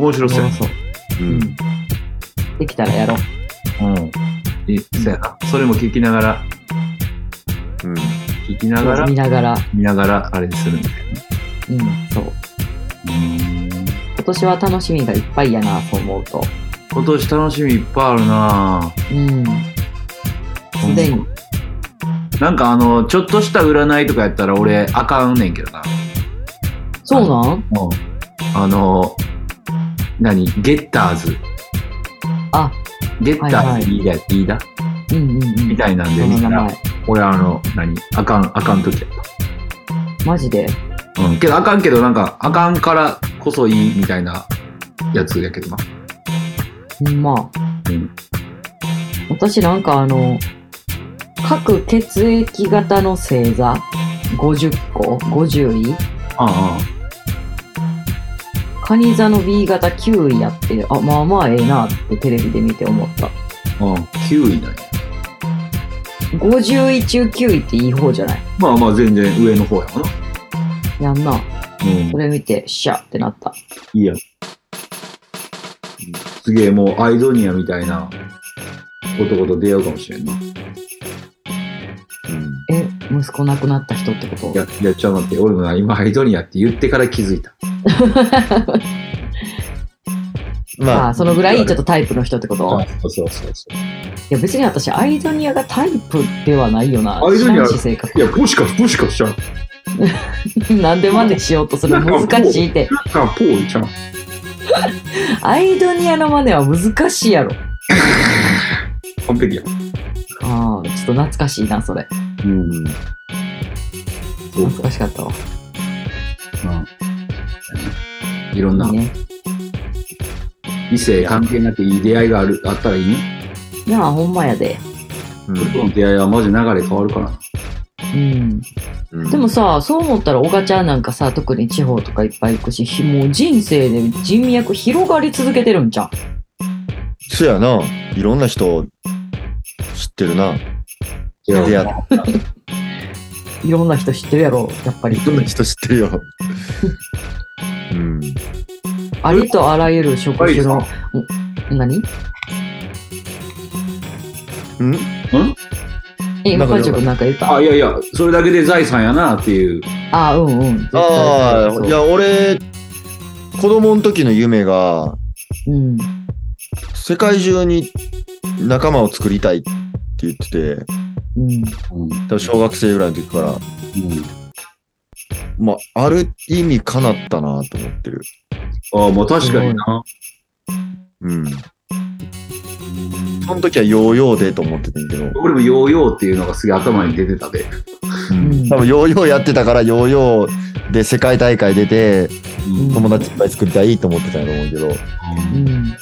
[SPEAKER 4] 面白そうや。
[SPEAKER 3] そう。
[SPEAKER 5] うん、
[SPEAKER 3] できたらやろう。
[SPEAKER 4] うん。いいそうやな。それも聞きながら、
[SPEAKER 5] うん。
[SPEAKER 4] 聞きながら
[SPEAKER 3] 見、ながら。
[SPEAKER 4] 見ながらあれするみたい
[SPEAKER 3] うん、そう。
[SPEAKER 4] な。うん。
[SPEAKER 3] 今年は楽しみがいっぱいやな、と思うと。
[SPEAKER 4] 今年楽しみいっぱいあるな
[SPEAKER 3] うん。すでに。
[SPEAKER 4] なんかあの、ちょっとした占いとかやったら俺、あかんねんけどな。
[SPEAKER 3] そうなん
[SPEAKER 4] あの、何ゲッターズ。
[SPEAKER 3] あ、
[SPEAKER 4] ゲッターズ、いいだ、いいだ
[SPEAKER 3] うんうんうん。
[SPEAKER 4] み
[SPEAKER 3] い
[SPEAKER 4] たいなんで
[SPEAKER 3] そ
[SPEAKER 4] 見
[SPEAKER 3] の
[SPEAKER 4] た
[SPEAKER 3] 名
[SPEAKER 4] ら
[SPEAKER 3] 前。
[SPEAKER 4] 俺あの何あかんあかん時やっ
[SPEAKER 3] マジで。
[SPEAKER 4] た、うん、けどあかんけどなんかあかんからこそいいみたいなやつやけどな
[SPEAKER 3] ほんまあ。
[SPEAKER 4] うん
[SPEAKER 3] 私なんかあの、各血液型の星座50個50位
[SPEAKER 4] あ
[SPEAKER 3] カニ座の B 型9位やってあまあまあええなってテレビで見て思った
[SPEAKER 4] あ、ああ、9位だね。
[SPEAKER 3] 50位中9位っていい方じゃない
[SPEAKER 4] まあまあ、全然上の方やわな。
[SPEAKER 3] やんな
[SPEAKER 4] うん
[SPEAKER 3] そ。れ見てシャってなった
[SPEAKER 4] いいや。すげえ、もうアイドニアみたいな男と出会うかもしれんな。うん。
[SPEAKER 3] え息子亡くなった人ってこと
[SPEAKER 4] いや、いや、ちょっと待って、俺もな、今アイドニアって言ってから気づいた。
[SPEAKER 5] ま
[SPEAKER 3] あ
[SPEAKER 5] あ
[SPEAKER 3] あ、そのぐらいちょっとタイプの人ってことい
[SPEAKER 4] そうそうそうそ
[SPEAKER 3] や別に私アイドニアがタイプではないよな
[SPEAKER 4] アイドニア
[SPEAKER 3] 知らんし性格
[SPEAKER 4] う。いや、ポシカ、ポシカしちゃ う。
[SPEAKER 3] なんで真似しようとする難しいって
[SPEAKER 4] なんか、ポーちゃん。
[SPEAKER 3] アイドニアの真似は難しいやろ
[SPEAKER 4] 完璧や。
[SPEAKER 3] ああちょっと懐かしいなそれ
[SPEAKER 4] うん。そう
[SPEAKER 3] 懐かしかったわ
[SPEAKER 4] か。うん。いろんない
[SPEAKER 3] いね
[SPEAKER 4] 異性関係なくいい出会いがあるあったらいいね。
[SPEAKER 3] いやほんまやで
[SPEAKER 4] 人との出会いはマジ流れ変わるからな。
[SPEAKER 3] うん
[SPEAKER 5] うん
[SPEAKER 3] でもさそう思ったらおがちゃんなんかさ特に地方とかいっぱい行くしひもう人生で人脈広がり続けてるんじゃん
[SPEAKER 5] そやな。いろんな人知ってるな。
[SPEAKER 4] 出
[SPEAKER 5] 出会っ
[SPEAKER 3] いろんな人知ってるやろやっぱり
[SPEAKER 5] いろんな人知ってる よ。うん。
[SPEAKER 3] ありとあらゆる職種の
[SPEAKER 4] は
[SPEAKER 3] 何
[SPEAKER 5] ん
[SPEAKER 3] え
[SPEAKER 5] な
[SPEAKER 3] 今
[SPEAKER 5] んか
[SPEAKER 3] パンチョ君なんか言った
[SPEAKER 4] あ、いやいや、それだけで財産やなっていう。
[SPEAKER 3] あうんうん絶対
[SPEAKER 5] ああ、
[SPEAKER 3] そう
[SPEAKER 5] いや、俺、子供の時の夢が、
[SPEAKER 3] うん
[SPEAKER 5] 世界中に仲間を作りたいって言ってて、
[SPEAKER 3] うん
[SPEAKER 4] うん。
[SPEAKER 5] 多分小学生ぐらいの時から、まあ、ある意味叶ったなと思ってる。
[SPEAKER 4] ああ、まあ確かにな。
[SPEAKER 5] うん。その時はヨーヨーでと思ってたんやけど、
[SPEAKER 4] 俺もヨーヨーっていうのがすげえ頭に出てたで。
[SPEAKER 3] ん
[SPEAKER 5] 多分ヨーヨーやってたから、ヨーヨーで世界大会出て、
[SPEAKER 3] うん
[SPEAKER 5] 友達いっぱい作りたいと思ってたんやと思うけど、う
[SPEAKER 3] うん
[SPEAKER 5] ん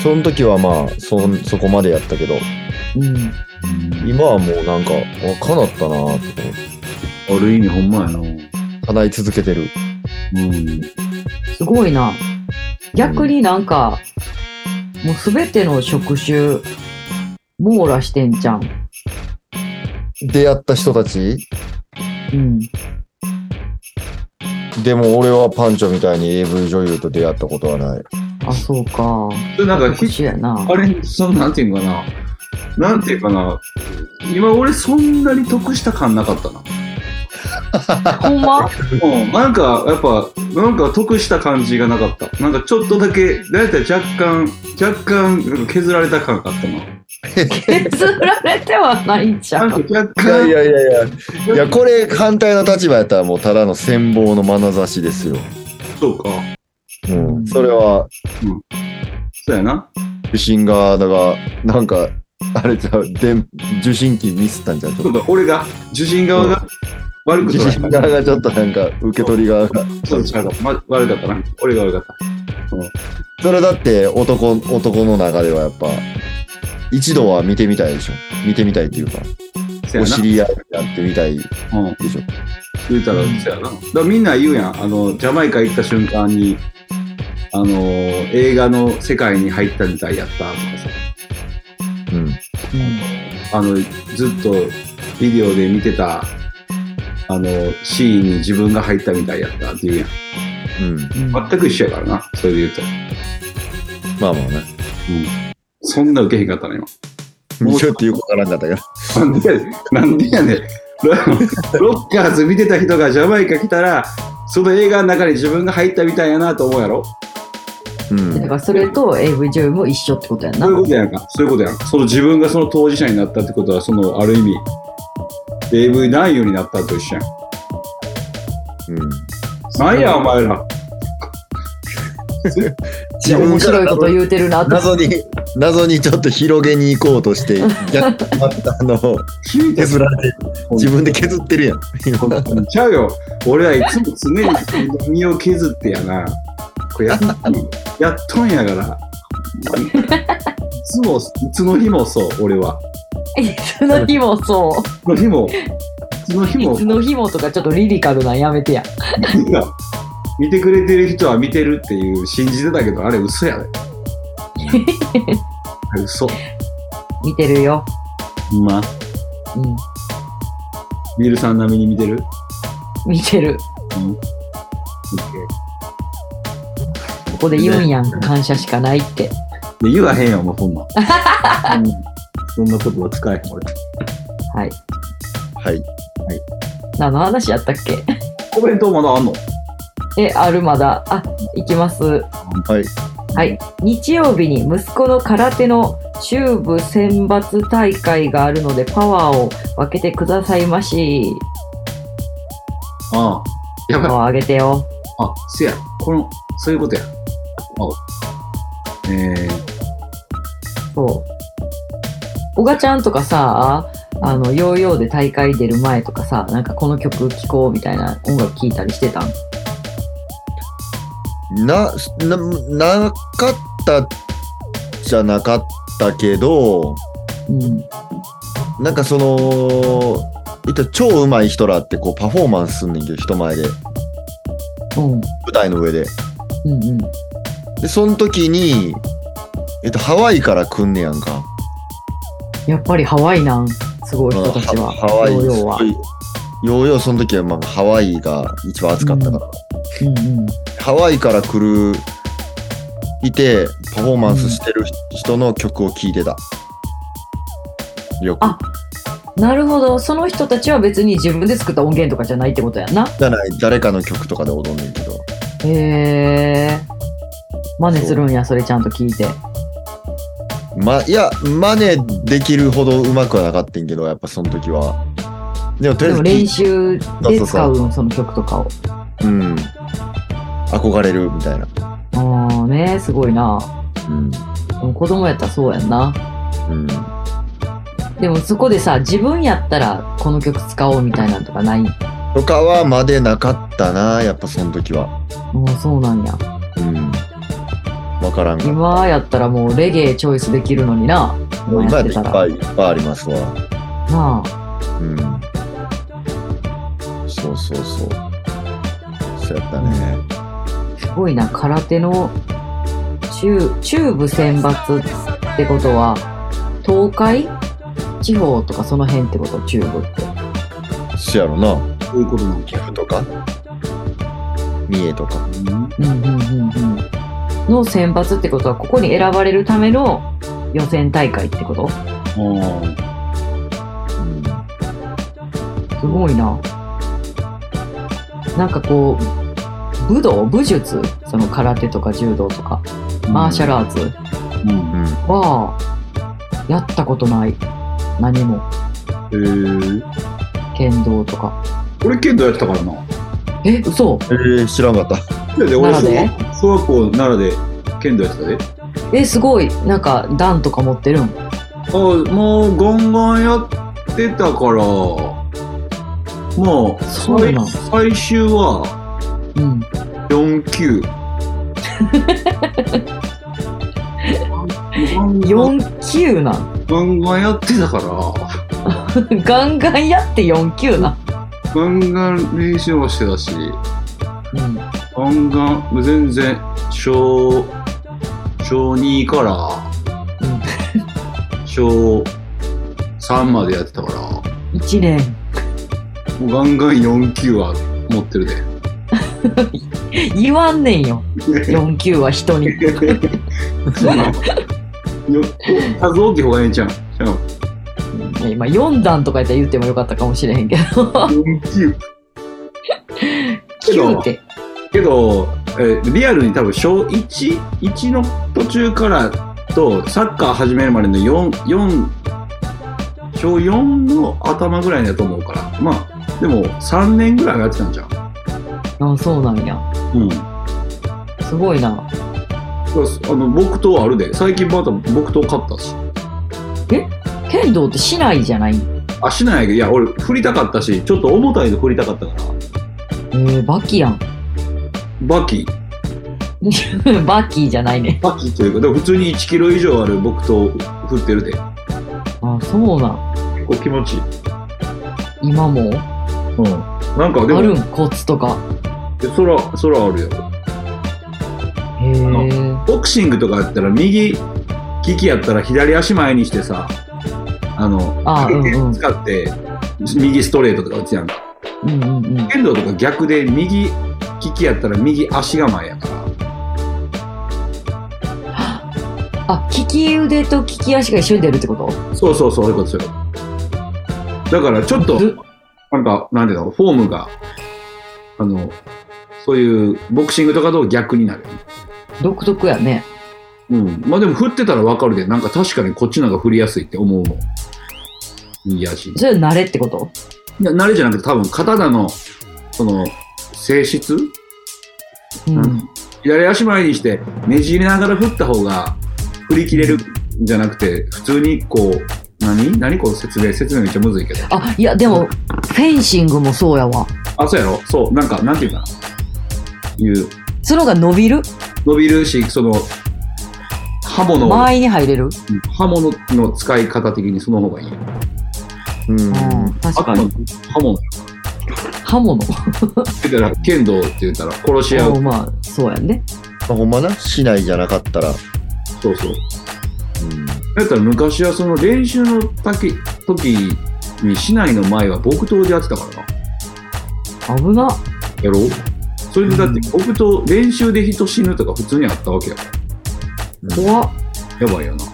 [SPEAKER 5] その時はまあ、そん、そこまでやったけど、
[SPEAKER 3] うん
[SPEAKER 5] 今はもうなんか、あ叶ったなと思って。
[SPEAKER 4] ある意味ほんまやな。うん。
[SPEAKER 5] 叶い続けてる。
[SPEAKER 3] すごいな逆になんかもう全ての職種網羅してんじゃん
[SPEAKER 5] 出会った人たち
[SPEAKER 3] うん
[SPEAKER 5] でも俺はパンチョみたいに AV 女優と出会ったことはない。
[SPEAKER 3] あそうか
[SPEAKER 4] それなんか、
[SPEAKER 3] 特殊やな
[SPEAKER 4] あれ、その、なんていうんかな。なんていうかな。今俺そんなに得した感なかったな。
[SPEAKER 3] ほんま
[SPEAKER 4] うん、なんかやっぱなんか得した感じがなかったなんかちょっとだけだいたい若干若干なんか削られた感があったな
[SPEAKER 3] 削られてはないんじゃ
[SPEAKER 4] なん
[SPEAKER 3] ん。
[SPEAKER 4] か若
[SPEAKER 5] いや
[SPEAKER 4] 干
[SPEAKER 5] いやいやい や。いや、これ反対の立場やったらもうただの戦望の眼差しですよ。
[SPEAKER 4] そうか
[SPEAKER 5] うん。それは、
[SPEAKER 4] そうやな
[SPEAKER 5] 受信側だが、なんか、あれじゃう、電受信機ミスったんじゃん。ち
[SPEAKER 4] そ
[SPEAKER 5] ょっ
[SPEAKER 4] う
[SPEAKER 5] と
[SPEAKER 4] か俺が受信側が悪く
[SPEAKER 5] 受
[SPEAKER 4] と
[SPEAKER 5] 信側がちょっとなんか、受け取り側が。
[SPEAKER 4] そう違うか、ま、悪かったな俺が悪かっ た
[SPEAKER 5] それだって男、男の中ではやっぱ、一度は見てみたいでしょ。見てみたいっていうか、
[SPEAKER 4] そう
[SPEAKER 5] お
[SPEAKER 4] やな
[SPEAKER 5] 知り合いになってみたいで
[SPEAKER 4] うん
[SPEAKER 5] しょ。
[SPEAKER 4] 言うたらそうやなだからみんな言うやんあのジャマイカ行った瞬間にあのー映画の世界に入ったみたいやったとかさ
[SPEAKER 5] うん。
[SPEAKER 4] あの、ずっとビデオで見てた、あの、シーンに自分が入ったみたいやったっていうやん。
[SPEAKER 5] うん。
[SPEAKER 3] うん
[SPEAKER 4] 全く一緒やからな、それで言うと。
[SPEAKER 5] まあまあね。
[SPEAKER 4] そんな受けへんかったの、今。もう
[SPEAKER 5] ちょっとよくわからんかったけど。
[SPEAKER 4] なんでやねん。なんでやねん。ロロッカーズ見てた人がジャマイカ来たら、その映画の中に自分が入ったみたいやなと思うやろ
[SPEAKER 5] うん
[SPEAKER 3] だからそれと AV 女優も一緒ってことやな
[SPEAKER 4] そういう。ことやんか。そういうことやんか。その自分がその当事者になったってことは、その、ある意味、AV 男優になったと一緒やん。
[SPEAKER 5] うん
[SPEAKER 4] なんや、お前ら。
[SPEAKER 3] いや面白いこと言うてるなと。
[SPEAKER 5] 謎に、謎にちょっと広げに行こうとして、逆にまたあの、
[SPEAKER 4] 聞いて
[SPEAKER 5] 削られて、自分で削ってるやん。
[SPEAKER 4] ちゃうよ。俺はいつも常に自分身を削ってやな。これやっやっとんやから。いつも、いつの日もそう、俺は。
[SPEAKER 3] いつの日もそ
[SPEAKER 4] その日も、その日
[SPEAKER 3] う。い
[SPEAKER 4] も
[SPEAKER 3] つ、の日もとかちょっとリリカルなんやめてや。
[SPEAKER 4] いや見てくれてる人は見てるっていう信じてたけど、あれ嘘 やで。あれ嘘。
[SPEAKER 3] 見てるよ。
[SPEAKER 4] ほんま、
[SPEAKER 3] うん。
[SPEAKER 4] ビールさん並みに見てるオッ
[SPEAKER 3] 見てる。
[SPEAKER 4] ケ
[SPEAKER 3] ここで言うんやん。感謝しかないって。
[SPEAKER 4] ーで言わへんよ、もうほ んま。うん、そんなことは使えへん、俺。
[SPEAKER 3] はい。
[SPEAKER 5] はい。
[SPEAKER 3] 何の話やったっけ
[SPEAKER 4] コメントまだあんの
[SPEAKER 3] え、あるまだ。あ、行きます。
[SPEAKER 5] はい。
[SPEAKER 3] はい。日曜日に息子の空手の中部選抜大会があるのでパワーを分けてくださいまし。
[SPEAKER 4] ああ。や
[SPEAKER 3] パ
[SPEAKER 4] ばい。
[SPEAKER 3] ワーあげてよ。
[SPEAKER 4] あ、せや。この、そういうことや。あえ
[SPEAKER 3] そう。おがちゃんとかさ、あの、ヨーヨーで大会出る前とかさ、なんかこの曲聴こうみたいな音楽聴いたりしてたん
[SPEAKER 5] な、な、なかったじゃなかったけど、
[SPEAKER 3] うん。
[SPEAKER 5] なんかその、いったら超うまい人らってこうパフォーマンスすんねんけど、人前で。
[SPEAKER 3] うん。
[SPEAKER 5] 舞台の上で。
[SPEAKER 3] うんうん。
[SPEAKER 5] で、その時に、えっと、ハワイから来んねやんか。
[SPEAKER 3] やっぱりハワイなん。すごい人たちは。
[SPEAKER 5] ハワイ、
[SPEAKER 3] ヨーヨー
[SPEAKER 5] す
[SPEAKER 3] は
[SPEAKER 5] ご。いヨーヨーその時はまあハワイが一番暑かったから。
[SPEAKER 3] うんうん。
[SPEAKER 5] ハワイから来る、いて、パフォーマンスしてる人の曲を聴いてた。よく。
[SPEAKER 3] あなるほど。その人たちは別に自分で作った音源とかじゃないってことやんな。
[SPEAKER 5] じゃない、誰かの曲とかで踊んねんけど。
[SPEAKER 3] へえ。真似するんや、それちゃんと聞いて。
[SPEAKER 5] ま、いや、真似できるほどうまくはなかったんけど、やっぱその時は。でも、とりあ
[SPEAKER 3] で
[SPEAKER 5] え
[SPEAKER 3] も
[SPEAKER 5] ず
[SPEAKER 3] 練習で使う
[SPEAKER 5] そう
[SPEAKER 3] の、その曲とかを。
[SPEAKER 5] うん。憧れるみたいな。
[SPEAKER 3] ああね、すごいな。
[SPEAKER 5] うん。
[SPEAKER 3] でも子供やったらそうやんな。
[SPEAKER 5] うん。
[SPEAKER 3] でもそこでさ、自分やったらこの曲使おうみたいなんとかない
[SPEAKER 5] とかはまでなかったな、やっぱその時は。
[SPEAKER 3] もうそうなんや。
[SPEAKER 5] うん。わからんが。
[SPEAKER 3] 今やったらもうレゲエチョイスできるのにな。
[SPEAKER 5] もう今や
[SPEAKER 3] やっ
[SPEAKER 5] っててい
[SPEAKER 3] た
[SPEAKER 5] っ
[SPEAKER 3] ら。
[SPEAKER 5] ぱいいっぱいありますわ。
[SPEAKER 3] なあ。
[SPEAKER 5] うん。そうそうそう。そうやったね。
[SPEAKER 3] すごいな、空手の中、中部選抜ってことは、東海地方とかその辺ってこと、中部って。
[SPEAKER 5] そやろな。
[SPEAKER 4] ー、そういうことなん
[SPEAKER 5] 岐阜とか、三重とか。
[SPEAKER 4] うん
[SPEAKER 3] うんうんうんうん。の選抜ってことは、ここに選ばれるための予選大会ってこと
[SPEAKER 4] あー
[SPEAKER 5] うん。
[SPEAKER 3] すごいな。なんかこう、武道武術その空手とか柔道とか、マーシャルアーツ
[SPEAKER 4] うん。
[SPEAKER 5] うん。
[SPEAKER 3] は、やったことない。何も。
[SPEAKER 4] えー、
[SPEAKER 3] 剣道とか。
[SPEAKER 4] 俺剣道やってたからな。
[SPEAKER 3] え、嘘
[SPEAKER 5] えー、知らんかった。
[SPEAKER 4] いやで俺
[SPEAKER 3] 奈良
[SPEAKER 4] 小
[SPEAKER 3] で
[SPEAKER 4] 学小学校奈良で剣道やってたで。
[SPEAKER 3] え、すごい。なんか、段とか持ってるん。
[SPEAKER 4] あもうガンガンやってたから、もう
[SPEAKER 3] そう
[SPEAKER 4] 最
[SPEAKER 3] なん
[SPEAKER 4] 最終は
[SPEAKER 3] うん。
[SPEAKER 4] 4級。
[SPEAKER 3] 4級なん。
[SPEAKER 4] ガンガンやってたから、
[SPEAKER 3] ガンガンやって4級なん。
[SPEAKER 4] ガンガン練習もしてたし、
[SPEAKER 3] うん。
[SPEAKER 4] ガンガン、もう全然、小、小2から、小3までやってたから、
[SPEAKER 3] 1年。
[SPEAKER 4] もうガンガン4級は持って るで。
[SPEAKER 3] 言わんねんよ。4級は人 に。
[SPEAKER 4] そうなのよ数多き方がええんちゃうちゃう
[SPEAKER 3] え今4段とかやったら言ってもよかったかもしれへんけど。
[SPEAKER 4] 4級 けど
[SPEAKER 3] 9って。
[SPEAKER 4] けど、えーリアルに多分小1、1の途中からとサッカー始めるまでの4、4、小4の頭ぐらいだと思うから、まあ、でも3年ぐらいはやってたんじゃん。
[SPEAKER 3] あ、そうなんや。
[SPEAKER 4] うん。
[SPEAKER 3] すごいな。
[SPEAKER 4] そうっすあの、木刀あるで。最近また木刀買ったし。
[SPEAKER 3] 剣道って市内じゃないえ
[SPEAKER 4] あ、しないけど、いや、俺振りたかったし、ちょっと重たいの振りたかったから、
[SPEAKER 3] ー、バキやん。
[SPEAKER 4] バキ、
[SPEAKER 3] バキじゃないね。
[SPEAKER 4] バキというか、でも普通に1キロ以上ある木刀振ってるで。
[SPEAKER 3] あ、そうなん。
[SPEAKER 2] 構気持ちいい。
[SPEAKER 3] 今も
[SPEAKER 2] うん。なんかで
[SPEAKER 3] あ
[SPEAKER 2] も、
[SPEAKER 3] るんコツとか
[SPEAKER 2] 空、空あるやろ。
[SPEAKER 3] へえ
[SPEAKER 4] ボクシングとかやったら右利きやったら左足前にしてさあの
[SPEAKER 3] あー
[SPEAKER 4] 回転
[SPEAKER 3] うんうん
[SPEAKER 4] 使って右ストレートとか打つやんか
[SPEAKER 3] うんうんうん
[SPEAKER 4] 剣道とか逆で右利きやったら右足が前やから
[SPEAKER 3] あ利き腕と利き足が一緒に出るってこと
[SPEAKER 4] そうそうそうそういうことですよだからちょっと
[SPEAKER 3] ず
[SPEAKER 4] なんかなんていうのフォームがあのそういうボクシングとかと逆になるよね
[SPEAKER 3] 独特やね
[SPEAKER 4] うん、まあでも振ってたらわかるでなんか確かにこっちの方が振りやすいって思うもん右足
[SPEAKER 3] それ慣れってこと
[SPEAKER 4] いや慣れじゃなくて多分刀のその性質
[SPEAKER 3] うん
[SPEAKER 4] うん左足前にしてねじりながら振った方が振り切れるんじゃなくて普通にこう何何こう説明説明めっちゃむずいけど
[SPEAKER 3] あいやでもフェンシングもそうやわ
[SPEAKER 4] あそうやろそうなんかなんていうかないう
[SPEAKER 3] その方が伸びる
[SPEAKER 4] 伸びるしその刃物
[SPEAKER 3] 間合いに入れる
[SPEAKER 4] 刃物の使い方的にその方がいい
[SPEAKER 5] うん
[SPEAKER 3] うん
[SPEAKER 4] あ
[SPEAKER 3] 確
[SPEAKER 4] と
[SPEAKER 3] か
[SPEAKER 4] は
[SPEAKER 3] に
[SPEAKER 4] 刃物
[SPEAKER 3] 刃物
[SPEAKER 4] だから剣道って言ったら殺し合
[SPEAKER 3] あ
[SPEAKER 4] う
[SPEAKER 3] まあそうやね
[SPEAKER 5] まあほんまな、市内じゃなかったら。
[SPEAKER 4] そうそうだったら昔はその練習の時時に市内の前は木刀でやってたからな
[SPEAKER 3] 危な
[SPEAKER 4] やろうそれでだって木刀練習で人死ぬとか普通にあったわけやか
[SPEAKER 3] 怖っ
[SPEAKER 4] らやばいよな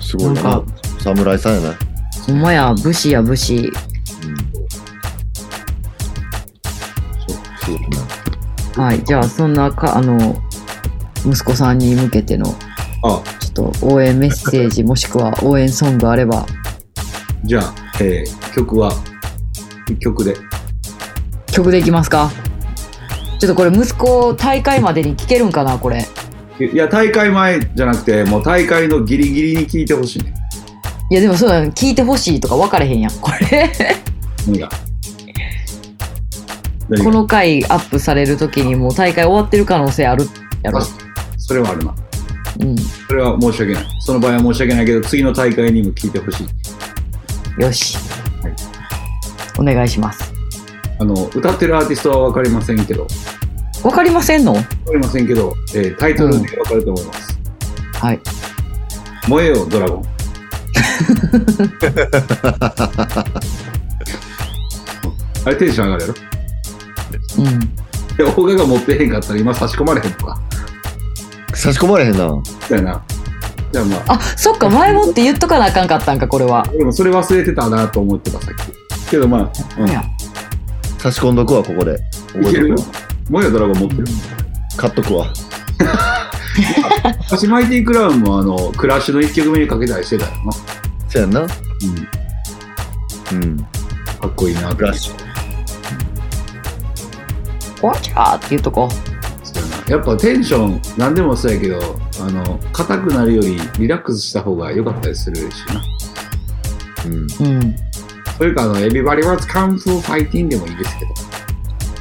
[SPEAKER 5] すごい
[SPEAKER 3] な。
[SPEAKER 5] なん侍さんやな。
[SPEAKER 3] ほんまや武士や武士
[SPEAKER 5] そうやな
[SPEAKER 3] はいじゃあそんなかあの息子さんに向けての
[SPEAKER 4] あ
[SPEAKER 3] ちょっと応援メッセージもしくは応援ソングあれば
[SPEAKER 4] じゃあ、えー曲は一曲で
[SPEAKER 3] 曲でいきますかちょっとこれ息子大会までに聞けるんかなこれ
[SPEAKER 4] いや大会前じゃなくてもう大会のギリギリに聴いてほしいね
[SPEAKER 3] いやでもそうだね聞いてほしいとか分かれへんやんこれ
[SPEAKER 4] 何が何
[SPEAKER 3] こ
[SPEAKER 4] が
[SPEAKER 3] の回アップされる時にもう大会終わってる可能性あるやろ
[SPEAKER 4] あそれはあるな
[SPEAKER 3] うん
[SPEAKER 4] それは申し訳ないその場合は申し訳ないけど次の大会にも聴いてほしい
[SPEAKER 3] よし、
[SPEAKER 4] はい
[SPEAKER 3] お願いします
[SPEAKER 4] あの歌ってるアーティストは分かりませんけど
[SPEAKER 3] 分かりませんの
[SPEAKER 4] 分かりませんけど、えータイトルで分かると思います、
[SPEAKER 3] はい
[SPEAKER 4] 燃えよドラ ゴンあれテンション上がるやろ
[SPEAKER 3] うん
[SPEAKER 4] で大賀が持ってへんかったら今差し込まれへんのか
[SPEAKER 5] 差し込まれへんな。
[SPEAKER 4] みたいなじゃあまあ
[SPEAKER 3] あそっか前もって言っとかなあかんかったんかこれは
[SPEAKER 4] 俺もそれ忘れてたなと思ってたさっきけどまあ、うん
[SPEAKER 3] いや
[SPEAKER 5] 差し込んどくわ、ここで。
[SPEAKER 4] いけるよ
[SPEAKER 5] 覚えと
[SPEAKER 4] 燃えよドラゴン持って
[SPEAKER 5] く
[SPEAKER 4] る
[SPEAKER 5] わ買っとくわ。
[SPEAKER 4] 私マイティクラウンもあのクラッシュの1曲目にかけたりしてたよな、
[SPEAKER 5] そやんな。
[SPEAKER 4] うん、
[SPEAKER 5] うん。
[SPEAKER 4] かっこいいな
[SPEAKER 5] クラッシ
[SPEAKER 4] ュ
[SPEAKER 3] わちゃーって言っとこ
[SPEAKER 4] やっぱテンション何でもそうやけどあの硬くなるよりリラックスした方が良かったりするしな
[SPEAKER 5] うん。
[SPEAKER 3] ううん
[SPEAKER 4] それかあの「エビバリはカンフーファイティン」でもいいですけど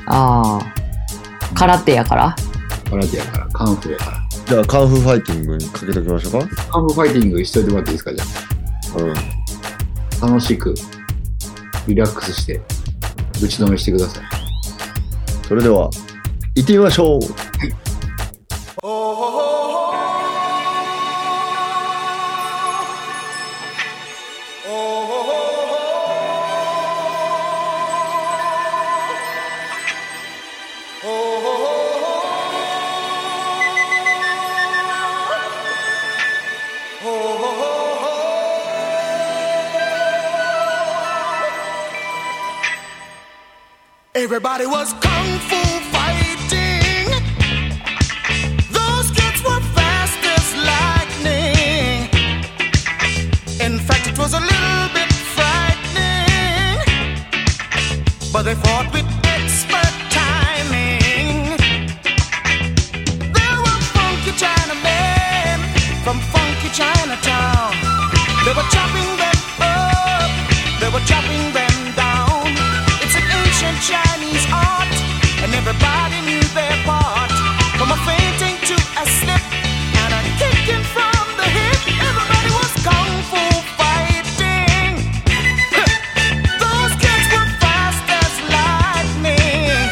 [SPEAKER 3] ああ空手やから
[SPEAKER 4] 空手やからカンフーやから
[SPEAKER 5] じゃあ、カンフーファイティングにかけときましょうか。
[SPEAKER 4] カンフーファイティングしといてもらっていいですかじゃ
[SPEAKER 5] うん。
[SPEAKER 4] あ楽しくリラックスして打ち止めしてください
[SPEAKER 5] それでは、行ってみましょう。
[SPEAKER 7] Everybody was kung fu fighting. Those kids were fast as lightning. In fact, it was a little bit frightening. But they fought with expert timing. There were funky Chinamen from funky Chinatown. They were chopping them up, they were chopping them down. It's an ancient Chinese art, and everybody knew their part. From a fainting to a slip, and a kicking from the hip, everybody was kung fu fighting.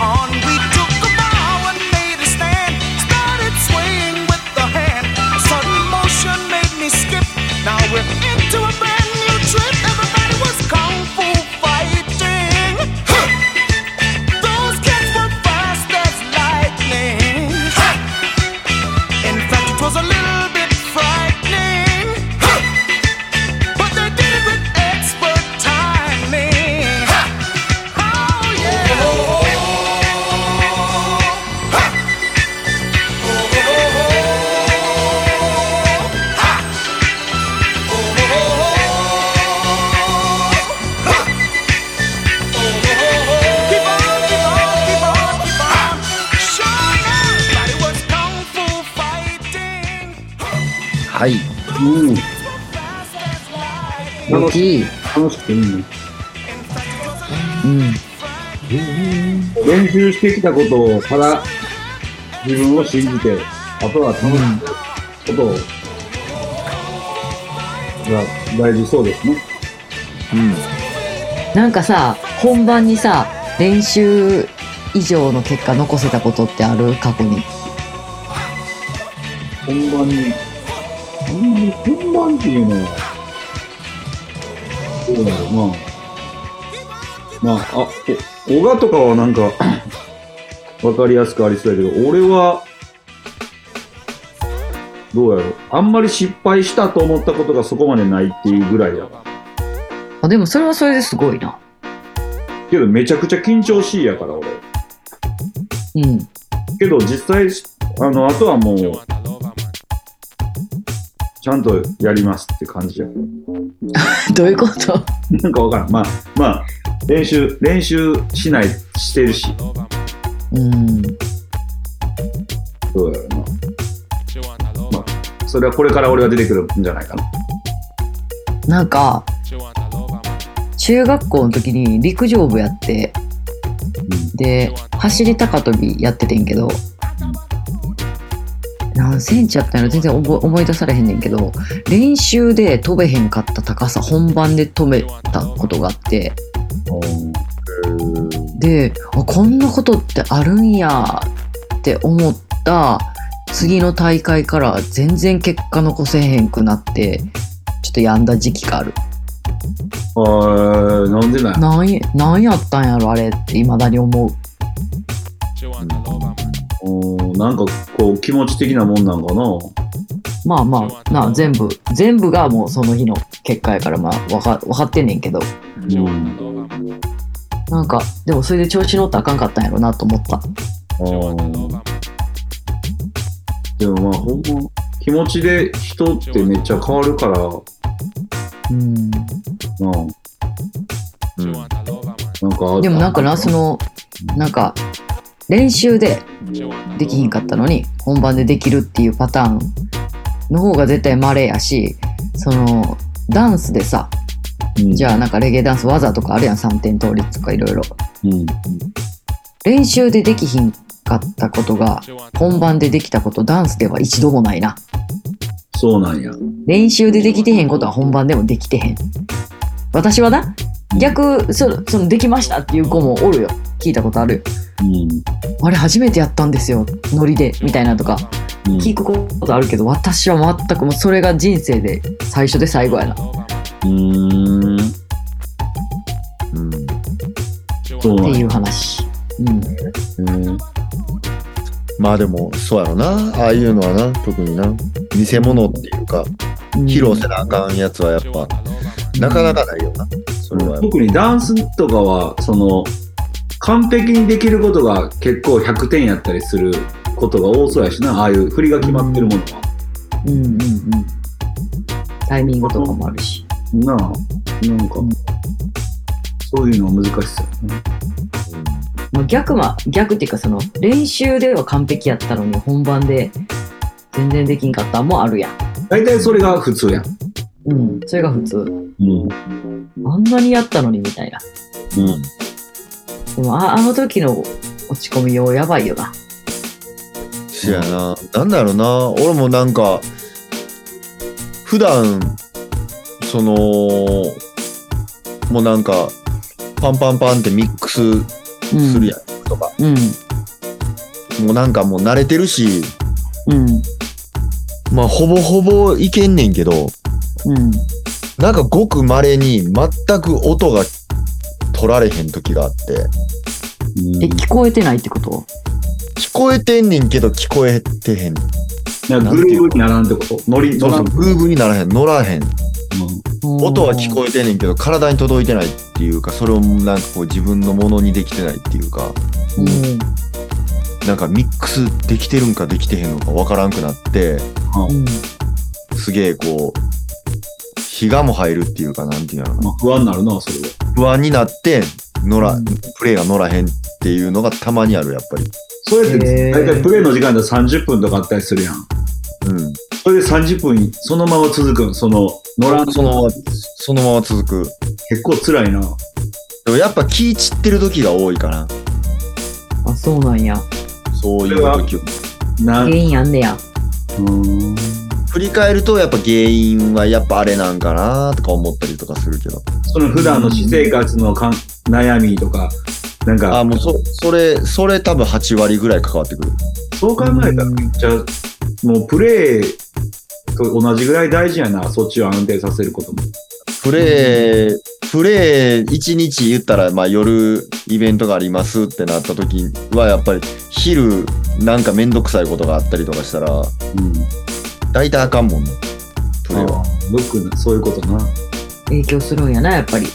[SPEAKER 7] on. We took a bow and made a stand. Started swaying with the hand. A sudden motion made me skip. Now we're into a brand new trip. Everybody was kung fu fighting. Huh. Those kids were fast as lightning. Huh. In fact, it was a little bit frightening. Huh. But they did it with expert timing. Oh yeah. Keep on, keep on, keep on, keep on. Sure now, everybody was kung fu fighting.
[SPEAKER 2] はい。
[SPEAKER 4] うん。
[SPEAKER 7] Fast as lightning.
[SPEAKER 3] 良き。
[SPEAKER 4] 楽しくていいね。
[SPEAKER 7] In fact, it was a
[SPEAKER 3] うん。
[SPEAKER 4] 練習してきたことをただ自分を信じて、あとは楽しむことを、が大事そうですね。
[SPEAKER 3] なんかさ、本番にさ、練習以上の結果残せたことってある過去に。
[SPEAKER 4] 本番に、本番に、本番っていうのは、どうだろうな。まあ、あ、お、小賀とかはなんか、 わかりやすくありそうだけど、俺は、どうやろう。あんまり失敗したと思ったことがそこまでないっていうぐらいだ。
[SPEAKER 3] あ、でもそれはそれですごいな。
[SPEAKER 4] けどめちゃくちゃ緊張しいやから俺。
[SPEAKER 3] うん。
[SPEAKER 4] けど実際、あの、あとはもう、ちゃんとやりますって感じや。
[SPEAKER 3] どういうこと
[SPEAKER 4] なんかわからん。まあ、まあ、練習、練習しない、してるし。
[SPEAKER 3] うん。
[SPEAKER 4] そうやろな。それはこれから俺が出てくるんじゃないかな。
[SPEAKER 3] なんか、中学校の時に陸上部やって、で、走り高跳びやっててんけど、何センチやったんやろ全然覚え思い出されへんねんけど、練習で飛べへんかった高さ本番で飛べたことがあって、で、あこんなことってあるんやって思った次の大会から全然結果残せへんくなって、ちょっと病んだ時期がある。
[SPEAKER 4] あー、なんでない
[SPEAKER 3] なんやなんやったんやろあれって未だに思う。
[SPEAKER 4] うんなんかこう気持ち的なもんなんかな。
[SPEAKER 3] まあまあな全部全部がもうその日の結果やからまあ分か分かってんねんけど
[SPEAKER 4] うん
[SPEAKER 3] なんかでもそれで調子乗ったらあかんかったんやろなと思った
[SPEAKER 4] あーでもまあほんま、気持ちで人ってめっちゃ変わるから、
[SPEAKER 3] うん
[SPEAKER 4] うん、なんかあ
[SPEAKER 3] でもなんかなそのなんか練習でできひんかったのに本番でできるっていうパターンの方が絶対稀やしそのダンスでさ
[SPEAKER 4] うん
[SPEAKER 3] じゃあなんかレゲエダンス技とかあるやん3点倒立とかいろいろ
[SPEAKER 4] うん、
[SPEAKER 3] 練習でできひんかったことが本番でできたことダンスでは一度もないな
[SPEAKER 4] そうなんや。
[SPEAKER 3] 練習でできてへんことは本番でもできてへん。私はな、逆、そそのできましたっていう子もおるよ。聞いたことあるよ。
[SPEAKER 4] う
[SPEAKER 3] あれ初めてやったんですよ。ノリで、みたいなとか。
[SPEAKER 4] ん、うん
[SPEAKER 3] 聞くことあるけど、私は全くもうそれが人生で最初で最後やな。
[SPEAKER 4] うーん、
[SPEAKER 6] うん
[SPEAKER 4] そう
[SPEAKER 3] って
[SPEAKER 4] なん
[SPEAKER 3] い
[SPEAKER 4] や
[SPEAKER 3] う。話。うん。
[SPEAKER 4] うん
[SPEAKER 5] まあでも、そうやろな。ああいうのはな、特にな。見せ物っていうか、
[SPEAKER 3] うん
[SPEAKER 5] 披露せなあかんやつはやっぱ、なかなかないよな。それは。
[SPEAKER 4] 特にダンスとかは、その、完璧にできることが結構100点やったりすることが多そうやしな、ああいう振りが決まってるものは。
[SPEAKER 3] うんうんうん。タイミングとかもあるし。
[SPEAKER 4] なあ、なんか、そういうのは難しそうやね。
[SPEAKER 3] まあ、逆は、逆っていうかその、練習では完璧やったのに本番で全然できんかったんもあるやん。
[SPEAKER 4] 大体それが普通やん。
[SPEAKER 3] うん。それが普通。
[SPEAKER 4] うん。
[SPEAKER 3] あんなにやったのにみたいな。
[SPEAKER 4] うん。
[SPEAKER 3] でもああの時の落ち込みようやばいよな。
[SPEAKER 5] そやな。なんだろうな。俺もなんか、普段、その、もうなんか、パンパンパンってミックス
[SPEAKER 3] う
[SPEAKER 5] するやん。
[SPEAKER 4] とか。
[SPEAKER 3] うん。
[SPEAKER 5] もうなんかもう慣れてるし、
[SPEAKER 3] うん。
[SPEAKER 5] まあほぼほぼいけんねんけど、
[SPEAKER 3] うん。
[SPEAKER 5] なんかごく稀に全く音が取られへん時があって、
[SPEAKER 3] え、聞こえてないってこと
[SPEAKER 5] 聞こえてんねんけど聞こえてへん。
[SPEAKER 4] なんかグルーブにならんってことノリ、
[SPEAKER 5] そ
[SPEAKER 4] ノ
[SPEAKER 5] う
[SPEAKER 4] ラ
[SPEAKER 5] そう、グーブにならへん、乗らへん。音は聞
[SPEAKER 3] え
[SPEAKER 5] こえてんねんけど、体に届いてないっていうか、それをなんかこう自分のものにできてないっていうか、
[SPEAKER 3] うん。
[SPEAKER 5] なんかミックスできてるんかできてへんのかわからんくなって、
[SPEAKER 3] うん。
[SPEAKER 5] すげえこう、日がも入るっていうか、なんていうのかな。
[SPEAKER 4] まあ不安になるな、それは。
[SPEAKER 5] 不安になって、乗ら、
[SPEAKER 3] うん
[SPEAKER 5] プレーが乗らへんっていうのがたまにある、やっぱり。
[SPEAKER 4] それって、
[SPEAKER 3] へー
[SPEAKER 4] 大体プレイの時間で30分とかあったりするやん。
[SPEAKER 5] うん。
[SPEAKER 4] それで30分、そのまま続くん、その、乗らん
[SPEAKER 5] そのまま、そのまま続く。
[SPEAKER 4] 結構辛いな。
[SPEAKER 5] でもやっぱ気散ってる時が多いかな。
[SPEAKER 3] あ、そうなんや。
[SPEAKER 5] そういう
[SPEAKER 4] それは
[SPEAKER 5] 時
[SPEAKER 4] な、う
[SPEAKER 3] 原因あんねや。
[SPEAKER 4] ーん。
[SPEAKER 5] 振り返るとやっぱ原因はやっぱあれなんかなとか思ったりとかするけど。
[SPEAKER 4] その普段の私生活のかん悩みとか、なん
[SPEAKER 5] あ、
[SPEAKER 4] か、
[SPEAKER 5] もうそ、それ、それ多分8割ぐらい関わってくる。
[SPEAKER 4] そう考えたら、じゃあもうプレイと同じぐらい大事やな、そっちを安定させることも。
[SPEAKER 5] プレー、プレー1日言ったら、まあ夜イベントがありますってなった時はやっぱり昼なんかめんどくさいことがあったりとかしたら、
[SPEAKER 4] うん。
[SPEAKER 5] 大体あかんもんね。プレーは。
[SPEAKER 4] あーよくな、そういうことな。
[SPEAKER 3] 影響するんやな、やっぱり。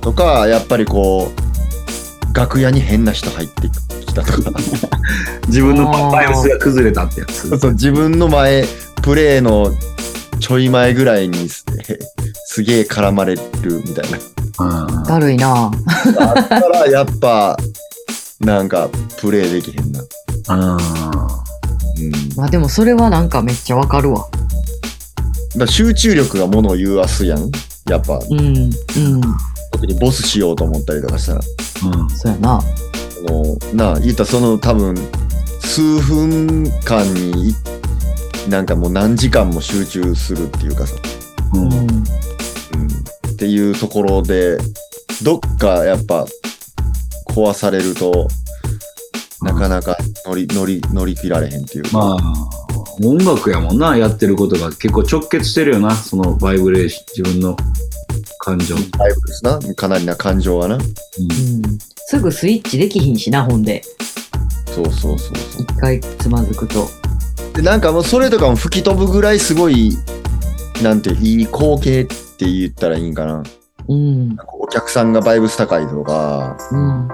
[SPEAKER 5] とか、やっぱりこう、楽屋に変な人入ってきたとか、
[SPEAKER 4] 自分の
[SPEAKER 3] あー
[SPEAKER 4] バイオスが崩れたってやつ。
[SPEAKER 5] そう自分の前、プレーのちょい前ぐらいにすすげえ絡まれるみたいな。
[SPEAKER 4] うん
[SPEAKER 3] だるいな。
[SPEAKER 5] あったら、やっぱ、なんか、プレーできへんな。
[SPEAKER 4] ああ。
[SPEAKER 5] うん、だか
[SPEAKER 3] まあでもそれはなんかめっちゃわかるわ。
[SPEAKER 5] ら集中力がものを言わすやん。やっぱ、
[SPEAKER 3] うん。うん。
[SPEAKER 5] 特にボスしようと思ったりとかしたら。
[SPEAKER 4] うん。
[SPEAKER 3] そうやな。
[SPEAKER 5] そのなあ言ったらその多分数分間にいなんかもう何時間も集中するっていうかさ、
[SPEAKER 3] う
[SPEAKER 4] うん
[SPEAKER 3] ん。
[SPEAKER 5] うん、っていうところでどっかやっぱ壊されるとなかなか乗り乗り乗り切られへんっていうか、
[SPEAKER 4] まあ、音楽やもんな、やってることが結構直結してるよな、そのバイブレーション、自分の感情。うん
[SPEAKER 5] だいぶですなかなりな感情がな
[SPEAKER 3] うん。すぐスイッチできひんしな、ほんで。
[SPEAKER 5] そうそうそうそ
[SPEAKER 3] 一回つまずくと。
[SPEAKER 5] うでなんかもうそれとかも吹き飛ぶぐらいすごいなんていい光景って言ったらいいんかな
[SPEAKER 3] うん。
[SPEAKER 5] なんかお客さんがバイブス高いとか
[SPEAKER 3] うん。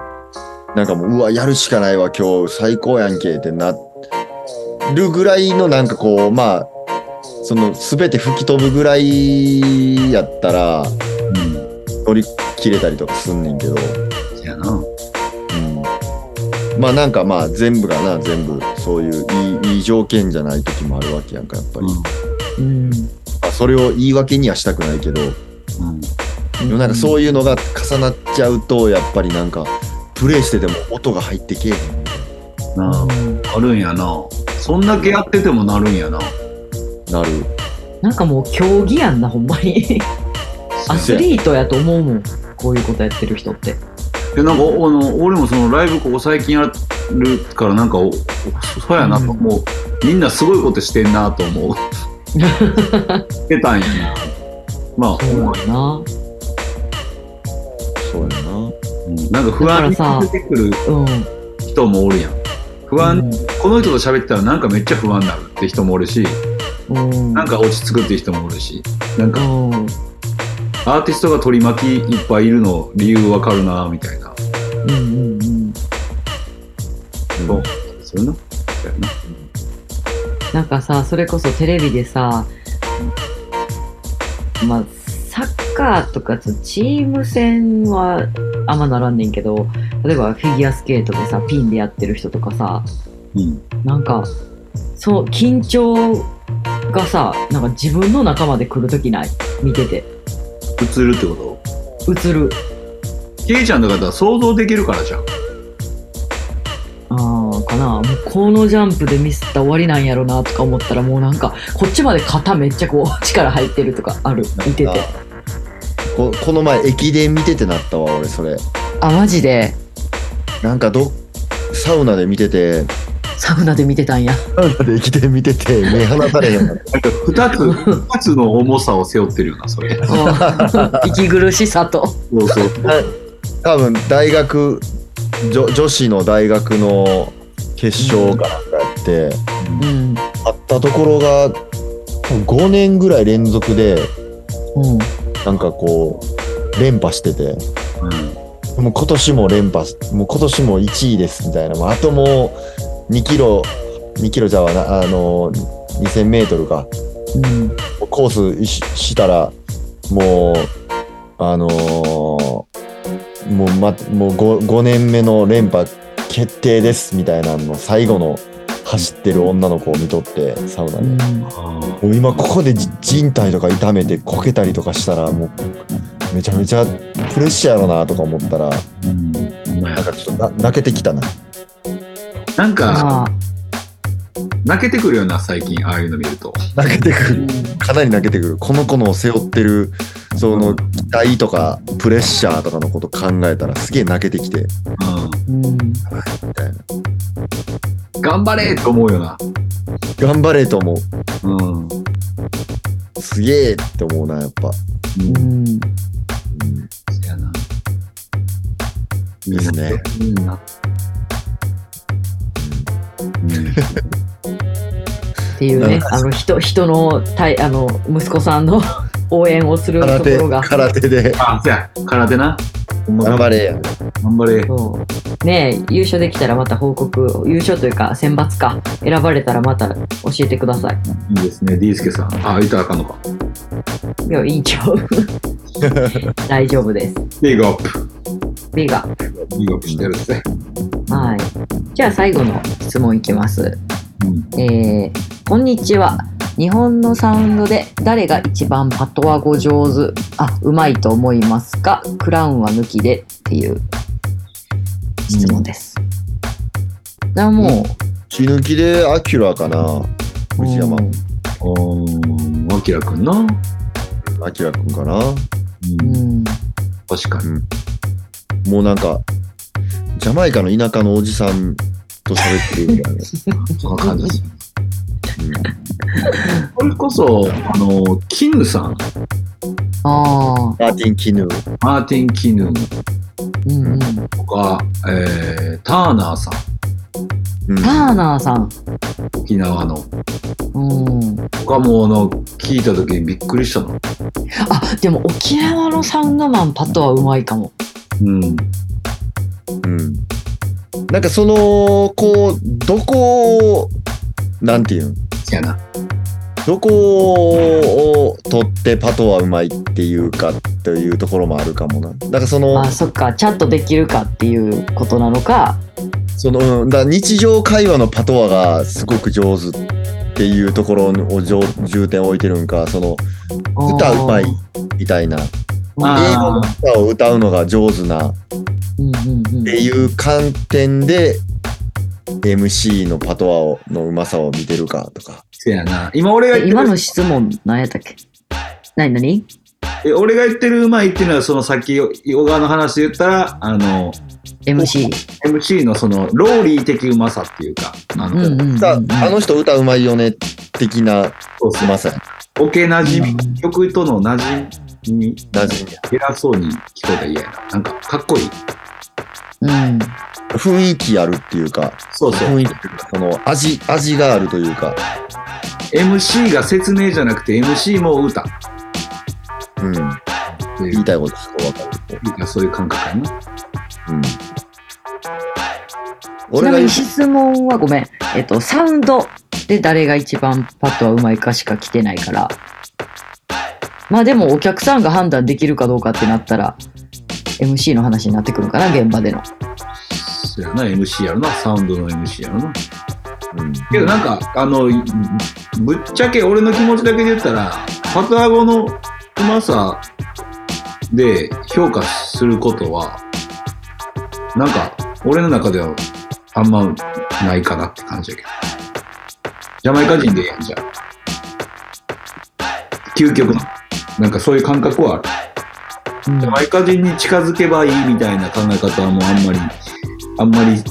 [SPEAKER 5] なんかもう、うわ、やるしかないわ、今日、最高やんけ、ってなるぐらいの、なんかこう、まあ、その、すべて吹き飛ぶぐらいやったら、乗り切れたりとかすんねんけど、う
[SPEAKER 4] せやな。
[SPEAKER 5] ん。まあなんかまあ、全部がな、全部、そういういい、いい条件じゃない時もあるわけやんか、やっぱり。
[SPEAKER 3] うん。
[SPEAKER 5] まあ、それを言い訳にはしたくないけど、
[SPEAKER 4] うん
[SPEAKER 5] でもなんかそういうのが重なっちゃうと、やっぱりなんか、プレイしてても音が入ってけえへん
[SPEAKER 4] な
[SPEAKER 3] うん
[SPEAKER 4] あ、あるんやな。そんだけやっててもなるんやな。
[SPEAKER 5] なる。
[SPEAKER 3] なんかもう競技やんな、ほんまに。アスリートやと思うもん。こういうことやってる人って。
[SPEAKER 4] えなんかおあの俺もそのライブここ最近やるからなんかおおそうやなと思う、みんなすごいことしてんなと思うしてたんやなまあ、
[SPEAKER 3] そうやな。
[SPEAKER 5] そうやな。
[SPEAKER 4] うんなんか不安に
[SPEAKER 3] だからさ
[SPEAKER 4] 出てくる
[SPEAKER 3] うん。
[SPEAKER 4] 人もおるやん不安、この人と喋ってたらなんかめっちゃ不安になるって人もおるし
[SPEAKER 3] うん。うん。
[SPEAKER 4] なんか落ち着くって人もおるしなん
[SPEAKER 3] う
[SPEAKER 4] か
[SPEAKER 3] ん。うん。
[SPEAKER 4] アーティストが取り巻きいっぱいいるの理由わかるなみたいな
[SPEAKER 3] うん。うん。
[SPEAKER 4] そうそれなそうやな
[SPEAKER 3] なんかさ、それこそテレビでさ、まあ、サッカーとか、そのチーム戦はあんまならんねんけど、例えばフィギュアスケートでさ、ピンでやってる人とかさ、
[SPEAKER 4] うん
[SPEAKER 3] なんか、そう、緊張がさ、なんか自分の仲間で来るときない見てて。
[SPEAKER 4] 映るってこと
[SPEAKER 3] 映る。
[SPEAKER 4] ケイちゃんとかだったら想像できるからじゃん
[SPEAKER 3] ああ、かな。もうこのジャンプでミスったら終わりなんやろなとか思ったら、もうなんか、こっちまで肩めっちゃこう、力入ってるとかある。見てて。
[SPEAKER 5] ここの前駅伝見ててなったわ俺それ
[SPEAKER 3] あ、マジで。
[SPEAKER 5] なんかどっサウナで見てて、
[SPEAKER 3] サウナで見てた んや。
[SPEAKER 5] サウナで生きて見てて、目離されへ んかった。
[SPEAKER 4] なんか二 つ、二つの重さを背負ってるよな、それ。
[SPEAKER 3] もう息苦しさと。
[SPEAKER 4] そうそう。
[SPEAKER 5] 多分、大学女、女子の大学の決勝があって、
[SPEAKER 3] うん。
[SPEAKER 5] あったところが、5年ぐらい連続で、
[SPEAKER 3] うん。
[SPEAKER 5] なんかこう、連覇してて、
[SPEAKER 4] うん
[SPEAKER 5] もう今年も連覇し、もう今年も1位ですみたいな、もうあともう2キロ、2キロじゃあな、あの、2000メートルか、
[SPEAKER 3] うん。
[SPEAKER 5] コースししたら、もう、あのーもう、ま、もう 5, 5年目の連覇決定ですみたいなの最後の走ってる女の子を見とって、サウナで。もう今ここでじ人体とか痛めてこけたりとかしたら、もう、めちゃめちゃプレッシャーやろなとか思ったら、なんかちょっとな泣けてきたな。
[SPEAKER 4] なんか、
[SPEAKER 3] まあ、
[SPEAKER 4] 泣けてくるよな、最近、ああいうの見ると。
[SPEAKER 5] 泣けてくる。かなり泣けてくる。この子の背負ってる、その、期待とか、プレッシャーとかのこと考えたら、すげえ泣けてきて、
[SPEAKER 4] う
[SPEAKER 3] うん。
[SPEAKER 5] みたいな。
[SPEAKER 4] ん。頑張れと思うよな。
[SPEAKER 5] 頑張れと思
[SPEAKER 4] うん。
[SPEAKER 5] う。すげえって思うな、やっぱ。
[SPEAKER 3] うん。
[SPEAKER 4] そやな。
[SPEAKER 5] ですね。
[SPEAKER 4] うんな。
[SPEAKER 3] っていうね、あの人人のたいあの息子さん の応援をすると
[SPEAKER 5] 空
[SPEAKER 3] こ
[SPEAKER 5] 手、
[SPEAKER 3] ろが。
[SPEAKER 5] 空手で、
[SPEAKER 4] あ、そや、空手な。ほんま
[SPEAKER 5] 頑張れや。
[SPEAKER 4] 頑張れ。
[SPEAKER 3] そうねえ優勝できたらまた報告優勝というか選抜か選ばれたらまた教えてください
[SPEAKER 4] いいですね、ディースケさん。あ、いたらあかんのか。
[SPEAKER 3] いやいいんちゃう大丈夫です
[SPEAKER 4] ビーグアップ。
[SPEAKER 3] B が
[SPEAKER 4] ビーグアップしてるぜ。
[SPEAKER 3] はいじゃあ最後の質問いきます
[SPEAKER 4] うん。
[SPEAKER 3] えーこんにちは日本のサウンドで誰が一番パトワ語上手あうまいと思いますかクラウンは抜きでっていう質問です、これはも
[SPEAKER 5] 血抜きでアキュラかな。
[SPEAKER 3] う、
[SPEAKER 5] 藤山
[SPEAKER 3] う、ん
[SPEAKER 4] おー、アキラくんな。
[SPEAKER 5] アキラくんかな。
[SPEAKER 3] うん
[SPEAKER 4] 確かに。
[SPEAKER 5] もうなんか、ジャマイカの田舎のおじさんと喋ってるみたい な。
[SPEAKER 4] そんな感じですよね。それこそ、あの、キヌさん。
[SPEAKER 3] ああ、
[SPEAKER 5] マーティン・キヌー。
[SPEAKER 4] マーティン・キヌ
[SPEAKER 3] うんうん。
[SPEAKER 4] とか、えー、ターナーさん。
[SPEAKER 5] うん
[SPEAKER 3] ターナーさん。
[SPEAKER 4] 沖縄の。
[SPEAKER 3] うん。
[SPEAKER 4] とかもう、あの、聞いた時にびっくりしたの。
[SPEAKER 3] あ、でも沖縄のサウンドマンパトはうまいかも。
[SPEAKER 4] うん。
[SPEAKER 5] うんなんかその、こう、どこを、なんていうん
[SPEAKER 4] そやな。
[SPEAKER 5] どこを取ってパトはうまいっていうかというところもあるかもな。だからその
[SPEAKER 3] あ、、そっか。ちゃんとできるかっていうことなのか。
[SPEAKER 5] その、うんだから日常会話のパトワがすごく上手っていうところを上重点を置いてるんか、その、歌うまいみたいな、英語の
[SPEAKER 4] あ
[SPEAKER 5] 歌を歌うのが上手なっ
[SPEAKER 3] うんうんうん。
[SPEAKER 5] ていう観点で、MC のパトワをのうまさを見てるかとか。
[SPEAKER 4] そやな。今俺が言
[SPEAKER 3] え
[SPEAKER 4] って
[SPEAKER 3] 今
[SPEAKER 4] る
[SPEAKER 3] の質問何やったっけ何何
[SPEAKER 4] え、俺が言ってるうまいっていうのは、そのさっき、ヨガの話で言ったら、あの、
[SPEAKER 3] ?MC。
[SPEAKER 4] MC のその、ローリー的うまさっていうか、あ
[SPEAKER 3] うん
[SPEAKER 4] の、
[SPEAKER 3] うんうんうん。
[SPEAKER 5] さあ、あの人歌うまいよね、的な
[SPEAKER 4] そうそう
[SPEAKER 5] うまさや。
[SPEAKER 4] ボケなじみ
[SPEAKER 3] うん、
[SPEAKER 4] 曲とのなじみ、
[SPEAKER 5] なじみや
[SPEAKER 4] 偉そうに聞こえたら嫌やな。なんか、かっこいい。
[SPEAKER 3] うん。
[SPEAKER 5] 雰囲気あるっていうか、
[SPEAKER 4] そうそう。
[SPEAKER 5] 雰囲気というか、その味、味があるというか、
[SPEAKER 4] MC が説明じゃなくて MC も歌っ
[SPEAKER 5] うん、
[SPEAKER 4] てい
[SPEAKER 5] 言
[SPEAKER 4] う
[SPEAKER 5] いたいことすごいわかる。
[SPEAKER 4] なんかそういう感覚やな。
[SPEAKER 5] うん。
[SPEAKER 3] ち
[SPEAKER 5] 俺
[SPEAKER 3] な
[SPEAKER 5] が言
[SPEAKER 3] みに
[SPEAKER 5] う
[SPEAKER 3] 質問はごめん。えっと、サウンドで誰が一番パッとはうまいかしか来てないから。まあでもお客さんが判断できるかどうかってなったら、MC の話になってくるかな、現場での。
[SPEAKER 4] そうやな、MC やろな、サウンドの MC やろな。
[SPEAKER 5] うん、
[SPEAKER 4] けどなんか、あの、ぶっちゃけ俺の気持ちだけで言ったら、パタゴのうまさで評価することは、なんか、俺の中ではあんまないかなって感じやけど。ジャマイカ人でええやんじゃん。究極の。なんかそういう感覚はある。ジャマイカ人に近づけばいいみたいな考え方はもうあんまり、あんまり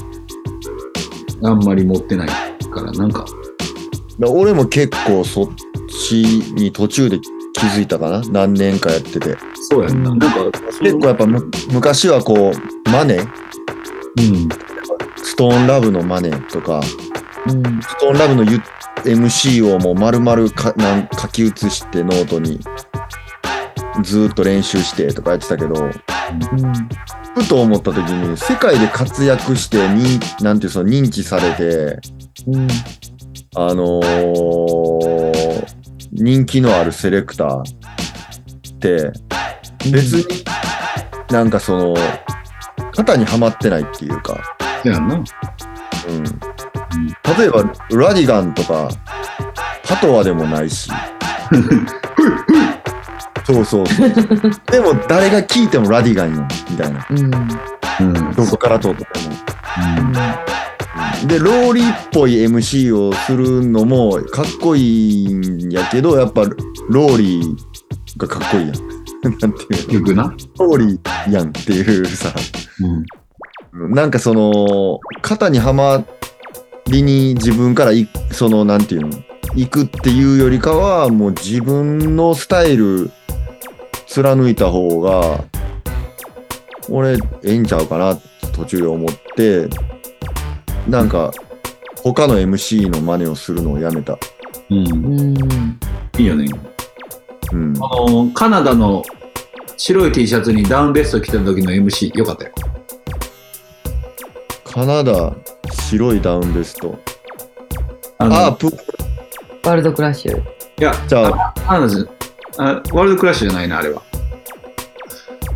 [SPEAKER 4] あんまり持ってないから、なんか、
[SPEAKER 5] だ俺も結構そっちに途中で気づいたかな何年かやってて
[SPEAKER 4] そうやんな。なんか、
[SPEAKER 5] 結構やっぱむ昔はこうマネ
[SPEAKER 4] うん。
[SPEAKER 5] ストーンラブのマネとか
[SPEAKER 3] うん
[SPEAKER 5] ストーンラブのゆ MC をもう丸々かなん書き写してノートにずーっと練習してとかやってたけどふと思った時に世界で活躍してになんていうその認知されて
[SPEAKER 3] うん
[SPEAKER 5] あのー人気のあるセレクターって別になんかその肩にはまってないっていうか、
[SPEAKER 4] そうやんな。
[SPEAKER 5] うん、例えばラディガンとかパトワでもないしそうそうそうでも誰が聞いてもラディガンやんみたいな
[SPEAKER 3] うん
[SPEAKER 4] うん。
[SPEAKER 5] どこから撮っても。でローリーっぽい MC をするのもかっこいいんやけどやっぱローリーがかっこいいやん。 なんていう
[SPEAKER 4] 結局な。
[SPEAKER 5] のローリーやんっていうさ
[SPEAKER 4] うん。
[SPEAKER 5] なんかその肩にはまりに自分からいそのなんていうの行くっていうよりかはもう自分のスタイル貫いた方が俺ええんちゃうかなって途中で思ってなんか他の MC の真似をするのをやめた。
[SPEAKER 4] うん。
[SPEAKER 3] うん
[SPEAKER 4] いいよね。
[SPEAKER 5] うん、
[SPEAKER 4] あの、カナダの白い T シャツにダウンベスト着てた時の MC、よかったよ。
[SPEAKER 5] カナダ白いダウンベスト。
[SPEAKER 4] あの
[SPEAKER 5] あー、プ
[SPEAKER 3] ワールドクラッシュ
[SPEAKER 4] いや、
[SPEAKER 5] じゃあ
[SPEAKER 4] カナダじゃあ、ワールドクラッシュじゃないな、あれは。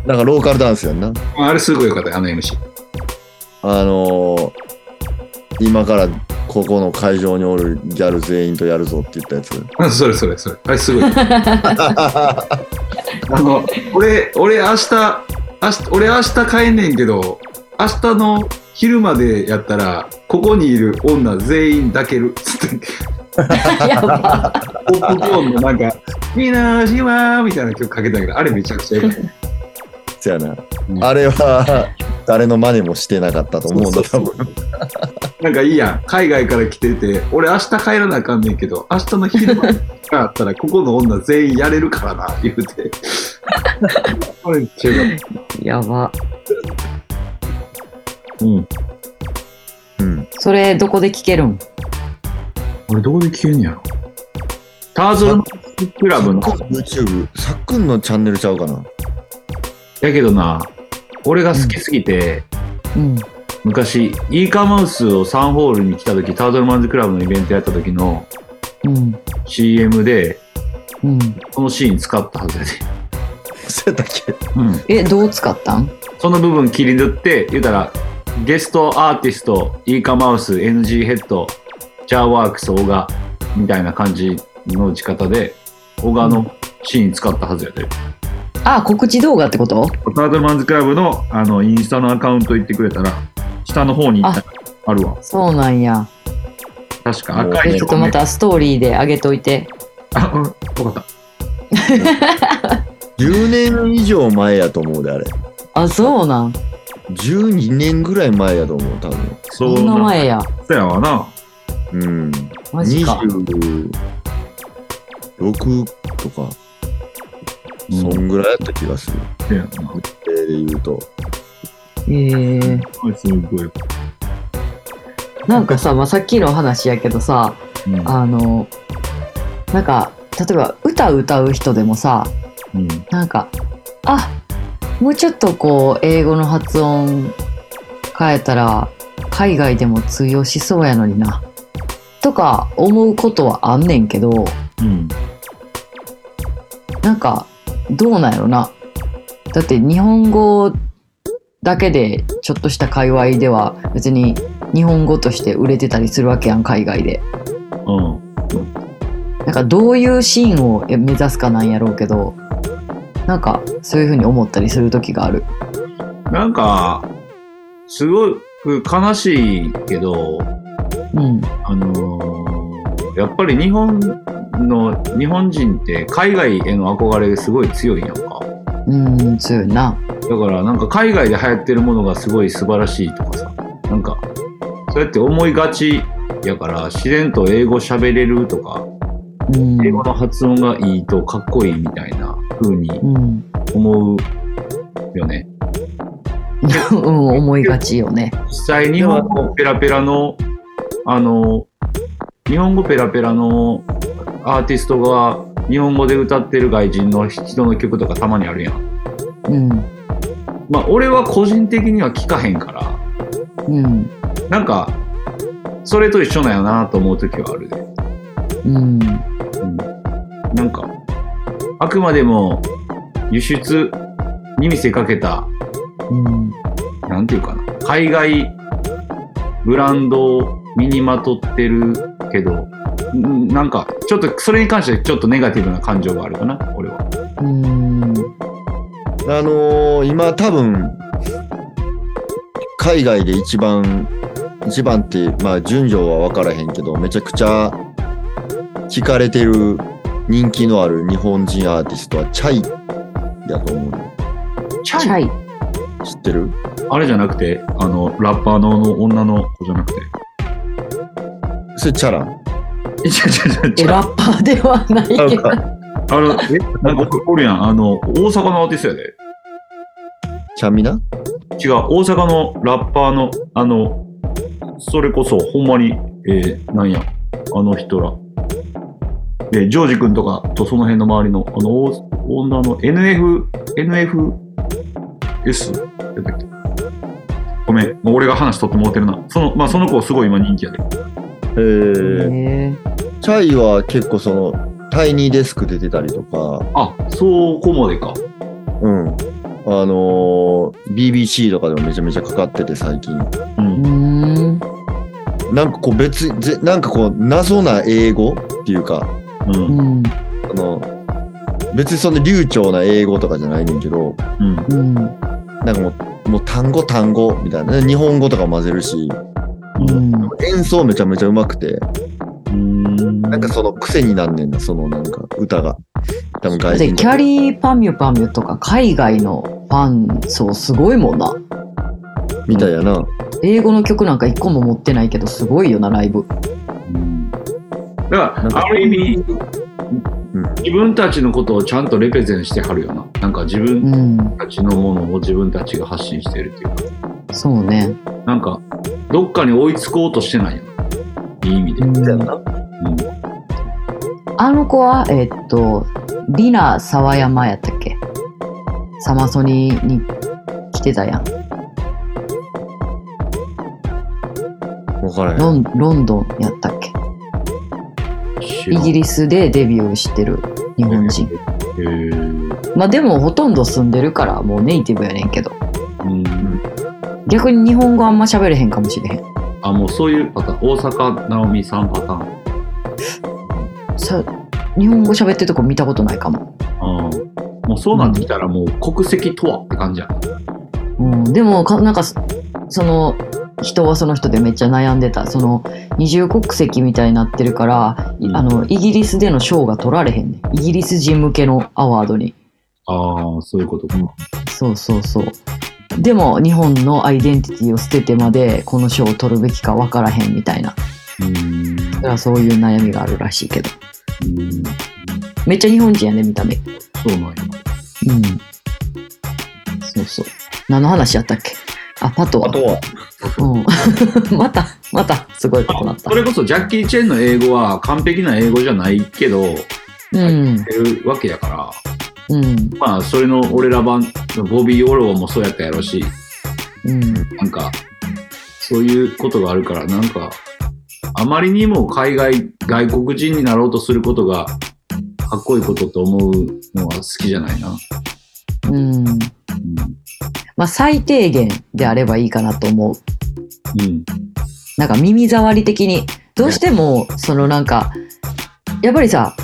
[SPEAKER 5] なんかローカルダンスやんな。
[SPEAKER 4] あれすごいよかったよ、あの MC。
[SPEAKER 5] あのー、今からここの会場におるギャル全員とやるぞって言ったやつ。
[SPEAKER 4] あそれそれそれ。あれ すごい。あの、俺、俺明日、明日、俺明日帰んねんけど、明日の昼までやったら、ここにいる女全員抱ける。つって、
[SPEAKER 3] やば
[SPEAKER 4] ポップコーンのなんか、みなしまーみたいな曲かけたけど、あれめちゃくちゃよかった。
[SPEAKER 5] そやな。
[SPEAKER 4] うん
[SPEAKER 5] あれは、誰の真似もしてなかったと思うんだ、
[SPEAKER 4] そ
[SPEAKER 5] 多
[SPEAKER 4] うそ
[SPEAKER 5] 分。
[SPEAKER 4] なんかいいやん。海外から来てて、俺明日帰らなあかんねんけど、明日の昼間があったら、ここの女全員やれるからな、言うて。これめっちゃよかっ
[SPEAKER 3] やば
[SPEAKER 4] た。 うん。
[SPEAKER 5] うん。
[SPEAKER 3] それどこで聞けるん
[SPEAKER 4] 俺どこで消えんやろターズルクラブの。
[SPEAKER 5] YouTube、さっくんのチャンネルちゃうかな。
[SPEAKER 4] やけどな、俺が好きすぎて、
[SPEAKER 3] うん
[SPEAKER 4] 昔、イーカマウスをサンホールに来た時、タートルマンズクラブのイベントやった時の
[SPEAKER 3] うん
[SPEAKER 4] CM で、
[SPEAKER 3] うん
[SPEAKER 4] このシーン使ったはずやで。
[SPEAKER 5] そうやったっけ
[SPEAKER 4] うん。
[SPEAKER 3] えどう使ったん
[SPEAKER 4] その部分切り取って、言うたら、ゲストアーティスト、イーカマウス、NG ヘッド、ジャーワークス、オガ、みたいな感じの打ち方で、オガのシーン使ったはずやで。
[SPEAKER 3] あ告知動画ってこと
[SPEAKER 4] タートルマンズクラブのあのインスタのアカウント行ってくれたら、下の方に行ったらあるわ。
[SPEAKER 3] そうなんや
[SPEAKER 4] 確か赤
[SPEAKER 3] え
[SPEAKER 4] い
[SPEAKER 3] ち
[SPEAKER 4] と
[SPEAKER 3] ょっと
[SPEAKER 4] こ、ね
[SPEAKER 3] ま。たストーリーで上げといて
[SPEAKER 4] あ、うん、わかった。
[SPEAKER 5] 10年以上前やと思うで、あれ。
[SPEAKER 3] あそうなん
[SPEAKER 5] 12年ぐらい前やと思う、多分。
[SPEAKER 4] そ
[SPEAKER 3] そんな前や
[SPEAKER 4] そうやわな。
[SPEAKER 5] うん。
[SPEAKER 3] マジか
[SPEAKER 5] 26とか、そんぐらいやった気がする。
[SPEAKER 4] そうやな。
[SPEAKER 5] えーで言うと。
[SPEAKER 3] えー、
[SPEAKER 4] すごい。
[SPEAKER 3] なんかさ、まあ、さっきの話やけどさ
[SPEAKER 4] うん。
[SPEAKER 3] あのなんか例えば歌歌う人でもさ
[SPEAKER 4] うん
[SPEAKER 3] なんかあもうちょっとこう英語の発音変えたら海外でも通用しそうやのになとか思うことはあんねんけど
[SPEAKER 4] うん。
[SPEAKER 3] なんかどうなんやろなだって日本語だけでちょっとした界隈では別に日本語として売れてたりするわけやん海外で
[SPEAKER 4] うん。
[SPEAKER 3] なんかどういうシーンを目指すかなんやろうけどなんかそういうふうに思ったりする時がある
[SPEAKER 4] なんか、すごく悲しいけど、
[SPEAKER 3] うん
[SPEAKER 4] あのーやっぱり日本の、日本人って海外への憧れがすごい強いやんか。
[SPEAKER 3] うん強いな
[SPEAKER 4] だからなんか海外で流行ってるものがすごい素晴らしいとかさ、なんかそうやって思いがちやから、自然と英語喋れるとか、
[SPEAKER 3] うん
[SPEAKER 4] 英語の発音がいいとかっこいいみたいな風に
[SPEAKER 3] うん、
[SPEAKER 4] 思うよね。
[SPEAKER 3] うん、思いがちよね。
[SPEAKER 4] 実際日本語ペラペラの、あの、日本語ペラペラのアーティストが日本語で歌ってる外人の人の曲とかたまにあるやん。
[SPEAKER 3] うん、
[SPEAKER 4] まあ俺は個人的には聞かへんから、
[SPEAKER 3] うん、
[SPEAKER 4] なんか、それと一緒なんやなと思う時はあるで。
[SPEAKER 3] うん、
[SPEAKER 4] うんなんか、あくまでも輸出に見せかけた、
[SPEAKER 3] うん、
[SPEAKER 4] なんていうかな、海外ブランドを身にまとってるけど、んなんか、ちょっと、それに関してちょっとネガティブな感情があるかな、俺は。
[SPEAKER 3] うん、
[SPEAKER 5] あのー今多分、海外で一番、一番って、まあ順序は分からへんけど、めちゃくちゃ聞かれてる人気のある日本人アーティストはチャイやと思うの。
[SPEAKER 4] チ
[SPEAKER 3] チャイ。
[SPEAKER 5] 知ってる
[SPEAKER 4] あれじゃなくて、あの、ラッパーの女の子じゃなくて。
[SPEAKER 5] それチャラン。
[SPEAKER 4] えちゃちゃちゃ
[SPEAKER 3] え、
[SPEAKER 4] ちゃ。
[SPEAKER 3] ラッパーではないけ
[SPEAKER 5] あ
[SPEAKER 3] ど。
[SPEAKER 4] あの、え、なんか、おるやん。あの、大阪のアーティストやで。
[SPEAKER 5] チャミナ
[SPEAKER 4] 違う、大阪のラッパーの、あの、それこそ、ほんまに、えー、なんや、あの人ら。えージョージ君とかとその辺の周りの、あの、お女の NF、NFS やったっけごめん、もう俺が話取ってもうてるな。その、まあ、その子すごい今人気やで。
[SPEAKER 5] えー、
[SPEAKER 3] へ
[SPEAKER 5] チャイは結構その、タイニーデスク出てたりとか、
[SPEAKER 4] あ、そうこまでか。
[SPEAKER 5] うん。あのー BBC とかでもめちゃめちゃかかってて最近。
[SPEAKER 4] う。
[SPEAKER 3] えうんーん、
[SPEAKER 5] なんかこう別にぜ、なんかこう謎な英語っていうか、
[SPEAKER 4] う。
[SPEAKER 3] うんん、
[SPEAKER 5] あの、別にそんな流暢な英語とかじゃないねんけど、
[SPEAKER 4] うん。
[SPEAKER 3] うん、
[SPEAKER 5] なんかもう、もう単語単語みたいな。日本語とか混ぜるし、
[SPEAKER 3] うん、
[SPEAKER 5] 演奏めちゃめちゃうまくて、
[SPEAKER 4] うん。
[SPEAKER 5] なんかその癖になんねんな、そのなんか歌が。多分外
[SPEAKER 3] で、
[SPEAKER 5] 人
[SPEAKER 3] キャリーパミュパミュとか海外のファン層すごいもんな。
[SPEAKER 5] みたいやな。
[SPEAKER 3] 英語の曲なんか一個も持ってないけど、すごいよな、ライブ。
[SPEAKER 4] うんだか
[SPEAKER 5] なん
[SPEAKER 4] ら、
[SPEAKER 5] か
[SPEAKER 4] ある意味、
[SPEAKER 5] ん
[SPEAKER 4] 自分たちのことをちゃんとレペゼンしてはるよな。なんか自
[SPEAKER 3] う
[SPEAKER 4] 分
[SPEAKER 3] ん、
[SPEAKER 4] たちのものを自分たちが発信してるっていうか、
[SPEAKER 3] そうね。
[SPEAKER 4] なんか、どっかに追いつこうとしてないよな。いい意味で。
[SPEAKER 3] う
[SPEAKER 4] うん
[SPEAKER 5] みたいな。
[SPEAKER 4] ん
[SPEAKER 3] あの子は、えっと、リナ沢山やったっけサマソニに来てたやん。
[SPEAKER 5] わからへん。
[SPEAKER 3] ロンロンドンやったっけ
[SPEAKER 4] 知
[SPEAKER 3] イ
[SPEAKER 4] らん
[SPEAKER 3] ギリスでデビューしてる日本人。
[SPEAKER 4] へー
[SPEAKER 3] まあでもほとんど住んでるからもうネイティブやねんけど。
[SPEAKER 4] うん
[SPEAKER 3] 逆に日本語あんま喋れへんかもしれへん。
[SPEAKER 4] あ、もうそういうパターン。大阪直美さんパターン。
[SPEAKER 3] さ日本語喋ってるとこ見たことないかも。
[SPEAKER 4] あーもうそうなってきたらもう国籍とはって感じやな。
[SPEAKER 3] うん、でもかなんかそその人はその人でめっちゃ悩んでた。その二重国籍みたいになってるから、い
[SPEAKER 4] うん
[SPEAKER 3] あのイギリスでの賞が取られへんねん。イギリス人向けのアワードに。
[SPEAKER 4] ああ、そういうことか。
[SPEAKER 3] そうそうそう。でも日本のアイデンティティを捨ててまでこの賞を取るべきかわからへんみたいな。
[SPEAKER 4] うん
[SPEAKER 3] だからそういう悩みがあるらしいけど。
[SPEAKER 4] うん
[SPEAKER 3] めっちゃ日本人やね、見た目。う
[SPEAKER 4] そうなんや。
[SPEAKER 3] ん。そうそう。何の話やったっけあ、パト
[SPEAKER 5] あ
[SPEAKER 3] は。
[SPEAKER 5] とは、
[SPEAKER 3] うん。 また、また、すごいことになった
[SPEAKER 4] そ。れこそジャッキー・チェンの英語は完璧な英語じゃないけど、
[SPEAKER 3] うん。
[SPEAKER 4] るわけやから、
[SPEAKER 3] うん。
[SPEAKER 4] まあ、それの俺ら版、ボビー・オローもそうやったやろし、
[SPEAKER 3] うん。
[SPEAKER 4] なんか、そういうことがあるから、なんか、あまりにも海外、外国人になろうとすることが、かっこいいことと思うのは好きじゃないな。
[SPEAKER 3] うん。まあ、最低限であればいいかなと思う。
[SPEAKER 4] うん。うん。
[SPEAKER 3] なんか耳障り的に。どうしても、そのなんか、やっぱりさ、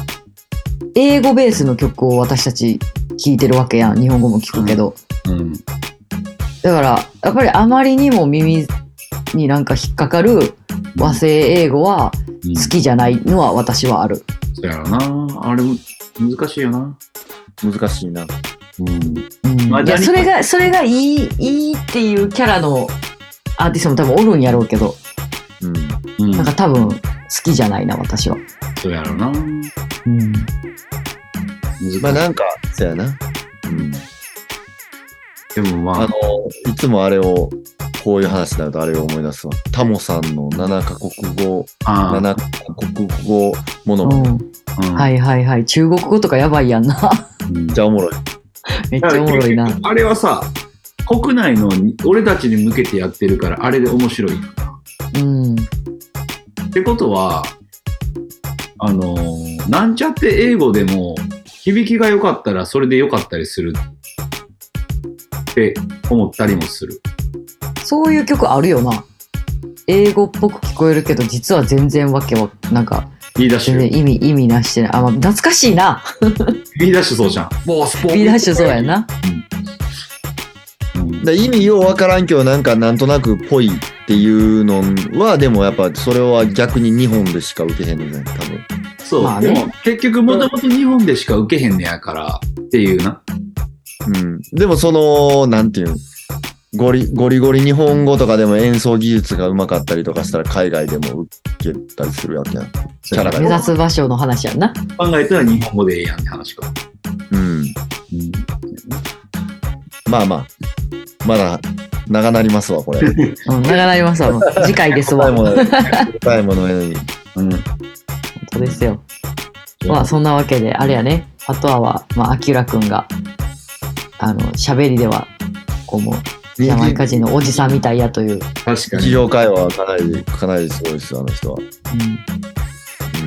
[SPEAKER 3] 英語ベースの曲を私たち聴いてるわけやん。日本語も聞くけど。
[SPEAKER 4] うん。
[SPEAKER 3] だから、やっぱりあまりにも耳になんか引っかかる和製英語は
[SPEAKER 4] うん、
[SPEAKER 3] 好きじゃないのは私はある。
[SPEAKER 4] そうやろな。あれ、難しいよな。
[SPEAKER 5] 難しいな。
[SPEAKER 4] うん。
[SPEAKER 3] うん、
[SPEAKER 4] まあ
[SPEAKER 3] いや
[SPEAKER 4] じゃあ
[SPEAKER 3] それが、それがいい、いいっていうキャラのアーティストも多分おるんやろうけど、なんか多分好きじゃないな私は。
[SPEAKER 4] そうやろな。
[SPEAKER 3] うん、
[SPEAKER 5] まあなんか、そうやな。
[SPEAKER 4] うんでもま
[SPEAKER 5] あ
[SPEAKER 4] あ、
[SPEAKER 5] の、いつもあれを、こういう話になるとあれを思い出すわ。タモさんの7カ国語、
[SPEAKER 4] あ
[SPEAKER 5] 7カ国語もの
[SPEAKER 3] う
[SPEAKER 5] も、
[SPEAKER 3] ん、
[SPEAKER 4] うん
[SPEAKER 3] はいはいはい中国語とかやばいやん な
[SPEAKER 4] う
[SPEAKER 5] めっ
[SPEAKER 4] ん
[SPEAKER 5] ちゃおもろい。
[SPEAKER 3] めっちゃおもろいな。
[SPEAKER 4] あれはさ、国内のに俺たちに向けてやってるから、あれで面白い。っ
[SPEAKER 3] うん
[SPEAKER 4] てことは、あのーなんちゃって英語でも、響きが良かったらそれで良かったりするって思ったりもする。
[SPEAKER 3] そういう曲あるよな。英語っぽく聞こえるけど、実は全然わけは、なんか、
[SPEAKER 4] B ダッシ
[SPEAKER 3] 全
[SPEAKER 4] ュ
[SPEAKER 3] 然、意味、意味なしてない。あ、まあ、懐かしいな。
[SPEAKER 4] B ダッシュそうじゃん。もうスポー
[SPEAKER 3] B ダッシュそうやな。
[SPEAKER 4] うん
[SPEAKER 5] で意味ようわからんけど、なんかなんとなくぽいっていうのは、でもやっぱそれは逆に日本でしか受けへんのじゃない多分。
[SPEAKER 4] そう、
[SPEAKER 3] まあ
[SPEAKER 4] で
[SPEAKER 3] ね
[SPEAKER 4] も結局もともと日本でしか受けへんねやからっていうな。
[SPEAKER 5] うん。でもその、なんていうんゴリゴリゴリ日本語とかでも演奏技術がうまかったりとかしたら海外でも受けたりするわけやん。キャラ
[SPEAKER 3] 目
[SPEAKER 5] が。
[SPEAKER 3] 指す場所の話やんな。
[SPEAKER 4] 考えたら日本語でええやんって話か。
[SPEAKER 5] うん。
[SPEAKER 4] うん
[SPEAKER 5] まあまあ、まだ長なりますわ、これ。
[SPEAKER 3] うん、長なりますわ。もう次回です わ。
[SPEAKER 5] 答え
[SPEAKER 3] 本
[SPEAKER 5] もない。答えもないのに。
[SPEAKER 4] うん
[SPEAKER 3] 当ですよ。まあ、そんなわけで、あれやね。あとは、まあ、アキュラくんが、あの、喋りでは、こうもう、ジャマイカ人のおじさんみたいやという。
[SPEAKER 4] 確か
[SPEAKER 5] 日
[SPEAKER 4] に。
[SPEAKER 5] 常会話はかなり、かなりすごいです、あの人は。
[SPEAKER 3] うん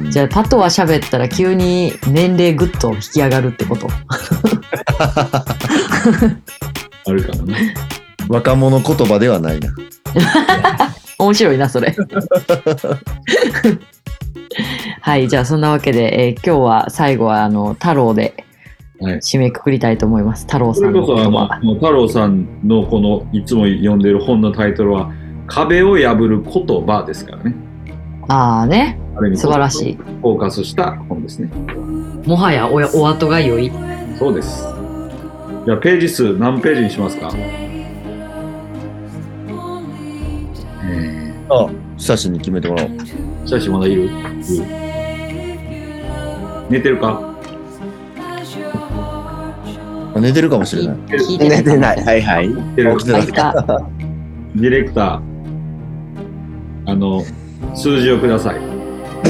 [SPEAKER 3] じゃあ、パトは喋ったら急に年齢ぐっと引き上がるってこと。
[SPEAKER 4] あるかもね。
[SPEAKER 5] 若者言葉ではないな。
[SPEAKER 3] 面白いなそ れはいじゃあそんなわけで、えー今日は最後はあの太郎で
[SPEAKER 4] はい
[SPEAKER 3] 締めくくりたいと思います、太郎
[SPEAKER 4] そ
[SPEAKER 3] さ
[SPEAKER 4] れ
[SPEAKER 3] んの
[SPEAKER 4] こそ
[SPEAKER 3] 言
[SPEAKER 4] あの
[SPEAKER 3] 葉、
[SPEAKER 4] もう太郎さんのこのいつも読んでる本のタイトルは、壁を破る言葉ですからね。
[SPEAKER 3] ああね
[SPEAKER 4] あれに
[SPEAKER 3] 素晴らしい
[SPEAKER 4] フォーカスした本ですね。
[SPEAKER 3] もはやおやお後が良い
[SPEAKER 4] そうです。じゃあページ数何ページにしますかえ
[SPEAKER 5] あ、久しに決めてもらおう。
[SPEAKER 4] ー、写真まだいるいる寝てるか
[SPEAKER 5] あ寝てるかもしれない。
[SPEAKER 3] 聞いてない
[SPEAKER 8] ない。はいはい。
[SPEAKER 4] 寝てる
[SPEAKER 5] 起きて
[SPEAKER 3] あ
[SPEAKER 5] ないい。
[SPEAKER 3] た
[SPEAKER 4] ディレクター、あの、数字をください。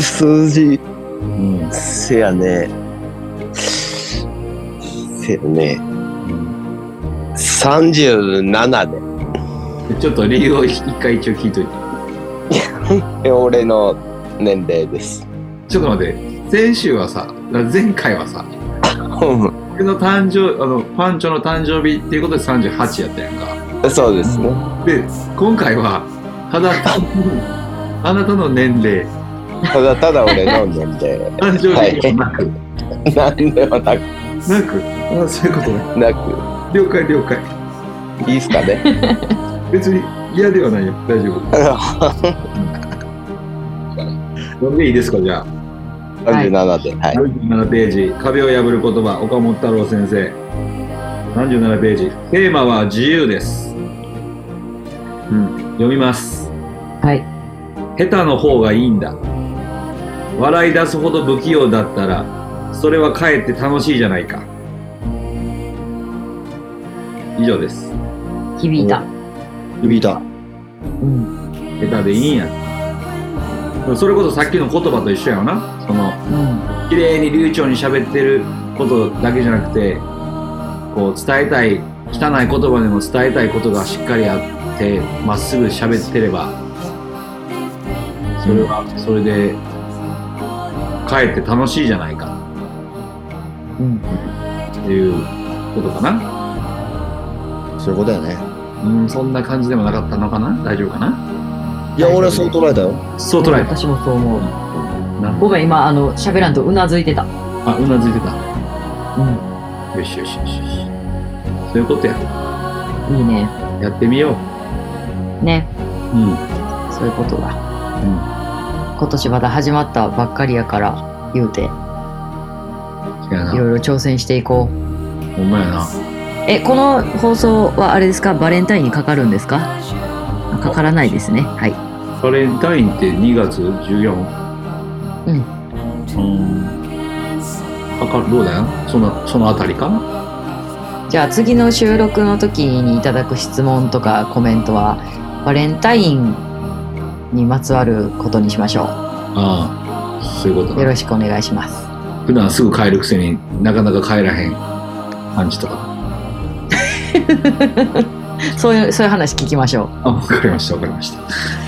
[SPEAKER 8] 数字、
[SPEAKER 4] うん
[SPEAKER 8] せやね。せやね。37で。
[SPEAKER 4] でちょっと理由を一回一応聞いといて。
[SPEAKER 9] え俺の年齢です。
[SPEAKER 4] ちょっと待って、先週はさ、前回はさ、僕の誕生、あの、パンチョの誕生日っていうことで38やったやんか。
[SPEAKER 9] そうですね。
[SPEAKER 4] で、今回は、ただ単 に、あなたの年齢、
[SPEAKER 9] ただただ俺の年齢。
[SPEAKER 4] 誕生日ではなく、
[SPEAKER 9] 何でもなく、
[SPEAKER 4] なく、あそういうことね。
[SPEAKER 9] なく、
[SPEAKER 4] 了解了解。
[SPEAKER 9] いいっすかね。
[SPEAKER 4] 別に嫌ではないよ、大丈 夫。なんでいいですか、じゃあ。
[SPEAKER 9] 37で。はい。
[SPEAKER 4] 37ページ、壁を破る言葉、岡本太郎先生。37ページ、テーマは自由です。うん、読みます。
[SPEAKER 3] はい
[SPEAKER 4] 下手の方がいいんだ笑い出すほど不器用だったらそれはかえって楽しいじゃないか以上です
[SPEAKER 3] 響いた、
[SPEAKER 5] 響いた。
[SPEAKER 3] うん
[SPEAKER 4] 下手でいいんやでもそれこそさっきの言葉と一緒やよなその
[SPEAKER 3] うん、
[SPEAKER 4] 綺麗に流暢に喋ってることだけじゃなくてこう伝えたい汚い言葉でも伝えたいことがしっかりあってまっすぐ喋ってればそれはそれでかえって楽しいじゃないか
[SPEAKER 3] うん、
[SPEAKER 4] っていうことかな
[SPEAKER 5] そういうことやね。
[SPEAKER 4] うんそんな感じでもなかったのかな大丈夫かない
[SPEAKER 5] や、俺はそう捉えたよ。
[SPEAKER 4] そう捉えた
[SPEAKER 3] 私もそう思う
[SPEAKER 4] な
[SPEAKER 3] ごめん今あの喋らんとうなずいてた
[SPEAKER 4] あうなずいてた
[SPEAKER 3] う
[SPEAKER 4] よしよしよしよしそういうことや
[SPEAKER 3] んいいね
[SPEAKER 4] やってみよ
[SPEAKER 3] ね
[SPEAKER 4] ううん
[SPEAKER 3] そういうことだ、
[SPEAKER 4] うん
[SPEAKER 3] 今年まだ始まったばっかりやから言うてい
[SPEAKER 4] せやな
[SPEAKER 3] ろいろ挑戦していこう
[SPEAKER 4] ほんまやな
[SPEAKER 3] えこの放送はあれですかバレンタインにかかるんですかあかからないですねはい
[SPEAKER 4] バレンタインって2月 14?
[SPEAKER 3] うん
[SPEAKER 4] うん。かかる、どうだよその、そのあたりかな
[SPEAKER 3] じゃあ次の収録の時にいただく質問とかコメントはバレンタインにまつわることにしましょ
[SPEAKER 4] ああ、そういうこと
[SPEAKER 3] う。よ
[SPEAKER 4] だ。
[SPEAKER 3] ろしくお願いします。
[SPEAKER 4] 普段すぐ帰るくせになかなか帰らへん感じとか。
[SPEAKER 3] そういうそういう話聞きましょ
[SPEAKER 4] あ、わかりました、わかりました。
[SPEAKER 3] う。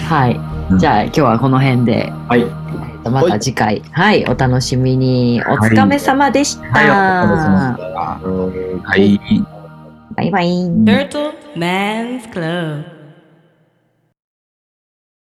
[SPEAKER 3] はい
[SPEAKER 4] うん。
[SPEAKER 3] じゃあ今日はこの辺で、
[SPEAKER 4] はい。
[SPEAKER 3] えっとまた次回、はい、お楽しみに。お疲れ様でした。
[SPEAKER 4] はい、お疲れ様でした。
[SPEAKER 5] うん
[SPEAKER 4] はい。
[SPEAKER 3] バイバイ。
[SPEAKER 1] Turtle Man's Club.